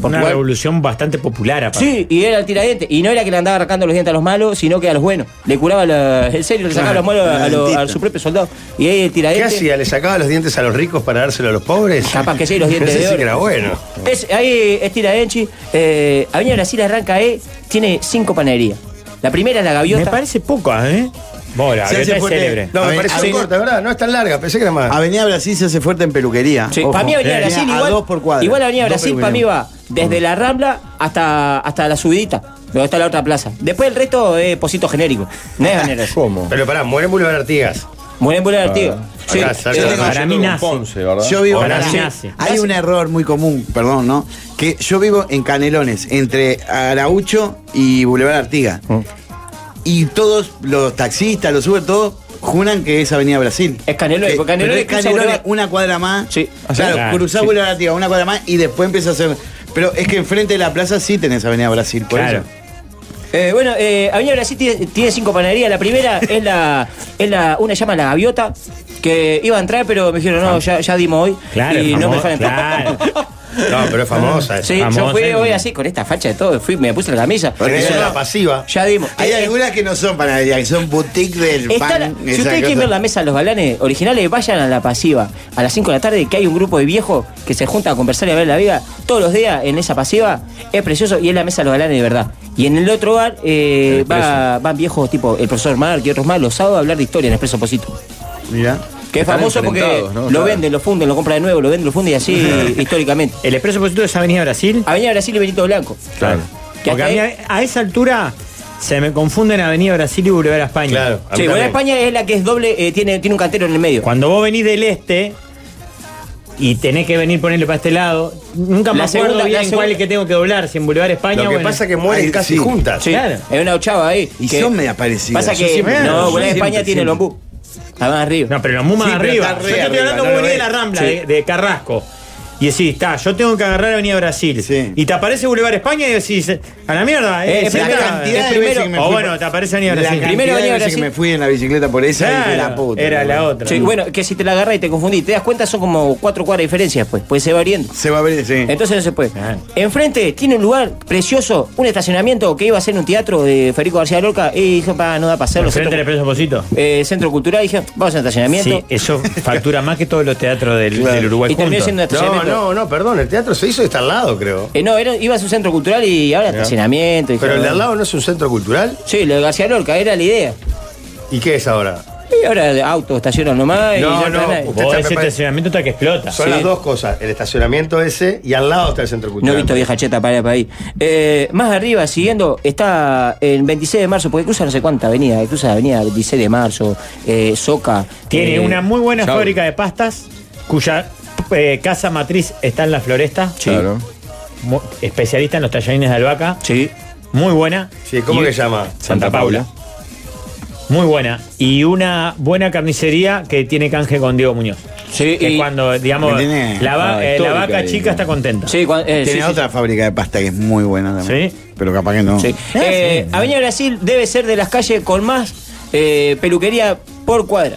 Portugal.
revolución bastante popular, aparte.
Sí, y era el tiradente. Y no era que le andaba arrancando los dientes a los malos, sino que a los buenos. Le curaba la- el serio, le sacaba
Claro,
los malos a,
era
a los-
dentista.
a su propio soldado. Y ahí el tiradente.
¿Qué hacía? ¿Le sacaba los dientes a los ricos para dárselo a los pobres?
Capaz que sí, los dientes
Ese
de
sí
oro.
que era bueno.
Es- ahí es Tiradenchi. Eh, Avenida Brasil arranca E, tiene cinco panaderías. La primera es la gaviota.
Me parece poca, ¿eh? Bueno, la
Se hace
gaviota es
fuerte.
célebre.
No, me
Aven-
pareció
Aven-
corta, ¿verdad? No es tan larga, pensé que era más.
Avenida Brasil se hace fuerte en peluquería.
Sí,
Ojo.
para mí Avenida
Eh,
Brasil
a
igual.
dos por cuadra.
Igual Avenida
Dos
Brasil
por
para mí
cuadra.
va desde la Rambla hasta, hasta la subidita, donde está la otra plaza. Después el resto es posito genérico. No es Avenida Brasil.
¿Cómo?
Pero pará, muere en Boulevard Artigas.
Muere en Boulevard Artigas. Sí.
Acá, cerca
Eh,
de-
Para mí nace.
Ponce, ¿verdad?
Yo vivo
Ahora
Pará,
sí.
Hay un error muy común, perdón, ¿no? Que yo vivo en Canelones, entre Araucho y Boulevard Artigas. Y todos los taxistas, los Uber, todos juran que es Avenida Brasil.
Es Canelones,
Que-
porque
pero
Canelones
es
cruza
Canelones,
Boulevard.
una cuadra más.
Sí.
Claro,
Claro,
cruzás
sí.
Boulevard Artigas, una cuadra más y después empieza a ser. Pero es que enfrente de la plaza sí tenés Avenida Brasil, por
Claro.
eso.
Eh, bueno, eh, Avenida Brasil tiene, tiene cinco panaderías. La primera es la, es la. Una llama la gaviota, que iba a entrar, pero me dijeron, no, ya, ya dimos hoy.
Claro,
y
es
no me
famosa,
dejaron entrar.
No, pero es famosa.
Sí, yo fui hoy así, con esta facha de todo, fui, me puse la camisa.
Porque eso es la
pasiva. Ya dimos. Eh,
Hay algunas que no son panaderías, que son boutique del
Está
pan.
la- si
esa
ustedes quieren
cosa.
ver la mesa de los galanes originales, vayan a la pasiva. A las 5 de la tarde, que hay un grupo de viejos que se juntan a conversar y a ver la vida todos los días en esa pasiva. Es precioso y es la mesa de los galanes de verdad. Y en el otro bar eh, va- van viejos tipo el profesor Mark y otros más los sábados a hablar de historia en Expreso Posito.
Mirá.
Que es
Están
famoso porque
enfrentados, ¿no?
lo
Claro.
venden, lo funden, lo compran de nuevo, lo venden, lo funden y así históricamente.
¿El Expreso Posito es Avenida Brasil?
Avenida Brasil y Benito Blanco.
Claro. Porque a, mí a- a esa altura se me confunden Avenida Brasil y Boulevard España. Claro.
Sí, bueno, España es la que es doble, eh, tiene, tiene un cantero en el medio.
Cuando vos venís del este y tenés que venir ponerle para este lado, nunca me
La
acuerdo
segunda- la
bien
segunda-
cuál es que tengo que doblar, si en Boulevard España
Lo que pasa es que mueren Ahí, casi sí. juntas. Sí, es una ochava ahí.
Y
que- son medio
parecidas.
Pasa que no, Boulevard España tiene el ombú. Está más arriba.
No, pero el ombú más
Sí, pero
arriba.
está
Yo
re
te estoy
arriba,
hablando
no
como
lo
venía de
ves.
la Rambla,
Sí.
de, de Carrasco. Y decís, está, yo tengo que agarrar Avenida Brasil. Y te aparece Boulevard España y decís, a la mierda,
Eh,
eh,
la
es primera-
cantidad
es
de
primero-
veces que me
O
fui
bueno,
por-
te aparece Avenida
La
Brasil.
cantidad Primero de Avenida veces que Brasil. me fui en la bicicleta por esa y dije,
Claro,
la puta.
era la
¿no?
otra.
Sí, bueno, que si te la agarras y te confundís, te das cuenta, son como cuatro cuadras de diferencia después. Pues se va abriendo.
Se va abriendo, sí.
Entonces no se puede. Enfrente tiene un lugar precioso, un estacionamiento que iba a ser un teatro de Federico García Lorca. Y dije, pa, no da para hacerlo.
Enfrente del
centro,
Expreso Posito.
eh, centro cultural, dije, vamos a un estacionamiento.
Sí, eso factura más que todos los teatros del, del Uruguay
Y terminó siendo un
juntos.
estacionamiento.
No, no, perdón, el teatro se hizo y está al lado, creo.
Eh, no, era- iba a su centro cultural y ahora estacionamiento. dije,
Pero el de al
bueno.
lado no es un centro cultural.
Sí, lo de García Lorca era la idea.
¿Y qué es ahora?
Y ahora autos estacionan nomás. y
No,
ya
no, usted
traen-
está preparado.
está que explota.
Son
Sí.
las dos cosas, el estacionamiento ese y al lado está el centro
No
cultural.
he visto vieja cheta para, para ahí. Eh, más arriba, siguiendo, está el 26 de marzo, porque cruza no sé cuánta avenida, cruza la avenida 26 de marzo, eh, Soca.
Tiene
eh,
una muy buena fábrica de pastas cuya eh, casa matriz está en la floresta.
Claro.
Mu- especialista en los tallarines de albahaca.
Sí.
Muy buena.
Sí, ¿cómo
Y-
que llama?
Santa Paula. Muy buena. Y una buena carnicería que tiene canje con Diego Muñoz.
Sí,
que cuando, digamos,
Tiene-
la, va-
Ah,
eh, la
histórica
vaca
ahí,
chica
¿no?
está contenta.
eh,
Tiene otra fábrica de pasta que es muy buena también. Sí. Pero capaz que no.
Eh, Avenida Brasil debe ser de las calles con más eh, peluquería por cuadra.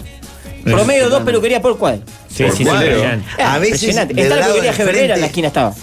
Promedio dos peluquerías por cuadra.
Sí,
Por
sí, sí,
cuadra.
sí,
Ah,
sí. A veces,
impresionante.
del
Está la
lado
peluquería
de
Gebrera en
enfrente-
la esquina estaba.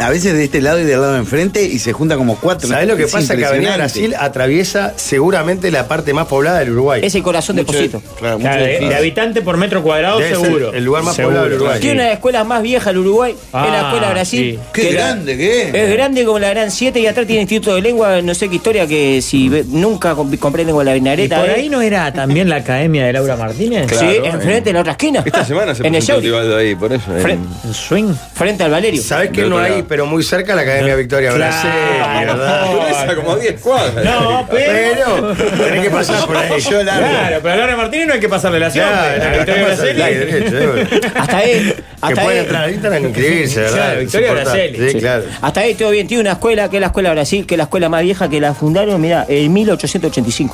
A veces de este lado y del lado de enfrente y se junta como cuatro.
¿Sabés lo que
Es
pasa? Que Avenida
impresionante.
Brasil atraviesa seguramente la parte más poblada del Uruguay.
Es el corazón de Mucho- Pocito.
Claro, mucho
Claro, de,
edificio.
de habitante por metro cuadrado,
Debe ser
seguro.
el lugar más poblado del Uruguay.
Tiene una de las escuelas más viejas del Uruguay, es la
Ah,
escuela Brasil.
sí. Qué
que la-
grande que es.
Es grande como la Gran 7 y atrás tiene Instituto de Lengua, no sé qué historia que si ve- nunca comp- compré lengua de la
¿Y
vinareta.
por
¿eh?
ahí no era también la academia de Laura Martínez?
Sí, enfrente, en la otra esquina.
Esta semana se
En el
presentó
Yauri.
Tibaldo ahí, por eso.
Fre-
swing.
Frente al Valerio.
¿Sabés que
Del
no
otro
hay,
lado.
pero muy cerca la Academia Victoria Brasil?
Pero
¿verdad?
esa como 10 cuadras.
No, pero.
tenés que pasar por ahí.
Yo largo. Claro, pero a Laura Martínez no hay que pasarle la ciudad.
Claro,
la
acá
Victoria
pasa el
Braceli.
aire derecho, eh,
Hasta ahí.
Que
Hasta
pueden
ahí.
entrar al Instagram e inscribirse, ¿verdad?
Claro, Victoria
Es importante.
Braceli.
Sí, claro.
Hasta ahí todo bien. Tiene una escuela que es la Escuela Brasil, que es la escuela más vieja que la fundaron, mirá, en 1885.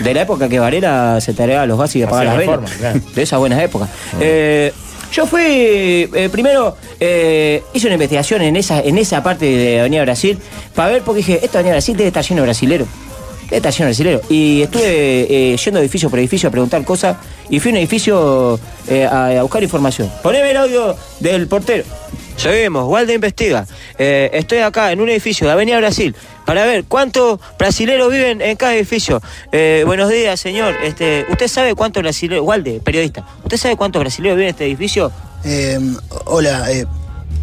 De la época que Varela se tareaba los gases y apagaba las
Hacía
velas.
reformas, claro.
De esas buenas épocas.
Ah.
Eh, yo fui, eh, primero, eh, hice una investigación en esa, en esa parte de Avenida Brasil para ver, porque dije, esta Avenida Brasil debe estar lleno de brasileros. Debe estar lleno de brasileros. Y estuve eh, yendo edificio por edificio a preguntar cosas y fui a un edificio eh, a, a buscar información. Poneme el audio del portero. Seguimos, Walde investiga. Eh, estoy acá en un edificio de Avenida Brasil para ver cuántos brasileros viven en cada edificio. Eh, buenos días, señor. Este, ¿Usted sabe cuántos brasileros, Walde, periodista, ¿usted sabe cuántos brasileros viven en este edificio?
Eh, hola, eh,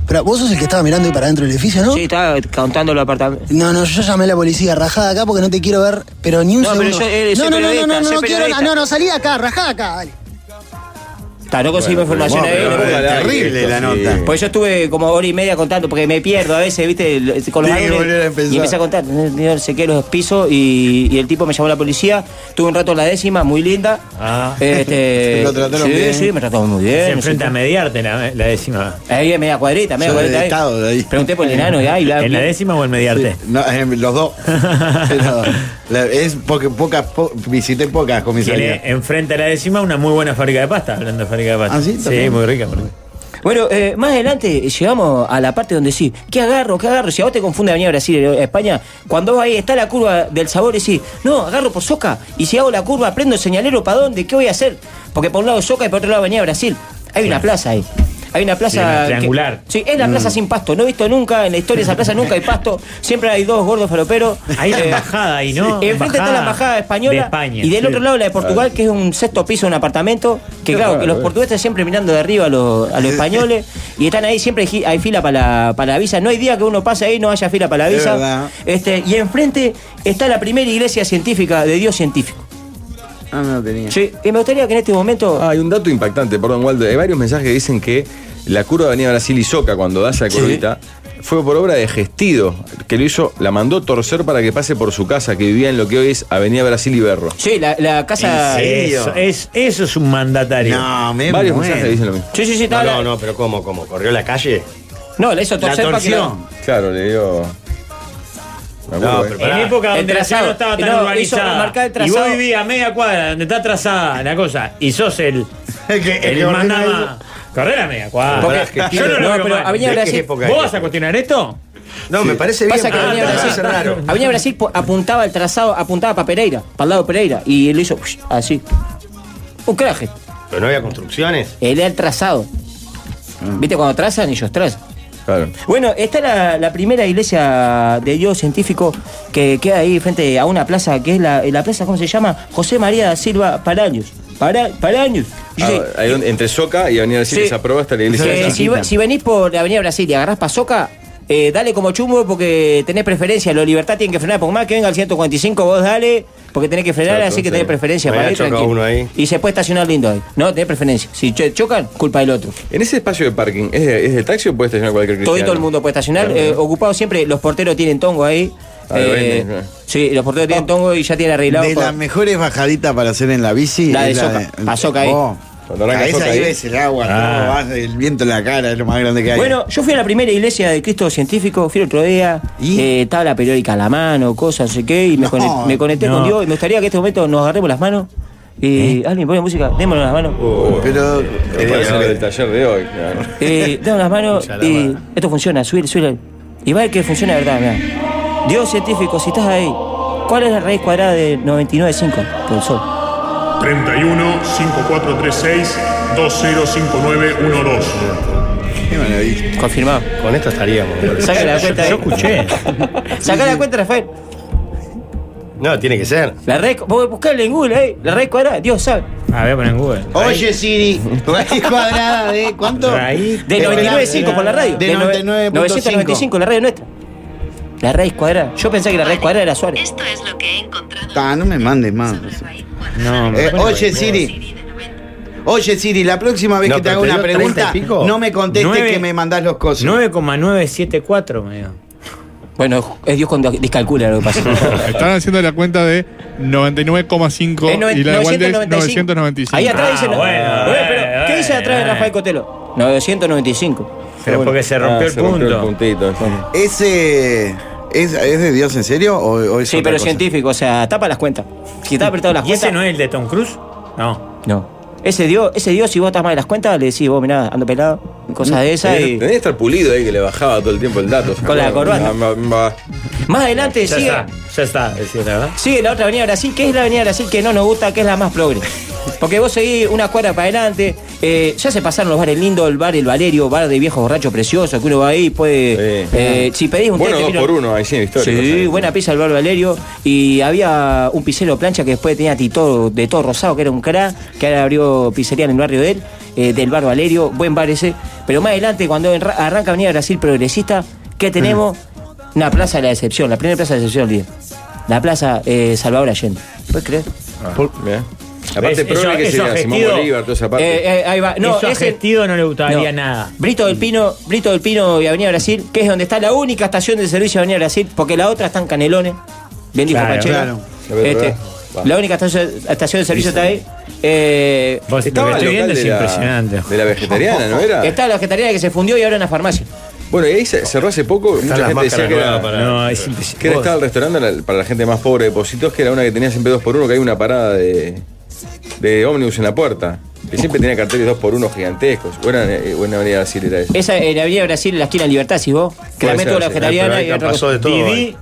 pero vos sos el que estaba mirando ahí para adentro del edificio, ¿no?
Sí, estaba contando los apartamentos.
No, no, yo llamé a la policía, rajada acá porque no te quiero ver, pero ni un
No, pero
segundo.
yo, eh, soy
no, no, no, no,
periodista,
no, no,
soy
no quiero,
periodista.
no, no, salí de acá, rajada acá, dale.
Está, no consigo información
bueno,
ahí.
pero
no puedo.
bueno, terrible la
Sí.
nota.
Pues yo estuve como hora y media contando, porque me pierdo a veces, viste, El- con los
Tiene que
árboles.
volver a empezar.
y empecé a contar, no sé qué, los pisos, y, y el tipo me llamó a la policía, tuve un rato en la décima, muy linda.
Ah.
Este,
Lo trataron
sí,
bien.
sí, me trataron muy bien.
Se enfrenta a mediarte la, la décima.
Ahí en media Eh, cuadrita, media
Yo
cuadrita.
de
ahí.
estado
Pregunté por el enano y ahí, la-
¿En la décima o en mediarte?
Sí, no, eh, los dos. Pero la- es porque pocas, po- visité pocas
Tiene
comisarías.
enfrente a la décima una muy buena fábrica de pasta, hablando de fábrica de pasta.
Ah, sí,
sí
también.
muy rica. muy rica.
Bueno, eh, más adelante llegamos a la parte donde sí, ¿qué agarro? ¿Qué agarro? Si a vos te confunde venir a Brasil, eh, a España, cuando vos ahí está la curva del sabor y decís, no, agarro por soca. Y si hago la curva, prendo el señalero para dónde, ¿qué voy a hacer? Porque por un lado soca y por otro lado venía Brasil. Hay una plaza ahí. Hay una plaza.
Sí, una
que-
triangular.
sí, es la
Mm.
plaza sin pasto. No he visto nunca en la historia de esa plaza, nunca hay pasto. Siempre hay dos gordos faloperos.
Hay la
Eh,
embajada ahí, ¿no?
sí, Enfrente está la embajada española.
de España.
Y del
Sí.
otro lado la de Portugal, que es un sexto piso de un apartamento.
Qué
Que claro,
raro,
que los
eh.
portugueses siempre mirando de arriba a los, a los españoles. y están ahí, siempre gi- hay fila para la, para la visa. No hay día que uno pase ahí y no haya fila para la
Es
visa.
verdad.
Este, y enfrente está la primera iglesia científica de Dios científico.
Ah, no lo tenía.
Sí, y me gustaría que en este momento.
Ah, hay un dato impactante, perdón, Waldo. Hay varios mensajes que dicen que la curva de Avenida Brasil y Soca, cuando da esa curvita, fue por obra de Gestido, que lo hizo, la mandó torcer para que pase por su casa, que vivía en lo que hoy es Avenida Brasil y Berro.
Sí, la, la casa.
Eso es, eso es un mandatario.
No, me Varios muero. mensajes dicen lo mismo.
Sí, sí, sí,
No,
está
no,
la-
no, pero ¿cómo, cómo? ¿Corrió la calle?
No, la hizo torcer para que la-
Claro, le dio. Me acuerdo,
No,
eh.
pero
En época donde la ciudad no estaba tan
No, hizo
urbanizada.
marcar el
Y
trazado.
vos vivías a media cuadra donde está trazada la cosa. Y sos el. el
que ordena
mandaba. Correr a media cuadra.
Porque-
yo no lo
No,
veo
pero
mal.
Avenida ¿De qué Brasil- época
¿Vos
es?
vas a cuestionar esto?
No, me parece bien.
Pasa que
pero
Avenida
me
Brasil,
parece raro.
Avenida Brasil po- apuntaba el trazado, apuntaba para Pereira, para el lado de Pereira, y lo hizo ush, así. Un craje.
Pero no había construcciones.
Él era el trazado.
Ah.
¿Viste? Cuando trazan, ellos trazan.
Claro.
Bueno, esta es la, la primera iglesia de Dios científico que queda ahí frente a una plaza, que es la, la plaza, ¿cómo se llama? José María da Silva Paraños. Para, Paraños. Yo
Ah,
sé,
ahí donde- entre Soca y Avenida Brasil
Sí.
y esa prueba está la iglesia.
que
de San
Eh, si,
Juan.
si venís por la Avenida Brasil y agarrás Pasoca, eh, dale como chumbo porque tenés preferencia. Los libertad tienen que frenar, por más que venga el 145, vos dale, porque tenés que frenar,
Exacto,
así que
sí.
tenés preferencia
Me
para
ha
ir
chocado
tranquilo.
uno ahí.
Y se puede estacionar lindo ahí. No, tenés preferencia. Si cho- chocan, culpa del otro.
En ese espacio de parking, ¿es de, es de taxi o puede estacionar cualquier
Todo
cristiano?
y todo el mundo puede estacionar.
Claro.
eh, ocupado siempre, los porteros tienen tongo ahí.
Ah, lo
eh,
venden, claro.
sí, los porteros tienen tongo y ya tienen arreglado.
De
pa-
las mejores bajaditas para hacer en la bici.
La de
es
Soca. A Soca ¿eh? ahí.
Cuando arranca
Caes
Soca
ahí
ahí.
ves el agua,
Ah.
todo baja, el viento en la cara, es lo más grande que hay.
Bueno, yo fui a la primera iglesia de Cristo científico, fui el otro día, eh, estaba la periódica a la mano, cosas, no sé qué, y me, conect- me conecté
no.
con Dios, y me gustaría que en este momento nos agarremos las manos. Y alguien pone música, démonos las manos.
Oh,
pero.
Me parece lo del taller de hoy. claro.
Eh, démonos las manos y esto funciona, subir, subir. Y va a ver que funciona de verdad, mirá. Dios científico, si estás ahí, ¿cuál es la raíz cuadrada de 99.5 por el sol?
31 5436 205912.
Eh,
Qué maravilla.
Confirmado.
Con esto estaríamos.
Saca la cuenta ahí.
escuché.
Sacá la cuenta, Rafael.
No, tiene que ser.
La raíz, vos buscala en Google, ahí, la raíz cuadrada, Dios sabe.
Ah, voy a poner en Google.
Oye, Siri, raíz cuadrada de. ¿Cuánto?
Raíz
De 99.5 por la radio.
De
nove-
99.5.
995, la radio nuestra. La raíz cuadrada. Yo pensé que la raíz cuadrada era Suárez.
Ah, no me mandes más.
No,
Eh, oye, Siri. Oye, Siri, la próxima vez
No,
que te
pero
haga
te
una
dio
pregunta,
30 y pico.
no me contestes
Nueve-
que me mandás los cosos.
9,974, me digo.
Bueno, es Dios cuando descalcula lo que pasa.
Están haciendo la cuenta de 99,5 y la igual de es 995.
Ahí atrás dice.
Ah, bueno,
Oye, pero, ¿Qué dice atrás de
bueno.
Rafael Cotelo? 995.
Pero porque se rompió
Ah,
el
se rompió el
punto.
puntito.
¿Ese es, es de Dios en serio? O, o es
Sí,
otra
pero
cosa?
científico, o sea, tapa las cuentas. Si está apretado las
¿Y ese
cuentas.
no es el de Tom Cruise? No.
No. Ese Dios, ese Dios, si vos estás mal de las cuentas, le decís, vos mirá, ando pelado, cosas de esas.
Tenía
y-
tenía que estar pulido ahí, que le bajaba todo el tiempo el dato. Ah,
Con la corbata.
Ma- ma- ma-
Más adelante
Ya
sigue,
está, ya está, decía la verdad.
sigue la otra avenida Brasil, que es la avenida Brasil que no nos gusta, que es la más progre. Porque vos seguís una cuadra para adelante, eh, ya se pasaron los bares lindos, el bar El Valerio, bar de viejo borracho precioso, que uno va ahí, puede. eh, si pedís un
Bueno,
té, te
dos
vino-
por uno, ahí sí, histórico.
Sí, buena pizza el bar Valerio. Y había un pizzero plancha que después tenía Tito de todo rosado, que era un cra, que ahora abrió pizzería en el barrio de él, eh, del bar Valerio, buen bar ese. Pero más adelante, cuando enra- arranca Avenida Brasil Progresista, ¿qué tenemos? Una plaza de la decepción, la primera plaza de la decepción, líder. La plaza eh, Salvador Allende. ¿Puedes creer?
Mirá. Aparte,
Eso-
probable que
eso
sería Simón
gestido-
Bolívar, toda esa parte.
Eh, eh, ahí va. No,
Eso a
ese-
Gestido no le gustaría
no.
nada.
Brito del Pino, Brito del Pino y Avenida Brasil, que es donde está la única estación de servicio de Avenida Brasil, porque la otra está en Canelones. Bien dijo
Claro,
Pachela.
claro.
Este,
Va.
la única estación, estación de servicio está ahí. Eh,
Vos, lo que estoy viendo es
de la-
impresionante.
De la vegetariana, ¿no era?
Está la vegetariana que se fundió y ahora en la farmacia.
Bueno, y ahí se- cerró hace poco.
las
Mucha gente decía
máscaras
que era.
nuevas para-
No, es impresionante.
Que era, estaba el restaurante la- para la gente más pobre de Positos, que era una que tenía siempre dos por uno, que hay una parada de, de ómnibus en la puerta. Que que siempre tenía carteles 2 por 1 gigantescos. Buena, eh, buena manera de decir era eso.
Esa en la Avenida Brasil, en la esquina Libertad, si vos. Que la
Puede
meto
ser,
la
sí.
vegetariana y otra cosa. eh.
Viví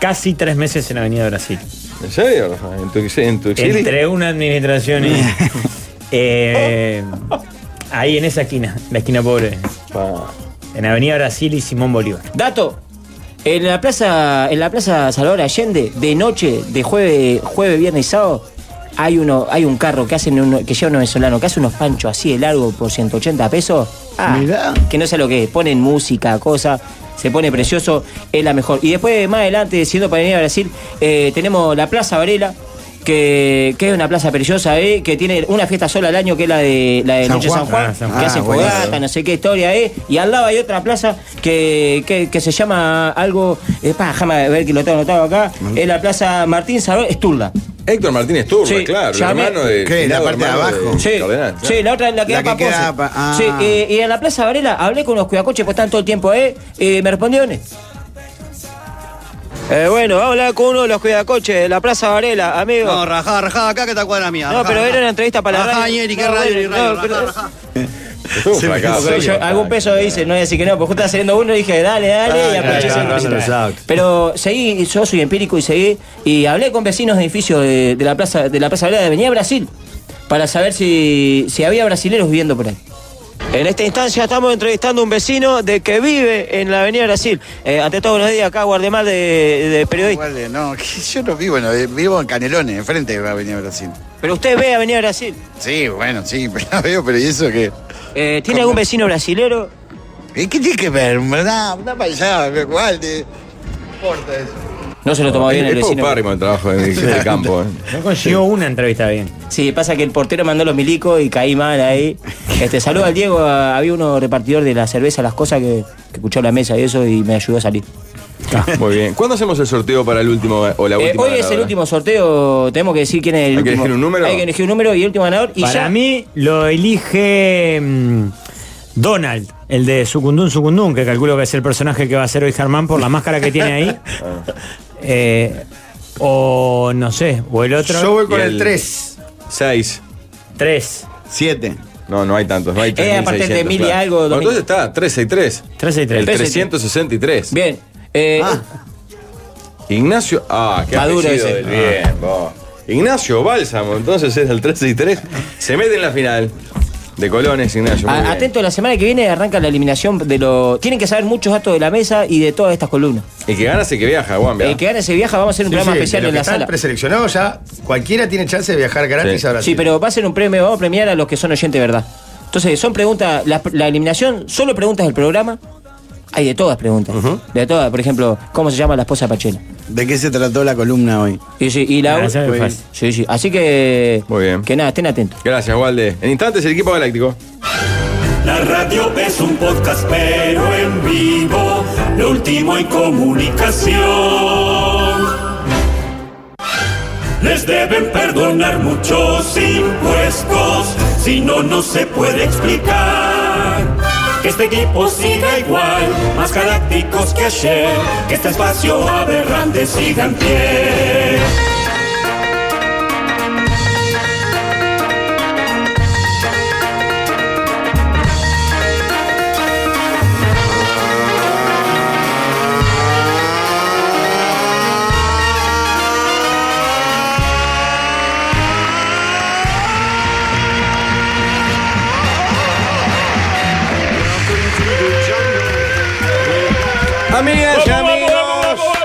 casi tres meses en Avenida Brasil.
¿En serio, Rafa? ¿En tu, en tu exilio?
Entre una administración y. Eh, ahí en esa esquina, la esquina pobre.
Ah.
En Avenida Brasil y Simón Bolívar.
Dato. En la plaza, en la plaza Salvador Allende, de noche, de jueves, jueves, viernes y sábado, hay uno, hay un carro que hacen uno- que lleva un venezolano, que hace unos panchos así de largo por 180 pesos. Ah, que no sé lo que es, ponen música, cosa, se pone precioso, es la mejor. Y después, más adelante, siendo para venir a Brasil, eh, tenemos la Plaza Varela, que, que es una plaza preciosa, eh, que tiene una fiesta sola al año, que es la de la de
San
Noche
Juan.
San Juan,
Ah, San
que
Juan.
hace
Ah, buenísimo.
fogata, no sé qué historia es. Y al lado hay otra plaza que, que- que se llama algo. eh, pa, déjame ver que lo tengo anotado acá. Es la plaza Martín Salvador Esturla.
Héctor Martínez Turba, claro, el hermano de- ¿Qué, la parte de abajo?
Sí,
Cardenal,
sí,
claro.
la otra es la que
La
da
que
pa'
queda
Ponce.
pa- ah.
Sí, eh, y en la plaza Varela hablé con unos cuidacoches, pues están todo el tiempo ahí. eh, me respondieron. Eh, bueno, vamos a hablar con uno de los cuidacoches de la Plaza Varela, amigo.
No, rajá, rajá, acá que está cuadra mía.
No,
rajá,
pero
rajá.
era una entrevista para la
Rajá,
radio.
Ñeri, qué
No,
radio,
bueno,
ni radio,
no,
rajá,
pero-
rajá.
un
Sí,
fracaso.
pero yo- algún peso dice, no voy a decir que no, porque justo estaba saliendo uno y dije, dale, dale, y aproveché ese
Agarrando los
cosito.
autos.
Pero seguí, yo soy empírico y seguí, y hablé con vecinos de edificios de, de la plaza de la Plaza Vereda de Avenida Brasil para saber si, si había brasileros viviendo por ahí. En esta instancia estamos entrevistando a un vecino de que vive en la Avenida Brasil. Eh, ante todo, buenos días acá, Guardemar de, de periodista.
Vale, no, que yo no vivo, no, vivo en Canelones, enfrente de Avenida Brasil.
Pero usted ve Avenida Brasil.
Sí, bueno, sí, pero la veo, pero ¿y eso qué?
Eh, ¿Tiene algún vecino brasilero?
¿Qué tiene que ver? ¿Verdad? Anda para allá, igual, te importa eso.
No se lo tomaba bien el
Es
vecino.
paupérrimo el trabajo de, de campo. ¿eh?
No consiguió una entrevista bien.
Sí, pasa que el portero mandó los milicos y caí mal ahí. Este, saludo al Diego, a- había uno repartidor de la cerveza, las cosas que, que escuchó la mesa y eso y me ayudó a salir.
Muy bien. ¿Cuándo hacemos el sorteo para el último o la
Eh, hoy
última?
es el
ganadora?
último sorteo, tenemos que decir quién es el
¿Hay que
último.
elegir un número?
Hay que elegir un número y el último ganador. Y
Para
ya-
mí lo elige mm, Donald, el de Sucundún Sucundún, que calculo que es el personaje que va a ser hoy Germán por la máscara que tiene ahí.
Ah.
Eh, o no sé, o el otro.
Yo voy con Y el el- tres.
6.
3.
7.
No, no hay tantos. No hay
Eh, aparte de
3.600,
mil y
claro.
algo,
Bueno,
dos mil.
entonces está 363.
363.
El
363.
363.
Bien. eh,
Ah.
Ignacio. Ah, qué
Maduro
apellido
ese.
del
Ah.
bien, vos. Ignacio Bálsamo, entonces es el 363. Se mete en la final. De Colones, Ignacio. muy
a-
bien.
atento, la semana que viene arranca la eliminación de los. Tienen que saber muchos datos de la mesa y de todas estas columnas.
El que gana se que viaja, Juan.
El que gane ese viaja, vamos a hacer un
Sí,
programa
sí,
especial
de los
en
que
la
están
sala.
preseleccionados ya, cualquiera tiene chance de viajar gratis a Brasil.
Sí, pero va a ser un premio, vamos a premiar a los que son oyentes, de ¿verdad? Entonces, son preguntas, la, la eliminación, solo preguntas del programa. Hay de todas preguntas. De todas, por ejemplo, ¿cómo se llama la esposa de Pachela?
¿De qué se trató la columna hoy?
Y, sí, y la
Ah, esa es
Pues,
fácil.
Sí, sí. Así que.
Muy bien.
Que nada, estén atentos.
Gracias, Walde. En instantes, el equipo galáctico.
La radio es un podcast, pero en vivo, lo último en comunicación. Les deben perdonar muchos impuestos, si no, no se puede explicar. Que este equipo siga igual, más galácticos que ayer, que este espacio aberrante siga en pie.
Amigas y amigos,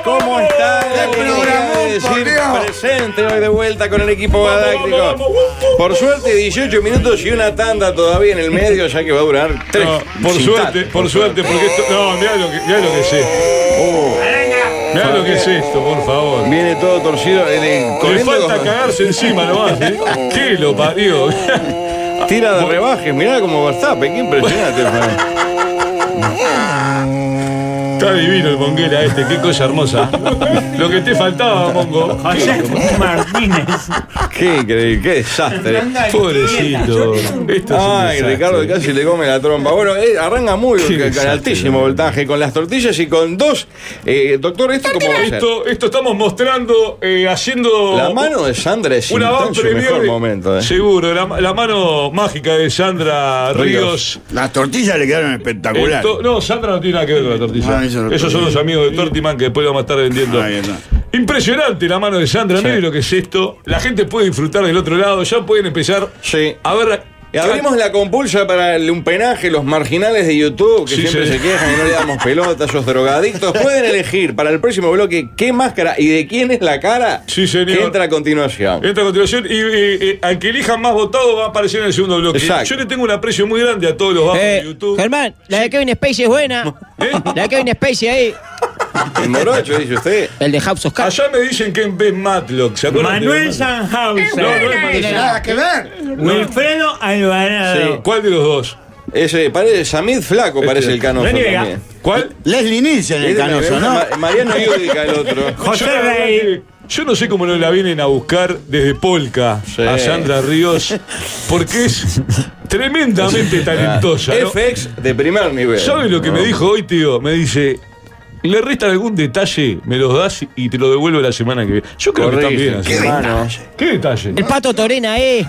¿cómo están? La alegría de decir presente hoy de vuelta con el equipo galáctico. Por suerte, 18 minutos y una tanda todavía en el medio, ya que va a durar 3.
No, por suerte, por suerte, porque esto. No, mirá lo que, mirá lo que es esto. Mirá lo que es esto, por favor.
Viene todo torcido. El,
Le
corriendo
falta
con-
cagarse encima nomás, ¿eh? ¿Qué lo parió?
Tira de ¿eh? rebaje, mirá como WhatsApp, qué impresionante. hermano.
Está divino el Monguera este, qué cosa hermosa. Lo que te faltaba, Mongo.
José
Martínez.
Qué increíble, qué desastre. Pobrecito. Ay, Ricardo casi le come la trompa. Bueno, eh, arranca muy
Qué
con, con
desastre,
altísimo voltaje, con las tortillas y con dos. eh, doctor, esto como
Esto, esto estamos mostrando, eh, haciendo.
La mano de Sandra es
Una van
en su
previo
mejor
de-
momento. eh.
Seguro, la, la mano mágica de Sandra Ríos.
Las tortillas le quedaron espectaculares.
Esto- no, Sandra no tiene nada que ver con la tortilla.
Ah, eso no
Esos son
tortilla.
los amigos de Tortiman que después vamos a estar vendiendo. Impresionante la mano de Sandra, miren lo que es esto. La gente puede disfrutar del otro lado, ya pueden empezar a ver.
Y abrimos la compulsa para el- un penaje, los marginales de YouTube que
Sí,
siempre
sí.
se quejan y no le damos pelota, esos drogadictos. Pueden elegir para el próximo bloque qué máscara y de quién es la cara que entra a continuación.
Entra a continuación y eh, eh, al que elijan más votado va a aparecer en el segundo bloque.
Exacto.
Yo le tengo un aprecio muy grande a todos los bajos
Eh,
de YouTube.
Germán, la de Kevin Spacey es buena. La de Kevin Spacey ahí.
El morocho, dice usted.
El de House of Cards.
Allá me dicen que es Matlock, ¿se acuerdan? de Ben
Manuel
Matlock?
Sanhauser.
No, no es Manuel
Nada
Sanhauser.
que ver.
No.
Wilfredo Alvarado.
¿Cuál de los dos? Ese, parece, Samid Flaco
Este,
parece el canoso
Vení, venga.
también.
¿Cuál?
Leslie Nielsen, el canoso, ¿no?
Ma- Mariano Iudica, el otro.
yo, la verdad que- yo no sé cómo no la vienen a buscar desde Polka a Sandra Ríos, porque es tremendamente talentosa. ¿no?
FX Ah. de primer nivel.
¿Sabes lo que me dijo hoy, tío? Me dice. ¿Le restan algún detalle? Me los das y te lo devuelvo la semana que viene. Yo creo
Corrige.
que están bien.
Qué
así.
detalle.
¿Qué detalle?
El pato Torena, eh.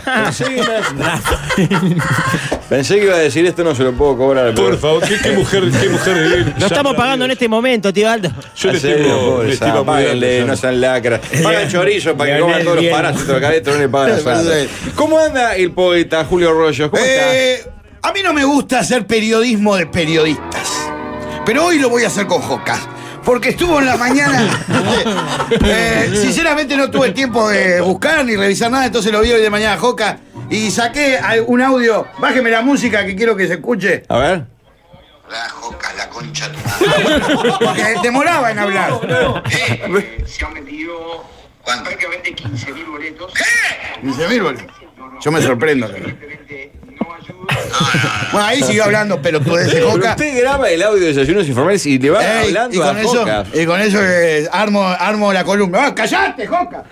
Pensé que iba a decir esto, no se lo puedo cobrar.
Por favor, qué, qué mujer, qué mujer de bien.
Lo estamos pagando en este momento, tío Aldo.
Yo le
En serio,
tengo-
pobre
le
Sandra,
estimo muy
páguenle,
grande,
no
Sandra.
sean lacras. Pagan chorizo para que
Leonel
coman todos los
Bien.
parásitos acá adentro, no le pagan a Sandra. ¿Cómo anda el poeta Julio Rollo? ¿Cómo
Eh, a mí no me gusta hacer periodismo de periodistas. Pero hoy lo voy a hacer con Jocas. Porque estuvo en la mañana. Eh, sinceramente no tuve tiempo de buscar ni revisar nada, entonces lo vi hoy de mañana Joca. Y saqué al- un audio. Bájeme la música que quiero que se escuche.
está? A ver.
Porque demoraba en hablar.
Prácticamente 15.000 boletos.
Dice, "Míralo". Yo me sorprendo. Bueno, ahí siguió hablando, pero tú de
Pero
Joca.
Usted graba el audio de desayunos informales y le va
Ey,
hablando
y con
a
eso,
Jocas.
Y con eso eh, armo, armo la columna. ¡Ah, ¡Callate, Joca!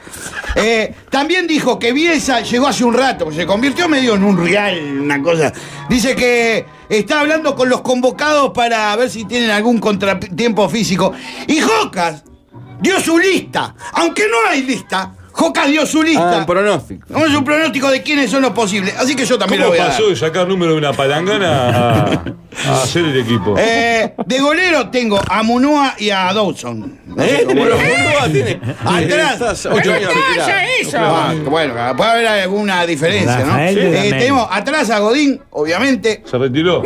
Eh, también dijo que Bielsa llegó hace un rato, se convirtió medio en un real, una cosa. Dice que está hablando con los convocados para ver si tienen algún contratiempo físico. Y Jocas dio su lista. Aunque no hay lista, Jocas dio su lista.
Ah, un pronóstico.
No es un pronóstico de quiénes son los posibles. Así que yo también lo
¿Cómo
voy a dar.
pasó de sacar número de una palangana a, a hacer el equipo?
Eh, de golero tengo a Munua y a Dawson.
¿Eh? Pero Munua
tiene-
Atrás.
Estás ocho
Pero
años
está
retirado.
ya eso. Ah, bueno, puede haber alguna diferencia, ¿no?
Rafael de
Eh,
Dudamel.
tenemos atrás a Godín, obviamente.
¿Se retiró?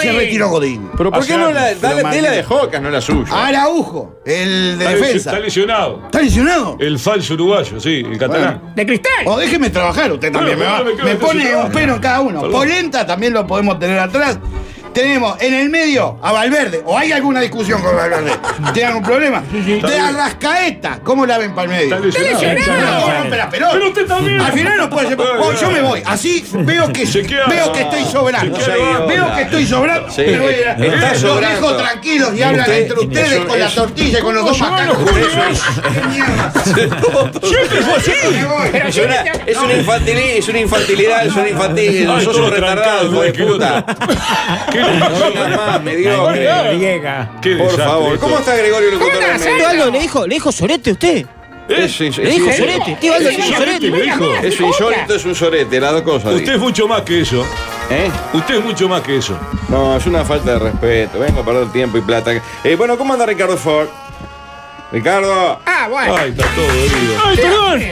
Se retiró Godín.
Pero ¿por qué no la, da la tela de Jocas, no la suya?
Araujo, el de
Está lesi-
defensa.
Está lesionado.
¿Está lesionado?
El falso uruguayo, sí, el catalán.
De cristal. O déjeme trabajar usted también.
Bueno,
me va-
bueno, me quedo este
me
en ese
pone
trabajo.
un pelo en cada uno.
Perdón.
Polenta también lo podemos tener atrás. Tenemos en el medio a Valverde. ¿O hay alguna discusión con Valverde? ¿Tiene algún problema? De
bien.
Arrascaeta. ¿Cómo la ven para el medio?
Está lesionado. Está lesionado.
No, rompe la pelota.
Pero usted también.
Al final no puede ser.
Bueno,
Bueno, yo me voy. Así veo que,
Se queda-
veo que estoy sobrando.
Se queda-
Veo que estoy sobrando.
Sí.
Me voy a-
Está
Los
sobrando.
dejo tranquilos y hablan
Usted-
entre ustedes
eso-
con la
eso-
tortilla y con los dos macacos.
Siempre
fue así.
Es una, es una infantilidad, es una infantilidad, es una infantilidad.
Ay,
sos
todo
un retardado, hijo de puta. mediocre.
Qué
Por
desastre
favor,
esto.
¿cómo está Gregorio Locutor del
Tío Aldo le dijo, le dijo sorete a usted.
medio? Es, es-
Le
es-
dijo
es-
sorete. Tío Aldo le dijo sorete.
le dijo.
Es un insólito, es un sorete, las dos cosas.
Usted
digo.
es mucho más que eso.
¿Eh?
Usted es mucho más que eso.
No, es una falta de respeto. Vengo a perder tiempo y plata. Eh, bueno, ¿cómo anda Ricardo Ford? Ricardo.
Ah, bueno.
Ay, está todo herido.
Ay, perdón.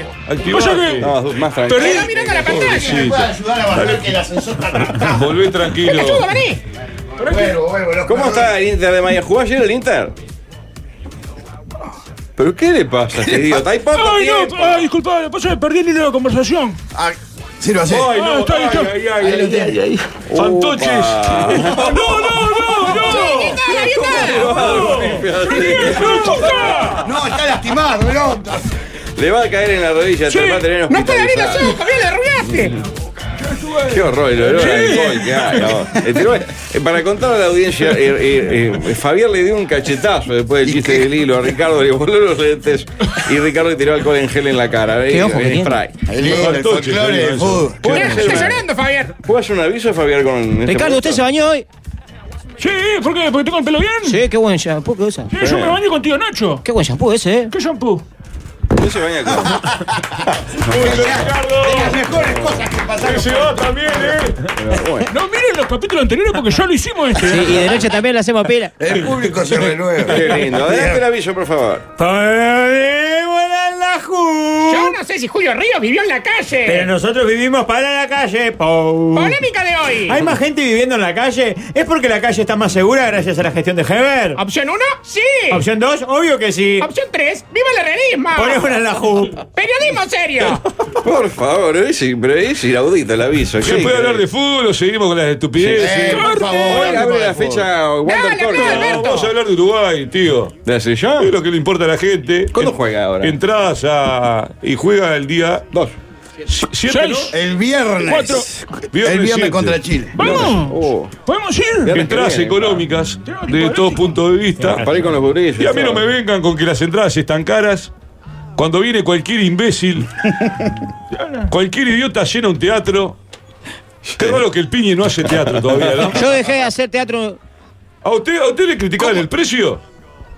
Activate. No, más tranquilo.
Perdí. Está mirando la pantalla.
Pobrecito. Volvé tranquilo.
vení.
¿Cómo está el Inter de Maya? ¿Jugó ayer el Inter? ¿Pero qué le pasa, este idiota? Hay poco
Ay,
tiempo.
no, ay, disculpa, lo pasé, perdí el hilo de la conversación.
Cero a cero.
Ay,
Ah,
no,
está,
ay,
está.
ay, ay, ay, ay, ay. Fantoches.
Opa.
No, no, no, no.
No, está lastimado, no.
Le va a caer en la rodilla, te va a tener
No está
hospitalizado.
Daniel Soco, bien le arruinaste.
suerte.
Qué horror, el olor a alcohol que hay, no. Este, bueno, eh, Para contar a la audiencia, eh, eh, eh, Fabián le dio un cachetazo después del chiste del hilo a Ricardo, le voló los lentes y Ricardo le tiró alcohol en gel en la cara. eh,
ojo que
en
tiene.
spray.
El hilo, el folclore del fútbol.
¿Puedo
Está
hacer una- ¿Puedo hacer un aviso, Fabián, con este
Ricardo,
producto?
¿usted se bañó hoy?
Sí, ¿por qué? ¿Porque tengo el pelo bien?
Sí, Eh, qué buen shampoo que usa.
Sí, yo me baño con tío Nacho.
Qué buen shampoo ese, ¿eh?
¿Qué shampoo?
¿Usted se baña con
De las mejores cosas que pasaron. Ese va también, ¿eh? No miren los capítulos anteriores porque ya lo hicimos este.
Sí, y de noche también le hacemos pila.
Eh,
El público se renueva.
Qué lindo. Adelante el aviso, por favor.
eh,
Para la Ju.
Yo no sé si Julio Ríos vivió en la calle.
Pero nosotros vivimos para la calle, Pou.
Eh. Polémica de hoy.
¿Hay más gente viviendo en la calle? ¿Es porque la calle está más segura gracias a la gestión de Heber?
Opción 1, sí.
¿Opción 2? Obvio que sí.
Opción 3, viva el realismo.
Poné una en la ju.
Periodismo serio.
Por favor, es, pero es inaudito el aviso.
¿Se puede hablar de fútbol o seguimos con las estupideces?
Sí, por
Corte.
favor,
Hoy
abre la fecha Wander Corte.
No, vamos a hablar de Uruguay, tío.
¿De hace ya?
Es lo que le importa a la gente.
¿Cuándo juega ahora?
Entradas a. y juega el día. 2. ¿Siete,
Seis. El viernes.
Cuatro.
El viernes
siete.
contra Chile.
¡Vamos! Oh.
¿Podemos
ir? Entradas económicas, de todos puntos de vista.
Para ir con los burillos.
Y a mí no me vengan con que las entradas están caras. Cuando viene cualquier imbécil, cualquier idiota llena un teatro. Qué raro que el piñe no hace teatro todavía, ¿no?
Yo dejé de hacer teatro.
¿A usted, a usted le criticaban el precio?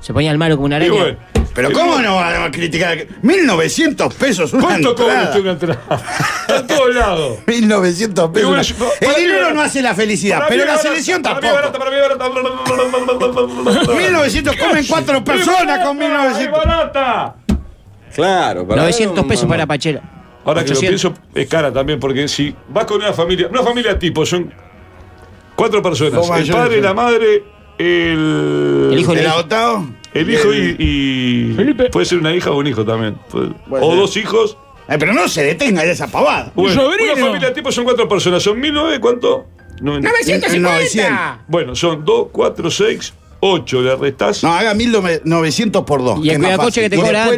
Se ponía el malo como una
Y
araña.
bueno,
Pero
y
¿cómo
bueno,
no van a criticar? 1900 pesos una
¿Cuánto cobra
entrada.
usted una entrada? A todos lados.
1900
Y bueno,
pesos. una-
yo- para
El
mí
dinero
barata.
no hace la felicidad,
Para mí
pero la
barata,
selección
para mí
tampoco.
barata, para mí barata.
1900 comen cuatro personas con 1900.
barata!
Claro,
900 pesos para la pachera.
Ahora que lo
800.
pienso, es cara también, porque si vas con una familia, una familia tipo, son cuatro personas:
Toma,
el
yo-
padre,
yo-
la madre, el.
El hijo y la hija. ¿El adoptado?
El hijo y. y- Puede ser una hija o un hijo también. Puede- O dos hijos.
Ay, Eh, pero no se detenga de esa pavada.
Bueno, una familia tipo son cuatro personas, son 1009, ¿cuánto? No-
Eh, 950.
Bueno, son 2, 4, 6, 8, le restás.
No, haga 1900 por 2.
el
Después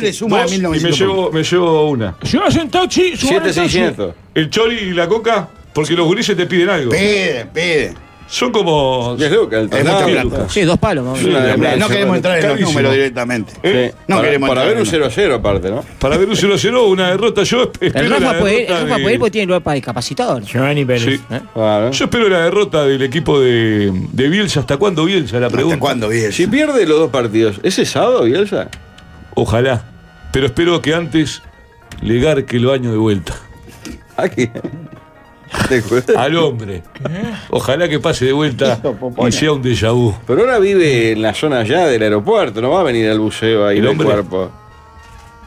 le suma a 1900.
Y me llevo, me llevo una. Si vas en taxi,
sumale Siete, el taxi. seiscientos.
El chori y la coca, porque los gurises te piden algo.
Piden, piden.
Son como.
Es loca, el
Es mucha
traslado.
plata.
Sí, dos palos. más o menos.
No queremos entrar en los
Carísimo.
números directamente.
Sí.
No
para,
queremos
para
entrar
ver un
en
0 a 0 aparte, ¿no?
¿Eh? Para ver un 0 0 una derrota, yo esp-
El
espero. la
Rafa puede ir,
derrota
el Rafa
de-
puede ir porque tiene lugar para discapacitados. Giovanni
Sí. Yo espero la derrota del equipo de, de Bielsa. ¿Hasta cuándo Bielsa? La pregunta.
cuándo Bielsa?
Si pierde los dos partidos, ¿ese sábado Bielsa?
Ojalá. Pero espero que antes legar que lo año de vuelta.
¿A quién?
Al hombre. Ojalá que pase de vuelta y sea un déjà vu.
Pero ahora vive en la zona allá del aeropuerto, no va a venir al buceo ahí
¿El
del
hombre?
cuerpo.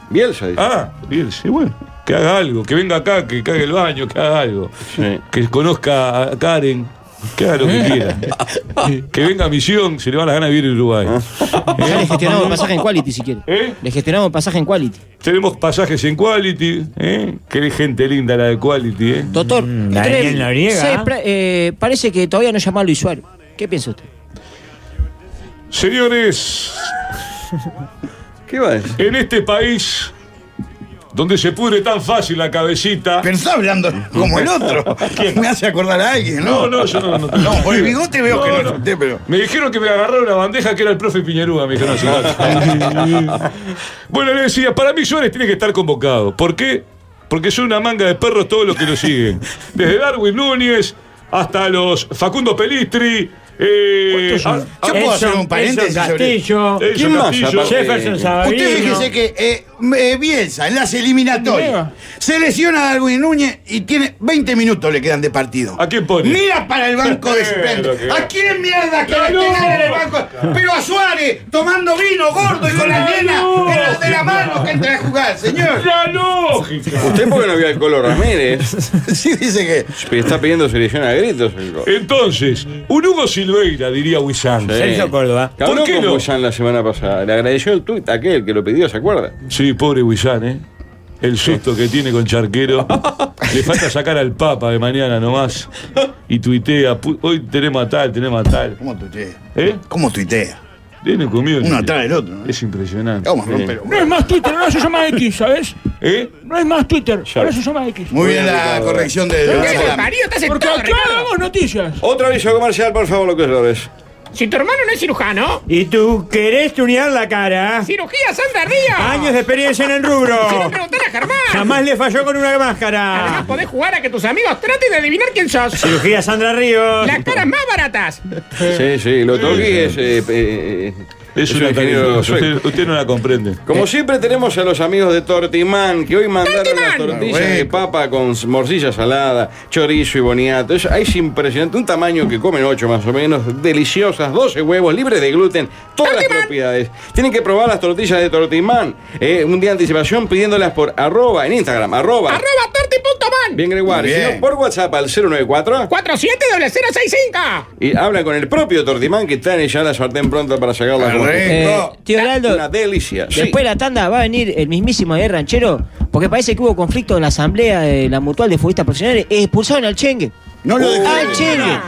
Bielsa dice.
Ah, bien, sí, bueno. Que haga algo, que venga acá, que cague el baño, que haga algo. Que conozca a Karen, que haga lo que quiera. que venga a Misión, se le van las ganas de vivir en Uruguay.
Ah.
Ya le gestionamos pasaje en quality si quiere. Le gestionamos pasaje en quality.
Tenemos pasajes en Quality, ¿eh? Qué gente linda la de Quality, ¿eh?
Doctor,
Mm,
Daniel
Tres-
Noriega.
seis pra- eh, parece que todavía no llama a Luis Suárez. ¿Qué piensa usted?
Señores,
¿Qué va a decir?
en este país donde se pudre tan fácil la cabecita.
Pero está hablando como el otro. Me hace acordar a alguien, ¿no?
No, no, yo no. No,
No, por el bigote veo que no lo noté, pero.
Me dijeron que me agarraron una bandeja que era el profe Piñerúa, me dijeron hace rato. Bueno, le decía, para mí Suárez tiene que estar convocado. ¿Por qué? Porque son una manga de perros todos los que lo siguen. Desde Darwin Núñez hasta los Facundo Pelistri. Eh,
son? Yo Ah, puedo hacer un paréntesis sobre-
Elson
¿Quién más,
Castillo.
aparte? Usted fíjese que eh, eh, Bielsa, en las eliminatorias, se lesiona a Darwin Núñez y tiene 20 minutos le quedan de partido.
¿A quién pone?
Mira para el banco de Ah, suplentes.
Pero que-
¿A quién mierda que
¡Claro!
le tengan en el banco? Pero a Suárez, tomando vino gordo y con la nena de la- de la mano que entra a jugar, señor.
La lógica.
Usted porque no vio al Colo Ramírez.
sí, dice que.
Está pidiendo selección a gritos el Colo.
Eh, Entonces, un Hugo Silveira, diría Wissan.
Sí. Que
¿Por
Habló
qué
con
no?
Bullán la semana pasada. Le agradeció el tuit a aquel que lo pidió, ¿se acuerda?
Sí, pobre Wissan, ¿eh? El susto que tiene con Charquero. Le falta sacar al Papa de mañana nomás. Y tuitea, "Pu- hoy tenemos a tal, tenemos a tal.
¿Cómo tuitea?
¿Eh?
¿Cómo tuitea?
Tiene comido.
Uno atrás
del otro. Es impresionante.
Vamos, rompe los
No es más Twitter, ahora se llama X, ¿sabes?
¿Eh?
No es más Twitter, ahora se llama X.
Muy bien la corrección de.
¿Por qué
de-
te parió? Estás en
Porque
todo,
acá
Ricardo. hago noticias.
Otro aviso comercial, por favor, lo que es lo ves.
Si tu hermano no es cirujano,
¿Y tú querés tunear la cara?
cirugía Sandra Díaz.
Años de experiencia en el rubro.
Quiero preguntar a Germán.
Jamás le falló con una máscara.
Además, podés jugar a que tus amigos traten de adivinar quién sos.
Ah. Cirugía Sandra Ríos.
Las caras más baratas.
Sí, sí, lo toqué es. eh, eh,
Es,
un
una
ingeniero
tarifa,
sueco.
usted, usted no la comprende.
Ah, Eh.
Como siempre tenemos a los amigos de Tortimán, que hoy mandaron las tortillas de papa con morcilla salada, chorizo y boniato. Es, es impresionante, un tamaño que comen ocho más o menos, deliciosas, 12 huevos, libres de gluten, todas las propiedades. Tienen que probar las tortillas de Tortimán, eh, un día de anticipación pidiéndolas por arroba en Instagram, arroba.
Arroba torti.man.
Bien, Gregorio.
Muy bien.
Si no, por WhatsApp al 094
470065.
y habla con el propio Tortimán que está ya la sartén pronta para sacarla. como-
Eh, tío Heraldo,
Una delicia. sí.
Después de la tanda va a venir el mismísimo de Ranchero, porque parece que hubo conflicto en la asamblea de la mutual de futbolistas profesionales. e Expulsaron al Chengue.
No
lo Al Chengue.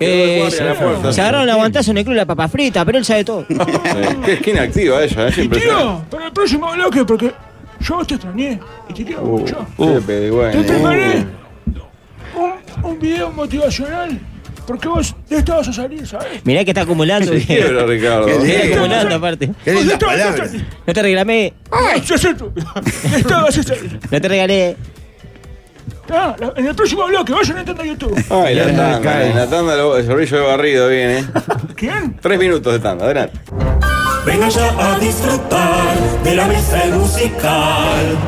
Eh,
guardia
se,
en la puerta.
se agarraron el guantazo en el club de la papa frita, pero él sabe todo.
Eh, Qué esquina activa esa, ¿eh? es impresionante.
Tío, para el próximo bloque, porque yo te extrañé y te quiero
Uh,
mucho.
Pepe, bueno.
Te preparé un, un video motivacional porque vos de esto vas a salir, ¿sabes?
Mirá que está acumulando.
Se quiebra, Ricardo. Qué
Está
lindo.
acumulando aparte.
Qué lindas palabras.
No te regalé,
¡Ay! Yo sé tú. De esto vas a salir.
no te regalé.
Ah, la- en el próximo bloque, vayan a entrar a YouTube.
Ay, la tanda, eh, la tanda, lo- el servicio de barrido viene.
¿Quién?
Tres minutos de tanda, adelante.
Venga ya a disfrutar de la mesa del musical.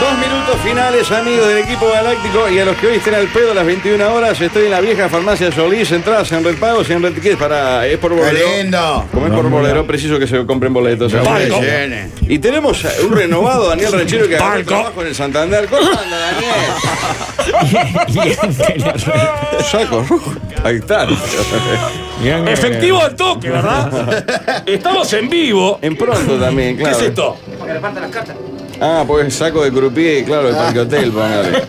Dos minutos finales, amigos del equipo galáctico. Y a los que hoy estén al pedo a las 21 horas, estoy en la vieja farmacia Solís. Entradas en Red Pagos y en Red ¿qué es para. Es por bolero.
lindo.
Como es por bolero, preciso que se compren boletos.
Hombre,
Palco.
llene.
Y tenemos a un renovado Daniel Ranchero que agarró
Palco.
trabajo en el Santander. ¿Cómo anda, Daniel? Saco rojo. Ahí está.
Efectivo al toque, ¿verdad? Estamos en vivo.
En pronto también, claro.
¿Qué es esto?
Ah, pues saco de croupier, claro, de Parque Hotel, póngale.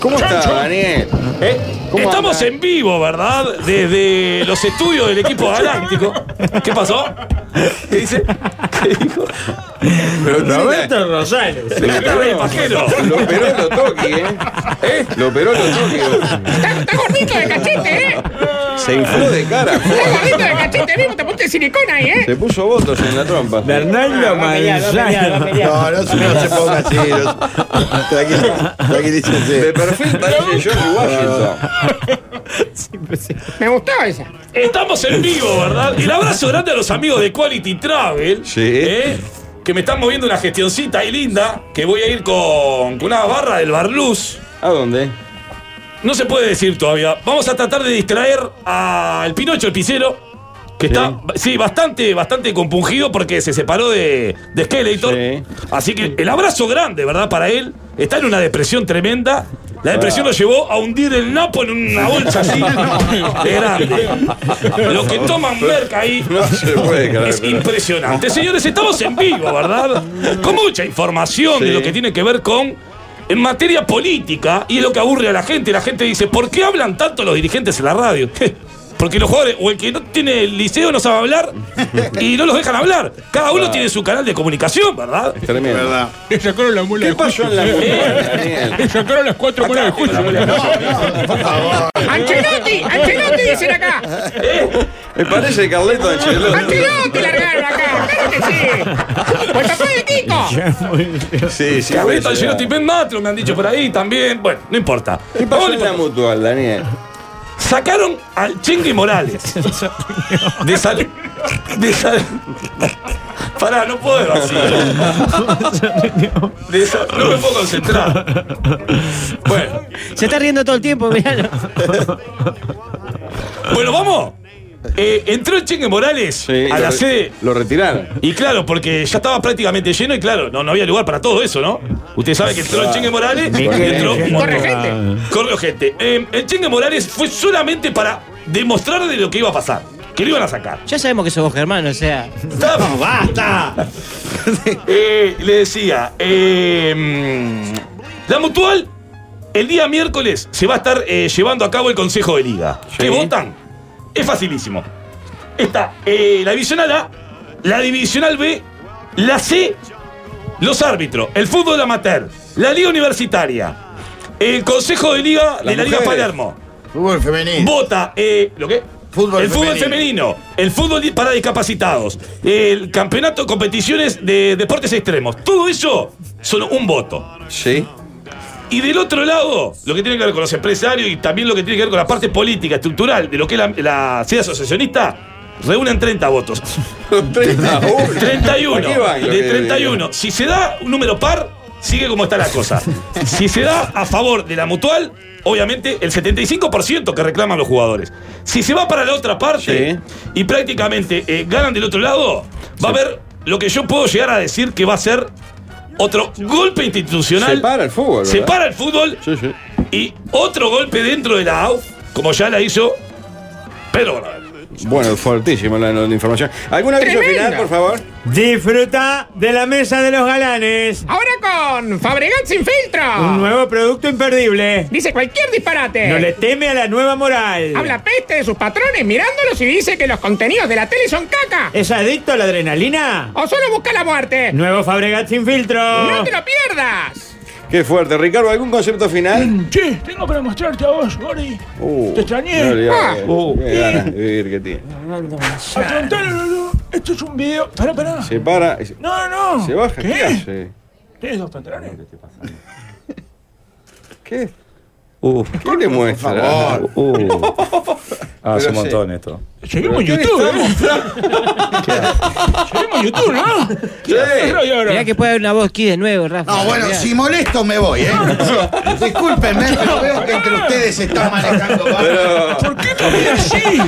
¿Cómo está, Daniel? ¿Cómo
Eh, Estamos en vivo, ¿verdad? Desde los estudios del equipo galáctico. ¿Qué pasó? ¿Qué dice? ¿Qué dijo?
Roberto
Rosales.
Lo operó, lo operó el Otoki, ¿eh? ¿Eh? Lo operó el Otoki.
Está gordito de cachete, ¿eh?
Se infló de cara.
Está gordito de cachete, mismo te pusiste silicona ahí, ¿eh?
Se puso votos en la trompa.
Bernardo
No, no, se- no se ponga así. no se- Tranquilo, tranquilícese.
De perfil parece George Washington.
Me gustó esa.
Estamos en vivo, ¿verdad? El abrazo grande a los amigos de Quality Travel.
Sí.
¿eh? Que me están moviendo una gestioncita ahí linda. Que voy a ir con, con una barra del Barluz.
¿A dónde?
No se puede decir todavía. Vamos a tratar de distraer al Pinocho, el pizzero. Que está, sí, bastante, bastante compungido porque se separó de, de Skeletor. Así que el abrazo grande, ¿verdad? Para él. Está en una depresión tremenda. La depresión
Ah.
lo llevó a hundir el napo en una bolsa así de grande. Lo que toman merca ahí
No se puede creer.
es impresionante. Señores, estamos en vivo, ¿verdad? Con mucha información de lo que tiene que ver con en materia política y es lo que aburre a la gente. La gente dice, ¿por qué hablan tanto los dirigentes en la radio? Porque los jugadores, o el que no tiene el liceo no sabe hablar y no los dejan hablar. Cada uno tiene su canal de comunicación, ¿verdad?
Es tremendo. ¿Verdad?
Le sacaron la mula
¿Qué pasó en la mujer, Daniel?
Le sacaron las cuatro mulas de
¡Ancelotti! ¡Ancelotti dicen acá!
Me parece Carleto Ancelotti.
¡Ancelotti largaron acá! ¡Claro que sí! ¡Pues papá de Kiko!
Sí, pues, sí.
Carlito
puede ser.
Ancelotti Penmatro, me han dicho por ahí también. Bueno, no importa.
¿Qué pasó en la mutual, Daniel?
Sacaron al Chengue Morales. De sal. De sal. Pará, no puedo así. De sal- no me puedo concentrar. Bueno,
Se está riendo todo el tiempo, mirá.
bueno, vamos. Eh, entró el Chengue Morales
Sí,
a
lo
la
re-
sede.
Lo retiraron.
Y claro, porque ya estaba prácticamente lleno y claro, no, no había lugar para todo eso, ¿no? Usted sabe que entró el Chengue Morales y entró un montón.
Corre gente.
Correo gente. Eh, el Chengue Morales fue solamente para demostrar de lo que iba a pasar. que lo iban a sacar.
Ya sabemos que sos vos, Germán, o sea.
¡No, basta! Eh, le decía, eh, mm, la mutual, el día miércoles se va a estar eh, llevando a cabo el Consejo de Liga. ¿Qué votan? Es facilísimo. Está eh, la divisional A, la divisional B, la C, los árbitros, el fútbol amateur, la Liga Universitaria, el Consejo de Liga de
Las
la Liga
mujeres.
Palermo.
Fútbol femenino.
Vota, eh, ¿lo qué? el fútbol
femenino.
femenino, el fútbol di- para discapacitados, el campeonato, competiciones de deportes extremos. Todo eso solo un voto.
Sí.
Y del otro lado, lo que tiene que ver con los empresarios y también lo que tiene que ver con la parte política, estructural de lo que es la, la sede asociacionista, reúnen 30 votos.
31.
31.
Aquí van lo
De
que-
31. Si se da un número par, sigue como está la cosa. Si se da a favor de la mutual, obviamente el 75% que reclaman los jugadores. Si se va para la otra parte y prácticamente eh, ganan del otro lado, va a haber lo que yo puedo llegar a decir que va a ser otro golpe institucional.
Se para el fútbol,
Se
¿verdad?
para el fútbol. Y otro golpe dentro de la AUF, como ya la hizo Pedro Bernabé.
Bueno, fuertísimo la, la información. ¿Algún aviso
Tremenda.
final, por favor?
Disfruta de la mesa de los galanes.
Ahora con Fabregat sin filtro.
Un nuevo producto imperdible.
Dice cualquier disparate.
No le teme a la nueva moral.
Habla peste de sus patrones mirándolos y dice que los contenidos de la tele son caca.
¿Es adicto a la adrenalina?
O solo busca la muerte.
Nuevo Fabregat sin filtro.
¡No te lo pierdas!
Qué fuerte. Ricardo, ¿algún concepto final?
Che, tengo para mostrarte a vos, Gori.
Uh,
Te extrañé.
no le
Ah.
hagas, qué ganas de vivir que tiene.
Afrontalo, Lulú. Esto es un video. Pará, pará.
Se para. y se-
No, no.
Se baja. ¿Qué,
¿Qué?
hace?
¿Tienes dos pantalones?
¿Qué?
Uh.
¿Qué le muestra? Uh.
favor. Ah, Hace un
Pero
montón
sí.
esto.
Seguimos en YouTube. Seguimos en YouTube, ¿no?
Mirá que puede haber una voz aquí de nuevo, Rafa.
No, bueno,
Mirá.
si molesto me voy, ¿eh? Discúlpenme, pero veo que entre ustedes se está manejando. ¿Por qué
comí así?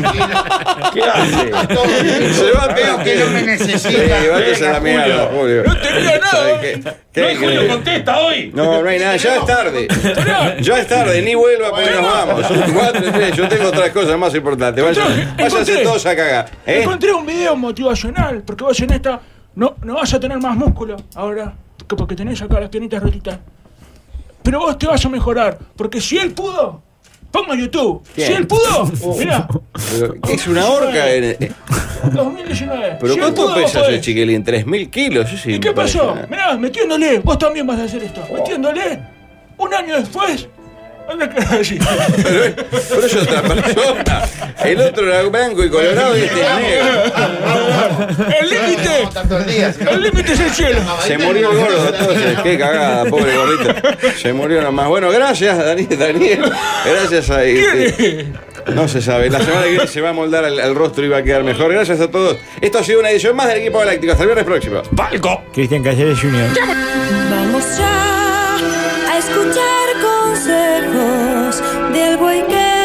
¿Qué hace? Se va,
Veo que no me necesita.
Sí, váyase a la mierda, Julio. No
tenía
nada. ¿Qué?
No
¿Qué?
hay Julio contesta hoy.
No, no hay nada, ya es tarde. Ya es tarde, ni vuelva porque nos vamos. Son cuatro, tres, yo tengo otras cosas más importantes. Vayan- Váyanse
encontré.
todos a cagar. ¿eh?
Encontré un video motivacional, porque vos en esta no, no vas a tener más músculo ahora, que porque tenés acá las piernitas rotitas. Pero vos te vas a mejorar, porque si él pudo, pongo YouTube. Si
Bien.
él pudo, mirá,
Pero, ¿qué es una orca. en- eh,
2019.
¿Pero
si él
cuánto
pudo, vos
pesa ese
podés.
chiquilín? ¿3.000 kilos? Eso sí
pues. ¿Y qué
me parece
pasó?
nada.
Mirá, metiéndole, vos también vas a hacer
Oh.
esto. Metiéndole, un año después, anda que así.
Pero es otra persona. El otro era blanco y colorado y este es negro.
El límite. El límite es el cielo.
Se murió el gordo entonces. Qué cagada, pobre gordito. Se murió nomás. Bueno, gracias, Daniel. Daniel. Gracias a. este, no se sabe. La semana que viene se va a moldar el, el rostro y va a quedar mejor. Gracias a todos. Esto ha sido una edición más del equipo galáctico. Hasta el viernes próximo.
¡Palco!
Cristian Caceres Jr.
Vamos ya a escuchar consejos del buen que